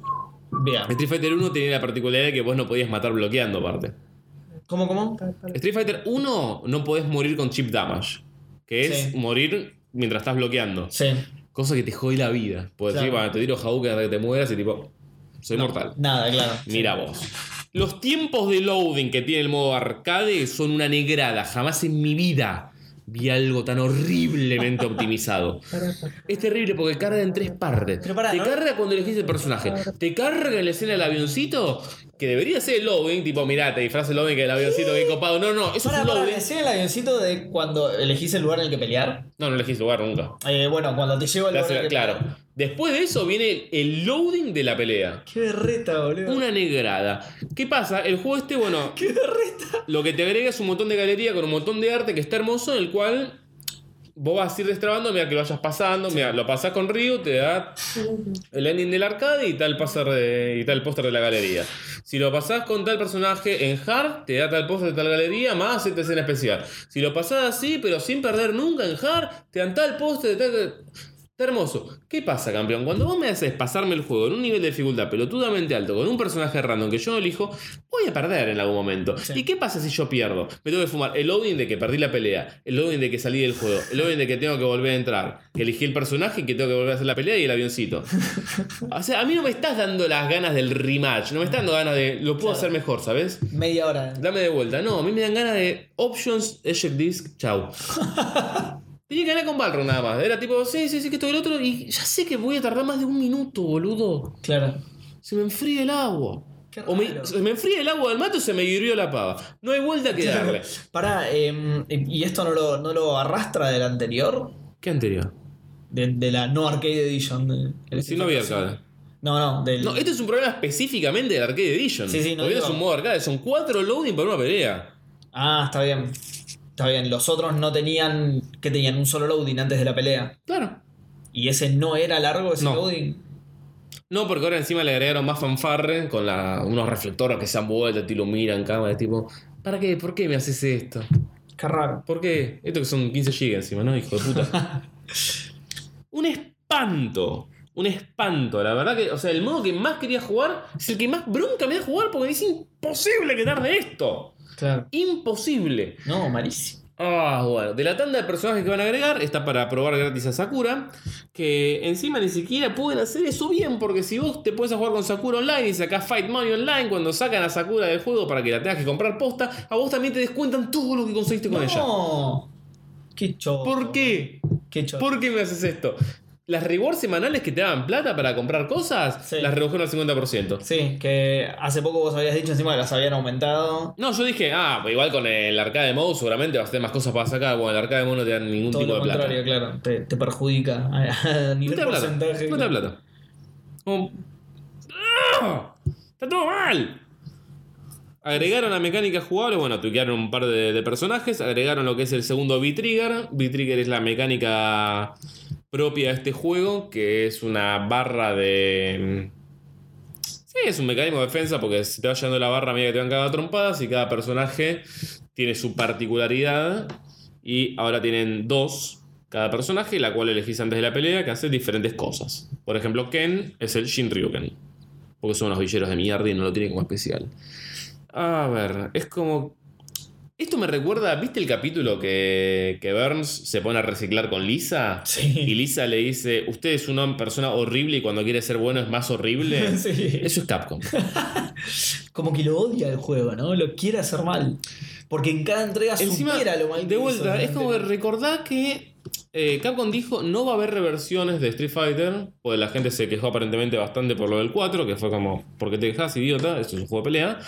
A: Bien.
B: Street Fighter 1 tenía la particularidad de que vos no podías matar bloqueando, aparte.
A: ¿Cómo, cómo?
B: Street Fighter 1 no podés morir con chip damage, que es
A: Sí.
B: morir mientras estás bloqueando.
A: Sí.
B: Cosa que te jode la vida. Porque
A: Claro.
B: decir, bueno, te tiro Hadouken hasta que te mueras y tipo, soy mortal.
A: Nada, claro.
B: Mira vos. Los tiempos de loading que tiene el modo arcade son una negrada. Jamás en mi vida vi algo tan horriblemente optimizado. Es terrible porque carga en tres partes.
A: Pero pará,
B: te
A: ¿no?
B: carga cuando elegís el personaje. Te carga en la escena del avioncito, que debería ser el loading. Tipo, mirá, te disfraza el loading que el avioncito que copado. No, no, eso
A: Para,
B: es un
A: para,
B: loading.
A: decía el avioncito de cuando elegís el lugar en el que pelear.
B: No, no elegís lugar nunca.
A: Eh, bueno, cuando te llevo al
B: Te
A: lugar.
B: hace-
A: en el que
B: claro.
A: pelear.
B: Después de eso viene el loading de la pelea.
A: Qué berreta, boludo.
B: Una negrada. ¿Qué pasa? El juego este, bueno.
A: Qué berreta.
B: Lo que te agrega es un montón de galería con un montón de arte que está hermoso, en el cual vos vas a ir destrabando, mira que lo vayas pasando, mira, lo pasás con Ryu, te da el ending del arcade y tal póster de, y tal póster de la galería. Si lo pasás con tal personaje en hard, te da tal póster de tal galería más esta escena especial. Si lo pasás así, pero sin perder nunca en hard, te dan tal póster de tal Está hermoso. ¿Qué pasa, campeón? Cuando vos me haces pasarme el juego en un nivel de dificultad pelotudamente alto con un personaje random que yo no elijo, voy a perder en algún momento. ¿Y qué pasa si yo pierdo? Me tengo que fumar el loading de que perdí la pelea, el loading de que salí del juego, el loading de que tengo que volver a entrar, que elegí el personaje y que tengo que volver a hacer la pelea y el avioncito. O sea, a mí no me estás dando las ganas del rematch, no me estás dando ganas de lo puedo hacer mejor, ¿sabes?
A: Media hora.
B: Dame de vuelta. No, a mí me dan ganas de options, eject disk, chau. Tenía que ganar con Balrog nada más. Era tipo, sí, sí, sí, que esto y el otro. Y ya sé que voy a tardar más de un minuto, boludo.
A: Claro.
B: Se me enfría el agua.
A: Qué
B: O me,
A: raro.
B: se me enfría el agua del mato o se me hirvió la pava. No hay vuelta que darle.
A: Pará, eh, ¿y esto no lo, no lo arrastra del anterior?
B: ¿Qué anterior?
A: De, de la no Arcade Edition. de- el-
B: Si no había arcade.
A: No, no, del.
B: No, este es un problema específicamente del Arcade Edition.
A: Sí, sí, no
B: Porque
A: digo-
B: es un modo arcade. Son cuatro loading para una pelea.
A: Ah, está bien. Está bien. Los otros no tenían. que tenían un solo loading antes de la pelea.
B: Claro.
A: Y ese no era largo, ese
B: No.
A: loading.
B: No, porque ahora encima le agregaron más fanfarre con la- unos reflectores que se han vuelto, te iluminan cámara, tipo, ¿para qué? ¿Por qué me haces esto?
A: Qué raro.
B: ¿Por qué? Esto que son 15 GB encima, ¿no? Hijo de puta. un espanto. Un espanto. La verdad que, o sea, el modo que más quería jugar es el que más bronca me da jugar porque es imposible quedar de esto.
A: Claro.
B: Imposible.
A: No, malísimo.
B: Ah, bueno. De la tanda de personajes que van a agregar, está para probar gratis a Sakura. Que encima ni siquiera pueden hacer eso bien, porque si vos te puedes jugar con Sakura online y sacás Fight Money online, cuando sacan a Sakura del juego para que la tengas que comprar posta, a vos también te descuentan todo lo que conseguiste con ella.
A: No. Qué choto.
B: ¿Por qué?
A: Qué choto.
B: ¿Por qué me haces esto? Las rewards semanales que te daban plata para comprar cosas,
A: Sí.
B: las redujeron al 50%.
A: Sí, que hace poco vos habías dicho encima que las habían aumentado.
B: No, yo dije, ah, pues igual con el arcade mode seguramente vas a tener más cosas para sacar. Bueno, el arcade mode no te dan ningún
A: Todo
B: tipo
A: lo
B: de plata.
A: contrario, claro. Te, te perjudica a, a
B: No te
A: nivel
B: da plata.
A: porcentaje.
B: No te da plata. Como- ¡Ah! ¡Está todo mal! Agregaron a mecánica jugable, bueno, tuquearon un par de, de personajes, agregaron lo que es el segundo V-Trigger. V-Trigger es la mecánica propia de este juego, que es una barra de... Sí, es un mecanismo de defensa porque si te va yendo la barra, mira que te van cada trompadas y cada personaje tiene su particularidad. Y ahora tienen dos cada personaje, la cual elegís antes de la pelea, que hace diferentes cosas. Por ejemplo, Ken es el Shinryuken. Porque son unos villeros de mierda y no lo tienen como especial. A ver, es como. Esto me recuerda, ¿viste el capítulo que, que Burns se pone a reciclar con Lisa? Y
A: Sí.
B: Lisa le dice, usted es una persona horrible y cuando quiere ser bueno es más horrible.
A: Sí.
B: Eso es Capcom.
A: Como que lo odia el juego, ¿no? Lo quiere hacer mal. Porque en cada entrega
B: Encima,
A: supiera lo mal que
B: de
A: hizo
B: vuelta, es
A: durante-
B: como que recordá que eh, Capcom dijo no va a haber reversiones de Street Fighter, porque la gente se quejó aparentemente bastante por lo del 4, que fue como, ¿por qué te quejas, idiota? Esto es un juego de pelea.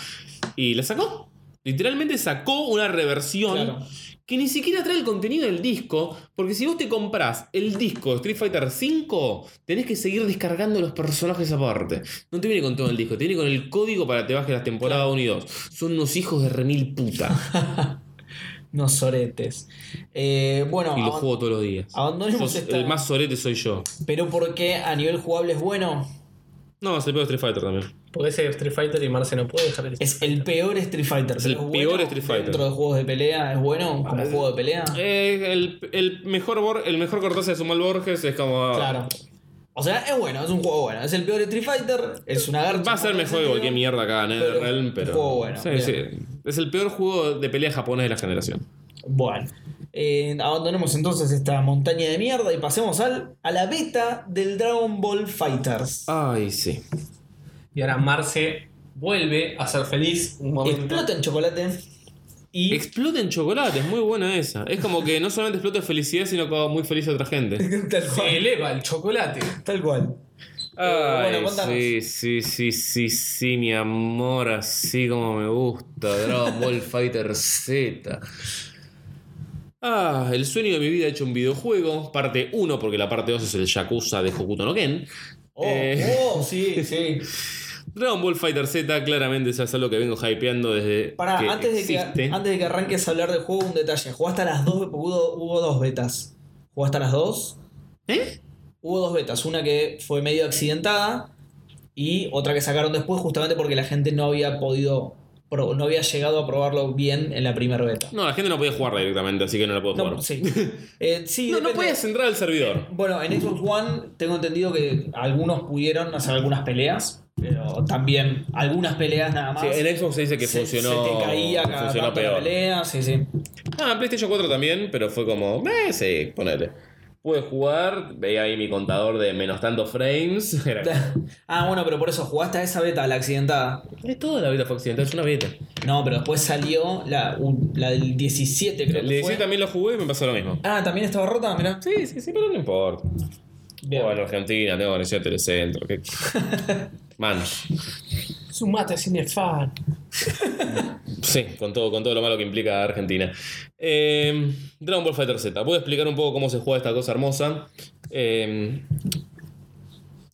B: Y la sacó. Literalmente sacó una reversión
A: Claro.
B: que ni siquiera trae el contenido del disco, porque si vos te comprás el disco de Street Fighter V, tenés que seguir descargando los personajes aparte. No te viene con todo el disco, te viene con el código para que te bajes las temporadas 1 y 2. Son unos hijos de remil puta.
A: No soretes. Eh, bueno,
B: Y lo
A: aban-
B: juego todos los días.
A: abandonemos
B: Sos-
A: esta.
B: El más sorete soy yo.
A: Pero porque a nivel jugable es bueno.
B: No, es el peor Street Fighter también.
D: Porque ese Street Fighter y Marce no puede dejar el
A: Es el peor Street Fighter.
B: Es el
A: pero
B: peor
A: bueno
B: Street Fighter.
A: Dentro de juegos de pelea, ¿es bueno como juego de pelea?
B: Eh, el, el mejor Bor- el mejor Cortázar de Sumal Borges es como. ah,
A: Claro. O sea, es bueno, es un juego bueno. Es el peor Street Fighter, es una garcha.
B: Va a ser
A: por
B: mejor que
A: ese
B: cualquier
A: sentido.
B: mierda acá en
A: Pero-
B: NRL, pero.
A: juego bueno,
B: Sí,
A: bien.
B: sí. Es el peor juego de pelea japonés de la generación.
A: Bueno, eh, abandonemos entonces esta montaña de mierda y pasemos al, a la beta del Dragon Ball Fighters.
B: Ay, sí.
D: Y ahora Marce vuelve a ser feliz un momento.
A: Explota en chocolate y
B: Explota en chocolate, es muy buena esa. Es como que no solamente explota felicidad, sino que hago muy feliz a otra gente.
A: tal
D: Se
A: cual.
D: eleva el chocolate.
A: Tal cual.
B: Ay,
A: contanos.
B: sí, sí, sí, sí, sí, mi amor, así como me gusta. Dragon Ball Fighter Z. Ah, el sueño de mi vida hecho un videojuego. Parte 1, porque la parte 2 es el Yakuza de Hokuto no Ken.
A: Oh,
B: Eh,
A: oh, sí, sí.
B: Dragon Ball Fighter Z claramente es algo que vengo hypeando desde
A: Pará,
B: que
A: antes de, que,
B: existe.
A: antes de que arranques a hablar del juego, un detalle. Jugaste a las dos, porque hubo, hubo dos betas. Jugaste a las dos.
B: ¿Eh?
A: Hubo dos betas. Una que fue medio accidentada y otra que sacaron después justamente porque la gente no había podido
F: pro- no había llegado a probarlo bien en la primera beta.
B: No, la gente no podía jugar directamente, así que no la puedo jugar.
F: No, sí. Eh, sí,
B: No, no
F: depende.
B: podías entrar al servidor.
F: Bueno, en Xbox One tengo entendido que algunos pudieron hacer algunas peleas, pero también algunas peleas nada más.
B: Sí, en Xbox se dice que
F: Se-
B: funcionó.
F: Se te caía cada
B: funcionó
F: tanto la
B: peor.
F: pelea, sí, sí.
B: Ah, en PlayStation 4 también, pero fue como, eh, sí, ponele. Pude jugar, veía ahí mi contador de menos tantos frames. Era,
F: Ah, bueno, pero por eso jugaste a esa beta, a la accidentada.
B: es toda la beta fue accidental, es una beta.
F: No, pero después salió la, un- la del 17, creo
B: El
F: que
B: 17
F: fue.
B: también lo jugué y me pasó lo mismo.
F: Ah, también estaba rota, mirá.
B: Sí, sí, sí, pero no importa.
F: Bien.
B: Bueno, Argentina, tengo conexión a Telecentro. ¿qué? Man,
C: Sumate a Cinefan.
B: sí, con todo, con todo lo malo que implica Argentina. Eh, Dragon Ball Fighter Z. Voy a explicar un poco cómo se juega esta cosa hermosa. Eh,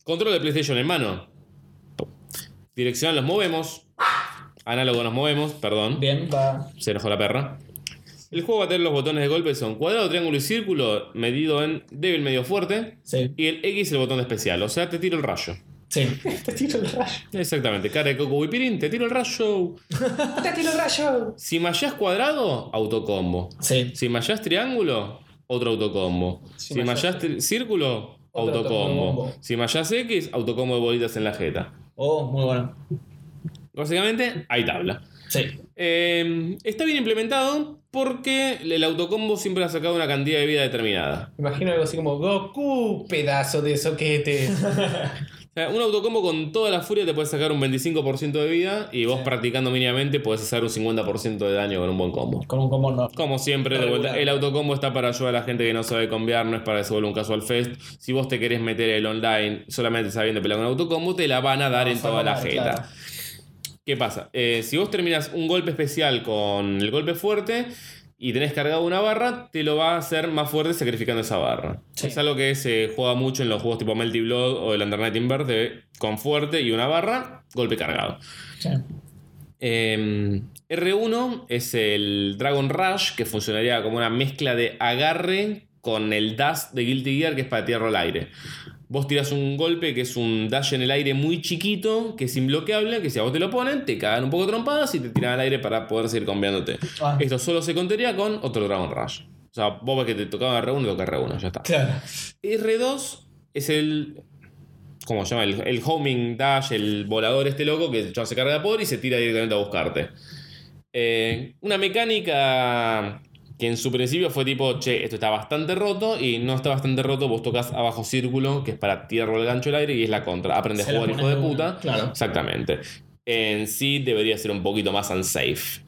B: control de PlayStation en mano. Direccional nos movemos. Análogo nos movemos, perdón.
F: Bien, va.
B: Se enojó la perra. El juego va a tener los botones de golpe son cuadrado, triángulo y círculo, medido en débil, medio fuerte.
F: Sí,
B: Y el X el botón de especial, o sea, te tiro el rayo.
F: sí.
C: Te tiro el rayo.
B: Exactamente, cara de Coco Whipping, te tiro el rayo.
C: Te tiro el rayo.
B: Si mallás cuadrado, autocombo.
F: Sí.
B: Si mallás triángulo, otro autocombo. Si, mallás tri- círculo,
C: Otro
B: autocombo.
C: autocombo.
B: Si mallás X, autocombo de bolitas en la jeta.
F: Oh, muy bueno.
B: Básicamente, hay tabla.
F: Sí.
B: Eh, está bien implementado porque el autocombo siempre ha sacado una cantidad de vida determinada.
C: Me imagino algo así como Goku, pedazo de soquete.
B: O sea, un autocombo con toda la furia te puede sacar un 25% de vida y vos practicando mínimamente podés hacer un 50% de daño con un buen combo.
F: Con un combo no.
B: Como siempre, de vuelta,
F: Regular.
B: el autocombo está para ayudar a la gente que no sabe conviar, no es para que se vuelva un casual fest. Si vos te querés meter el online solamente sabiendo pelear con autocombo, te la van a dar en toda la jeta. ¿Qué pasa? Eh, si vos terminás un golpe especial con el golpe fuerte y tenés cargado una barra, te lo va a hacer más fuerte sacrificando esa barra. Es algo que se juega mucho en los juegos tipo Melty Blood o el Undernight Invert, de con fuerte y una barra, golpe cargado.
F: Sí.
B: Eh, R1 es el Dragon Rush, que funcionaría como una mezcla de agarre con el dash de Guilty Gear, que es para tirarlo al aire. Vos tirás un golpe que es un dash en el aire muy chiquito, que es imbloqueable, que si a vos te lo ponen, te cagan un poco trompadas y te tiran al aire para poder seguir cambiándote.
F: Ah.
B: Esto solo se contaría con otro Dragon Rush. O sea, vos ves que te tocaba R1, toca R1, ya está.
F: Claro.
B: R2 es el. ¿Cómo se llama? El, el homing dash, el volador este loco que ya se carga por y se tira directamente a buscarte. Eh, una mecánica que en su principio fue tipo, che, esto está bastante roto y no está bastante roto, vos tocas abajo círculo, que es para tirarlo al gancho al aire y es la contra. Aprendes a
F: Se la
B: jugar, hijo
F: pones
B: de
F: de una,
B: puta.
F: claro.
B: Exactamente. En sí debería ser un poquito más unsafe.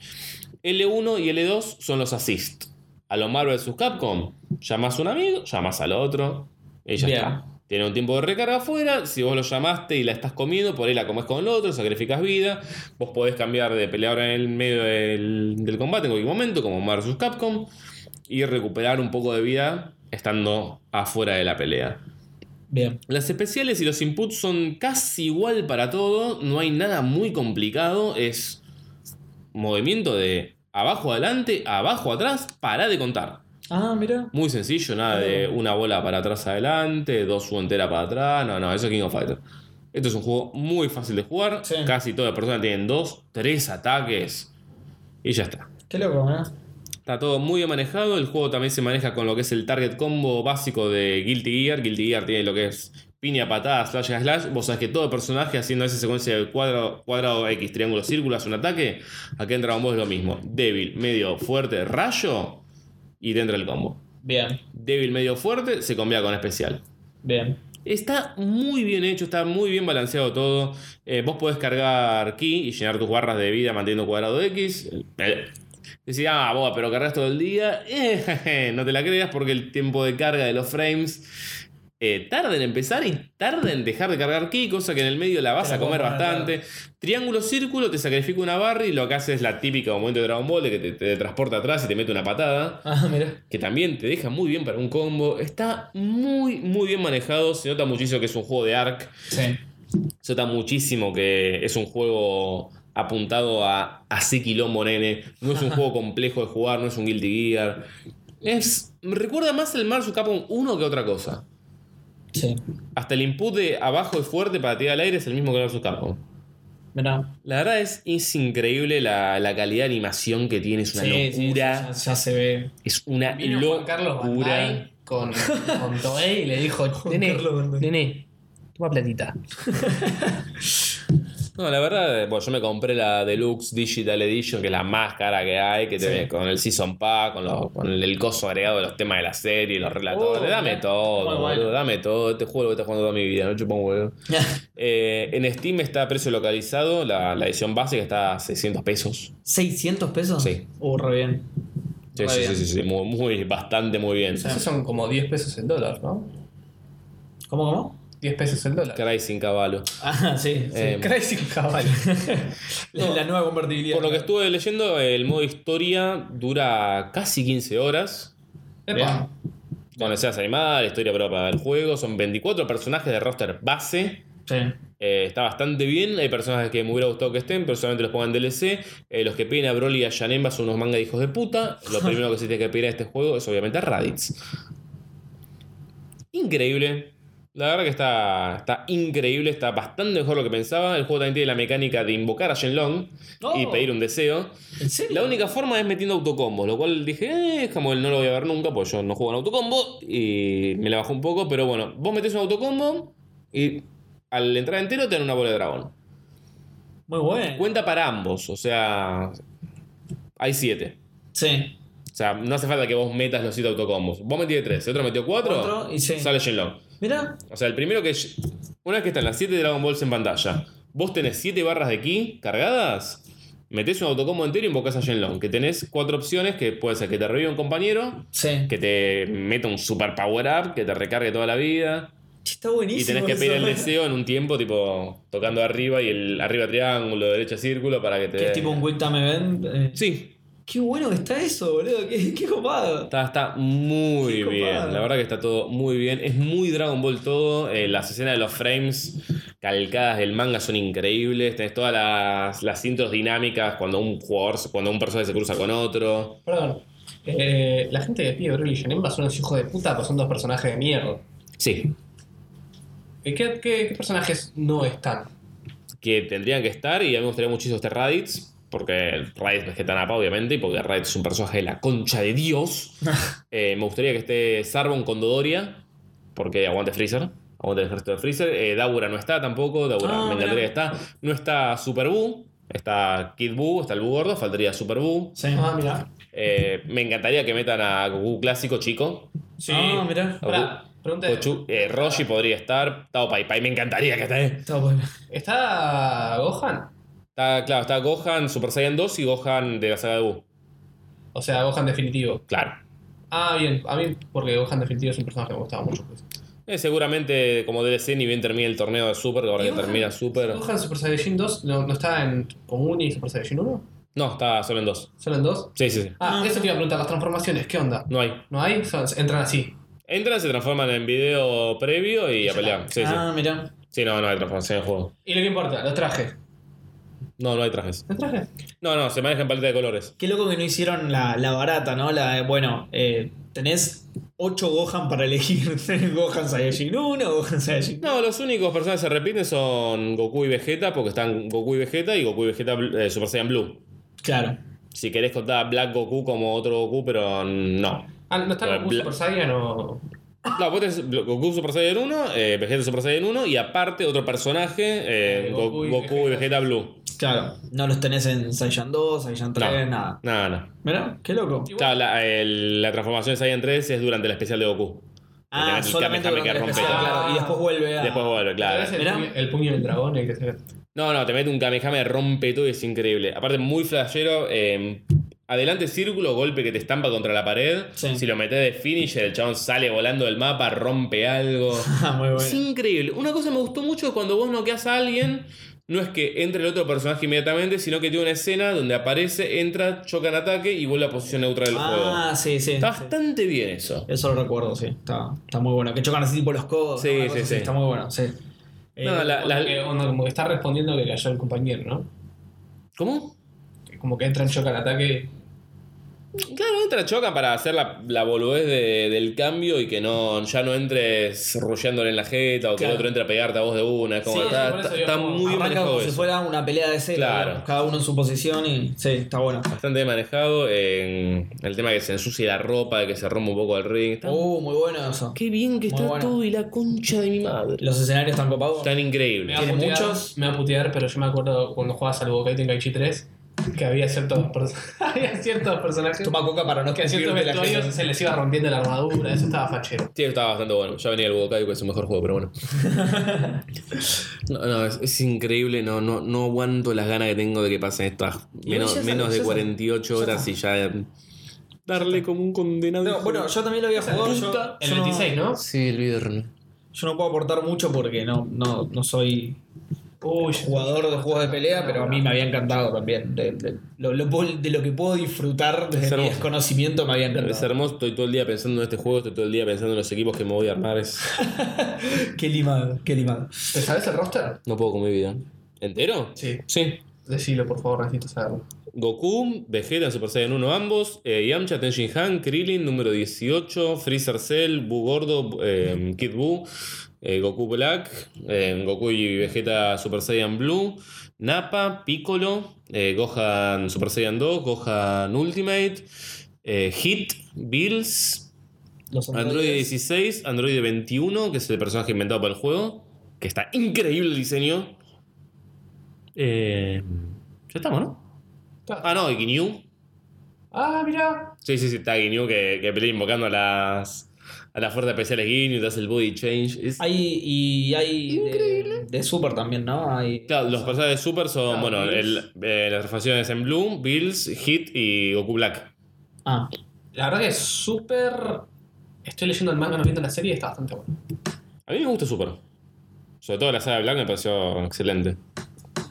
B: L1 y L2 son los assist. A lo Marvel vs Capcom, llamas a un amigo, llamas al otro, y ya
F: Bien.
B: está. Tiene un tiempo de recarga afuera, si vos lo llamaste y la estás comiendo, por ahí la comes con el otro, sacrificas vida, vos podés cambiar de peleador en el medio del, del combate en cualquier momento, como Marvel vs Capcom, y recuperar un poco de vida estando afuera de la pelea.
F: Bien.
B: Las especiales y los inputs son casi igual para todo, no hay nada muy complicado, es movimiento de abajo adelante, abajo atrás, para de contar.
F: Ah, mira.
B: Muy sencillo, nada de una bola para atrás adelante, dos su entera para atrás, no, no, eso es King of Fighter. Esto es un juego muy fácil de jugar,
F: Sí.
B: casi todas las personas tienen dos, tres ataques y ya está.
F: Qué loco, ¿eh?
B: Está todo muy bien manejado. El juego también se maneja con lo que es el target combo básico de Guilty Gear. Guilty Gear tiene lo que es piña, patada, slash, a slash. Vos sabés que todo personaje haciendo esa secuencia de cuadrado, cuadrado X, triángulo, círculo, hace un ataque. Acá en Dragon Ball es lo mismo. Débil, medio, fuerte, rayo y te entra el combo.
F: Bien,
B: Débil, medio, fuerte, se combina con especial.
F: bien.
B: Está muy bien hecho, está muy bien balanceado todo. Eh, vos podés cargar ki y llenar tus barras de vida manteniendo cuadrado X. Eh, Decís, ah, boba, pero cargas todo el día. Eh, jeje, no te la creas porque el tiempo de carga de los frames eh, tarda en empezar y tarda en dejar de cargar ki, cosa que en el medio la vas
F: Te la
B: a comer
F: comes,
B: bastante. Triángulo, círculo, te sacrifica una barra y lo que hace es la típica momento de Dragon Ball de que te, te transporta atrás y te mete una patada
F: Ah, mira.
B: que también te deja muy bien para un combo. Está muy, muy bien manejado. Se nota muchísimo que es un juego de arc.
F: Sí.
B: Se nota muchísimo que es un juego apuntado a así quilombo, nene. No es un juego complejo de jugar, no es un Guilty Gear. Es, me recuerda más el Marvel Capcom 1 que otra cosa.
F: Sí.
B: Hasta el input de abajo es fuerte para tirar al aire es el mismo que el Marvel Capcom.
A: Mirá.
B: La verdad es, es increíble la, la calidad de animación que tiene, es una
A: Sí, sí,
B: locura.
A: ya, ya se ve.
B: Es una
C: Vino Juan Carlos
B: locura.
C: Bandai con, con Toei y le dijo, nene,
A: Carlos Bandai.
C: nene, toma platita.
B: No, la verdad, eh, bueno, yo me compré la Deluxe Digital Edition, que es la más cara que hay, que te viene con el Season Pack, con, los- con el, el coso agregado de los temas de la serie, los relatores.
C: Oh,
B: dame
C: mirá.
B: todo,
C: Muy bueno.
B: boludo, dame todo. Este juego lo que estás jugando toda mi vida, no chupa un huevo. Eh, en Steam está a precio localizado, la, la edición básica está a 600 pesos.
A: ¿600 pesos?
B: Sí.
A: Uh, re bien.
B: Sí,
D: Muy
B: sí,
D: bien.
B: sí, sí, sí, muy, muy- bastante muy bien.
D: Esos son como 10 pesos el dólar, ¿no?
A: ¿Cómo, cómo?
D: 10 pesos el dólar.
B: Caray, sin caballo.
A: Ah, sí. sí.
B: Eh,
D: Caray, sin caballo.
A: La- La nueva convertibilidad.
B: por lo que estuve leyendo, el modo historia dura casi 15 horas.
D: Epa.
B: Con escenas animadas, la historia propia del juego. Son 24 personajes de roster base.
A: Sí.
B: Eh, está bastante bien. Hay personajes que me hubiera gustado que estén, pero solamente los pongan en DLC. Eh, los que piden a Broly y a Janemba son unos manga de hijos de puta. Lo primero que se tiene que pedir a este juego es obviamente a Raditz. Increíble. La verdad que está, está increíble, está bastante mejor lo que pensaba. El juego también tiene la mecánica de invocar a Shenlong y
A: Oh.
B: pedir un deseo.
A: ¿En serio?
B: La única forma es metiendo autocombos, lo cual dije, eh, es como el no lo voy a ver nunca, pues yo no juego en autocombo y me la bajó un poco, pero bueno, vos metés un autocombo y al entrar entero te dan una bola de dragón.
A: Muy bueno.
B: Cuenta para ambos, o sea, hay siete.
A: Sí.
B: O sea, no hace falta que vos metas los siete autocombos. Vos metiste tres, el otro metió cuatro,
A: Cuatro y sí.
B: sale Shenlong.
A: Mira.
B: O sea, el primero que... Una vez que están las siete Dragon Balls en pantalla, vos tenés siete barras de ki cargadas, metés un autocombo entero y invocás a Shenlong, que tenés cuatro opciones, que puede ser que te reviva un compañero,
A: Sí.
B: que te meta un super power up, que te recargue toda la vida.
A: Che, Está buenísimo.
B: Y tenés que pedir
A: eso.
B: el deseo en un tiempo, tipo, tocando arriba y el arriba triángulo, derecha círculo, para que te.
A: Que es tipo un Quick Time Event. eh.
B: Sí,
A: Qué bueno que está eso, boludo. Qué, qué copado.
B: está, está
A: Qué
B: muy bien.
A: copado.
B: La verdad que está todo muy bien. Es muy Dragon Ball todo. eh, las escenas de los frames calcadas del manga son increíbles. Tenés todas las, las intros dinámicas cuando un jugador, cuando un personaje se cruza con otro.
C: Perdón. Eh, la gente que pide Broly y Janemba son unos hijos de puta, pues son dos personajes de mierda.
B: Sí.
C: ¿Y ¿Qué, qué, qué personajes no están?
B: que tendrían que estar y a mí me gustaría muchísimo este Raditz. Porque Raditz Vegetanapa, obviamente, y porque Raditz es un personaje de la concha de Dios. Eh, me gustaría que esté Sarbon con Dodoria, porque aguante Freezer. Aguante el resto de Freezer. Eh, Daura no está tampoco, Daura
A: Ah,
B: me encantaría que está. No está Super Buu, está Kid Buu, está el Buu gordo, faltaría Super Buu.
A: Sí.
C: Ah, mira.
B: Eh, me encantaría que metan a Goku clásico chico.
C: Sí.
A: Ah, mirá.
C: Pará, pregunta.
B: Gochu- eh, Roshi podría estar. Tao Pai Pai, me encantaría que esté.
A: Está bueno.
C: ¿Está Gohan?
B: Está, claro, está Gohan Super Saiyan 2 y Gohan de la saga de Buu.
C: O sea, Gohan definitivo.
B: Claro.
C: Ah, bien. A mí, porque Gohan definitivo es un personaje que me gustaba mucho. pues.
B: Eh, seguramente, como DLC, ni bien termine el torneo de Super, que ahora que
C: Gohan-
B: termina Super.
C: ¿Gohan Super Saiyajin 2 no, no está en Común y Super Saiyajin 1?
B: No, está solo en dos.
C: ¿Solo en 2?
B: Sí, sí, sí.
C: Ah, eso te iba a preguntar. Las transformaciones, ¿qué onda?
B: No hay.
C: ¿No hay? Son- entran así.
B: Entran, se transforman en video previo y a pelear. Sí,
A: ah,
B: sí.
A: mirá.
B: Sí, no, no hay transformación en el juego.
C: Y lo que importa, los trajes.
B: No, no hay trajes.
C: ¿Los trajes?
B: No, no, se maneja en paleta de colores.
A: Qué loco que no hicieron la, la barata, ¿no? La de, bueno, eh, tenés 8 Gohan para elegir. Tenés Gohan Saiyajin 1, Gohan Saiyajin
B: No, los únicos personajes que se repiten son Goku y Vegeta, porque están Goku y Vegeta y Goku y Vegeta eh, Super Saiyan Blue.
A: Claro.
B: Si querés contar a Black Goku como otro Goku, pero no.
C: Ah, ¿no está
B: Pero
C: Goku
B: bla-
C: Super Saiyan o...?
B: No, vos tenés Blo- Goku Super Saiyan 1, eh, Vegeta Super Saiyan 1 y aparte otro personaje, eh,
C: Eh,
B: Go- Goku,
C: Goku y
B: y Vegeta
C: Vegeta.
B: Blue.
A: Claro. No los tenés en Saiyan 2, Saiyan 3, nada.
B: No, no.
A: Mirá, qué loco.
B: Claro, la, el- la transformación de Saiyan 3 es durante el especial de Goku.
A: Ah,
B: el
A: solamente
B: Kamehameha
A: durante el
B: rompe.
A: especial, claro. Y después vuelve a.
B: Después vuelve,
C: ¿Sabés
B: claro.
C: El,
A: Mirá.
C: puño, el puño del dragón, el que se...
B: No, no, te mete un Kamehameha, rompe todo y es increíble. Aparte, muy flashero. eh, adelante círculo, golpe que te estampa contra la pared.
A: Sí.
B: Si lo metes de finisher, el chabón sale volando del mapa, rompe algo.
A: Ah, muy bueno.
B: Es increíble. Una cosa que me gustó mucho es cuando vos noqueas a alguien, no es que entre el otro personaje inmediatamente, sino que tiene una escena donde aparece, entra, choca en ataque y vuelve a posición neutral del
A: Ah,
B: juego.
A: sí, sí.
B: Está
A: sí.
B: bastante bien eso.
A: Eso lo recuerdo, sí. Está, está muy bueno. Que chocan así tipo los codos.
B: Sí,
A: ¿no? Una cosa
B: sí,
A: así,
B: sí.
A: Está muy bueno, sí. Eh,
B: No, la- la-
C: Que onda, como que está respondiendo que cayó el compañero, ¿no?
B: ¿Cómo?
C: Que Como que entra en choque al ataque.
B: Claro, no te la chocan para hacer la, la boludez de- del cambio y que no ya no entres rusheándole en la jeta o que
A: Claro.
B: el otro entre a pegarte a vos de una. Como
D: Sí,
B: está,
D: por eso
B: está-
D: digo,
B: está
D: como
B: muy bien
A: Eh, Arranca
B: manejado
A: como si
B: eso.
A: fuera una pelea de cero.
B: Claro.
A: digamos, Cada uno en su posición y. Sí, está bueno.
B: Bastante bien manejado. En el tema que se ensucie la ropa, de que se rompa un poco el ring. Está-
A: Uh, muy bueno eso.
B: qué bien que
A: muy
B: está
A: bueno.
B: todo y la concha de mi madre.
A: Los escenarios están copados.
B: Tan increíble.
D: Me va, a
A: Tiene
D: putear,
A: muchos.
D: me va a putear, pero yo me acuerdo cuando jugabas al Budokai Tenkaichi 3 que había ciertos, perso- había ciertos personajes
A: Toma coca para no
D: que a ciertos
A: escupirte la
D: vestuarios
A: gente.
D: se les iba rompiendo la armadura, eso estaba fachero.
B: Sí, estaba bastante bueno. Ya venía el Budokai, que es un mejor juego, pero bueno. No, no, es, es increíble. No, no, no aguanto las ganas que tengo de que pasen estas menos,
A: ya está,
B: menos
A: ya
B: de
A: está.
B: 48 horas y ya. em, Darle como un condenado.
A: No, bueno, yo también lo había jugado. Yo,
D: El
A: yo no-
D: 26, ¿no?
B: Sí, el viernes.
A: yo no puedo aportar mucho porque no, no, no soy
D: Uy,
A: jugador de juegos de pelea, pero a mí me había encantado también. De, de- lo, lo puedo- de lo que puedo disfrutar desde mi
B: hermoso.
A: desconocimiento me había
B: Es
A: encantado.
B: hermoso, estoy todo el día pensando en este juego, estoy todo el día pensando en los equipos que me voy a armar. es-
A: Qué limado, qué limado.
D: ¿Te sabes el roster?
B: No puedo con mi vida. ¿Entero?
D: Sí.
B: Sí.
D: Decilo, por favor, necesito saberlo.
B: Goku, Vegeta en Super Saiyan 1 ambos, eh, Yamcha, Tenjin Han, Krillin, número 18, Freezer Cell, Bu Gordo, eh, Kid Buu, eh, Goku Black, eh, Goku y Vegeta Super Saiyan Blue, Nappa, Piccolo, eh, Gohan Super Saiyan 2, Gohan Ultimate, eh, Hit, Bills,
A: Los
B: Android 16, Android 21, que es el personaje inventado para el juego, que está increíble el diseño. Eh, ya estamos, ¿no? Ah, no, y Ginyu.
D: Ah, mira.
B: Sí, sí, sí, está Ginyu que, que pelea invocando a las, a las fuerzas especiales Ginyu, te hace el body change. Es-
A: Hay, y hay de, de Super también, ¿no? Hay,
B: Claro, los personajes de Super son,
D: Ah,
B: bueno,
D: Bills.
B: el- eh, las refacciones en Bloom, Bills, Hit y Goku Black.
A: Ah,
D: La verdad que es súper. Estoy leyendo el manga, no viendo la serie y está bastante bueno.
B: A mí me gusta Super. Sobre todo la saga Black me pareció excelente.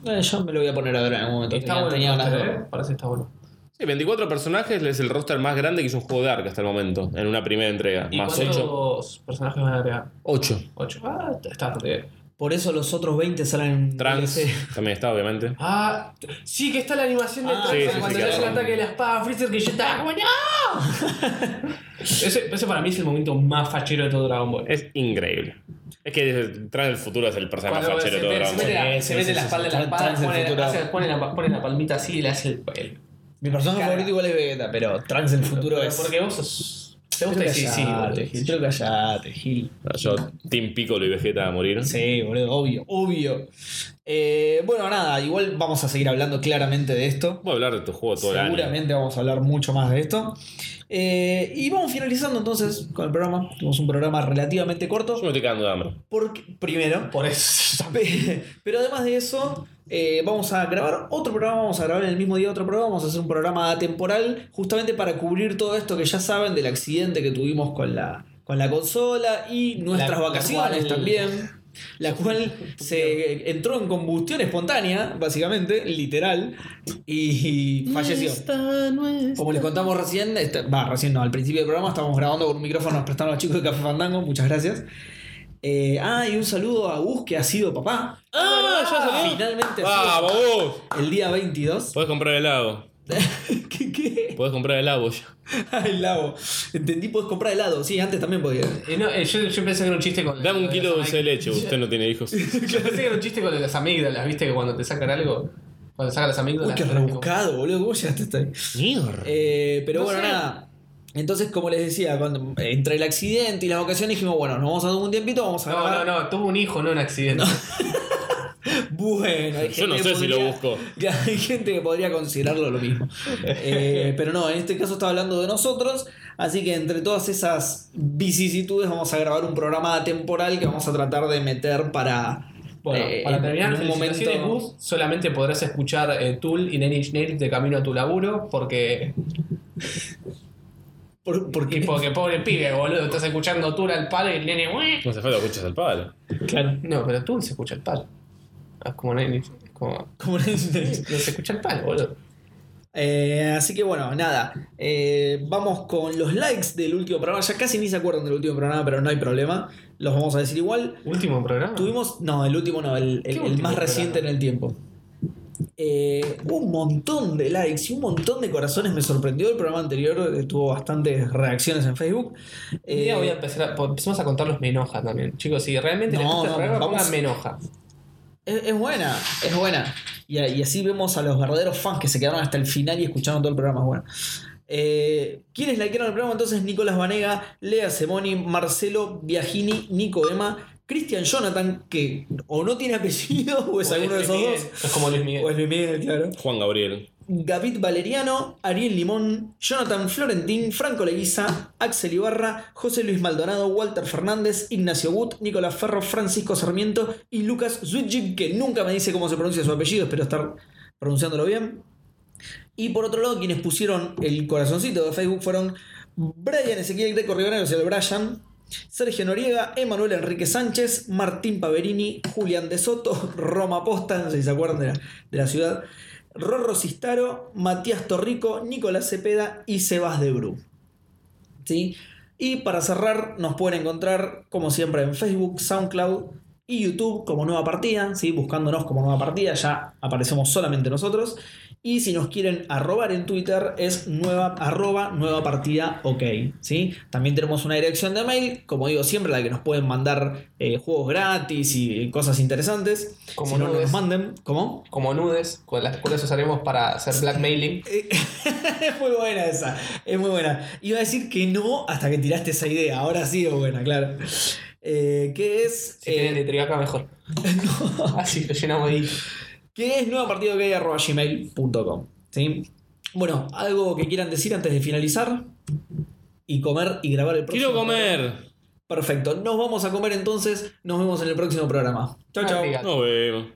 A: eh, yo me lo voy a poner ahora en algún momento.
D: Está
A: Tenía-
D: bueno.
A: tenía
D: el
A: ganas de
D: roster,
A: verlo.
D: ¿eh? Parece que está bueno.
B: Sí, 24 personajes es el roster más grande que hizo un juego de Ark hasta el momento, en una primera entrega.
D: ¿Y
B: Más 8.
D: cuántos personajes van a agregar?
B: 8.
D: ¿Ocho? Ah, está bastante bien.
A: Por eso los otros 20 salen en
B: Trans
A: DLC.
B: también está, obviamente.
D: Ah, t- sí, que está la animación de
A: Ah,
D: Trunks
B: sí, sí, sí,
D: cuando le
B: claro.
D: hace el ataque de la espada a Freezer que yo estaba como ¡No! ese, ese para mí es el momento más fachero de todo Dragon Ball.
B: Es increíble. Es que Trans del Futuro es el personaje más
D: Cuando se,
B: fachero de todo
D: mete- se
B: Dragon Ball.
D: mete la, se
A: Sí,
D: mete
A: sí,
D: la
A: sí,
D: espalda
A: sí.
D: en la espada,
A: Trunks del
D: pone,
A: futuro.
D: hace- pone la, pone la palmita así y le hace el. el-
A: Mi personaje
D: Cara.
A: favorito igual es Vegeta, pero Trunks del futuro
D: pero
A: es.
D: Porque vos sos. Te
A: Creo
D: gusta
A: que
D: decir sí,
A: callate,
D: boludo.
A: Gil, creo que callate, Gil.
B: No, Ah, Yo, Team Piccolo y Vegeta a morir.
A: Sí, boludo, obvio, obvio. Eh, bueno, nada, igual vamos a seguir hablando claramente de esto.
B: Voy a hablar de tu juego todo el año.
A: Seguramente vamos a hablar mucho más de esto. Eh, y vamos finalizando entonces con el programa. Tuvimos un programa relativamente
B: Yo
A: corto.
B: me estoy cagando de hambre.
A: Porque, primero, por eso. Pero además de eso, eh, vamos a grabar otro programa. Vamos a grabar en el mismo día otro programa. Vamos a hacer un programa atemporal, justamente para cubrir todo esto que ya saben del accidente que tuvimos con la, con la consola y nuestras
D: La- la
A: vacaciones
D: cual-
A: también. La cual se entró en combustión espontánea, básicamente, literal, y, y falleció. Como les contamos recién, este- va, recién no, al principio del programa estábamos grabando con un micrófono, nos prestaron los chicos de Café Fandango, muchas gracias. Eh, ah, y un saludo a Gus que ha sido papá.
B: ¡Ah! ¡Ya salió!
A: Finalmente ha sido
B: ¡Vamos! vos!
A: papá el día 22.
B: Podés comprar helado.
A: ¿Qué? qué?
B: Podés comprar helado ya.
A: Ah, helado. Entendí, podés comprar helado. Sí, antes también podía.
D: Eh, no, eh, yo, yo pensé que era un chiste con.
B: Dame un kilo de dulce de
D: Yo
B: leche, usted no tiene hijos.
D: pensé que era un chiste con las amígdalas, viste que cuando te sacan algo. Cuando sacan las
A: Uy,
D: amígdalas.
A: qué rebuscado, boludo. ¿Cómo llegaste hasta ahí?
B: Mierda.
A: Eh, pero
D: No
A: bueno,
D: sé.
A: nada. Entonces, como les decía, cuando, entre el accidente y las vacaciones dijimos, bueno, nos vamos a dar un tiempito, vamos a
D: No,
A: grabar.
D: no, no, tuvo un hijo, no un accidente.
A: Bueno, hay
B: Yo no
A: gente
B: sé
A: que
B: si lo
A: podría-
B: busco.
A: Hay gente que podría considerarlo lo mismo. Eh, pero no, en este caso está hablando de nosotros. Así que entre todas esas vicisitudes vamos a grabar un programa temporal que vamos a tratar de meter para...
D: Bueno,
A: eh,
D: para
A: en-
D: terminar,
A: en un
D: felicitaciones,
A: momento...
D: Gus. solamente podrás escuchar eh, Tool y Nenny Nails de camino a tu laburo, porque,
A: Por-
D: y
A: porque,
D: porque pobre pibe, boludo, estás escuchando Tool al palo y el nene, "Ué".
B: No hace falta que escuches al palo.
A: claro,
D: No, pero Tool se escucha al palo. Es como Nenny, es como.
A: como les-
D: No se escucha al palo, boludo.
A: Eh, así que bueno, nada. Eh, vamos con los likes del último programa. Ya casi ni se acuerdan del último programa, pero no hay problema. Los vamos a decir igual.
D: Último programa.
A: Tuvimos, no, el último no, el, el-
D: ¿Qué
A: el
D: último
A: más
D: programa?
A: reciente en el tiempo. Eh, hubo un montón de likes y un montón de corazones. Me sorprendió el programa anterior, eh, tuvo bastantes reacciones en Facebook.
D: Un
A: Eh,
D: día voy a empezar a, empecemos a contar los menoja también. Chicos, si realmente les
A: No,
D: gusta el
A: no,
D: programa,
A: vamos-
D: pongan menoja.
A: es, es buena, es buena. Y, a- y así vemos a los verdaderos fans que se quedaron hasta el final y escucharon todo el programa. Es bueno. Eh, ¿Quiénes likearon el programa? Entonces Nicolás Vanega, Lea Semoni, Marcelo Biagini, Nico Ema, Cristian Jonathan, que o no tiene apellido o es
D: O
A: alguno pues, de esos
D: Pues, Luis Miguel.
A: dos. Pues,
D: Es como Luis
A: O
D: Miguel.
A: es Luis Miguel, claro.
B: Juan Gabriel.
A: David Valeriano, Ariel Limón, Jonathan Florentín, Franco Leguiza, Axel Ibarra, José Luis Maldonado, Walter Fernández, Ignacio Wood, Nicolás Ferro, Francisco Sarmiento y Lucas Zujik, que nunca me dice cómo se pronuncia su apellido, espero estar pronunciándolo bien. Y por otro lado, quienes pusieron el corazoncito de Facebook fueron Brian Ezequiel Greco Ribeneros, el Brian, Sergio Noriega, Emanuel Enrique Sánchez, Martín Paverini, Julián de Soto, Roma Posta, no sé si se acuerdan de la, de la ciudad, Rorro Cistaro, Matías Torrico, Nicolás Cepeda y Sebas de Bru. ¿Sí? Y para cerrar, nos pueden encontrar, como siempre, en Facebook, SoundCloud y YouTube como nueva partida, ¿sí? buscándonos como nueva partida, ya aparecemos solamente nosotros. Y si nos quieren arrobar en Twitter, es nueva, arroba nueva partida ok. ¿sí? También tenemos una dirección de mail, como digo siempre, la que nos pueden mandar eh, juegos gratis y eh, cosas interesantes.
D: Como
A: si no, no
D: nudes.
A: nos manden, ¿cómo?
D: Como nudes, con las cuales usaremos para hacer blackmailing.
A: Es Eh, muy buena esa, es muy buena. Iba a decir que no hasta que tiraste esa idea, ahora sí es buena, claro. Eh, ¿Qué es?
D: Si tienen
A: eh,
D: de Trivaca, mejor. Así lo llenamos ahí.
A: ¿Qué es nueva partido que hay arroba gmail.com? ¿sí? Bueno, algo que quieran decir antes de finalizar y comer y grabar el próximo.
B: Quiero comer.
A: Perfecto, nos vamos a comer entonces, nos vemos en el próximo programa. Chao, chao.
D: Obrigado.
B: Nos vemos.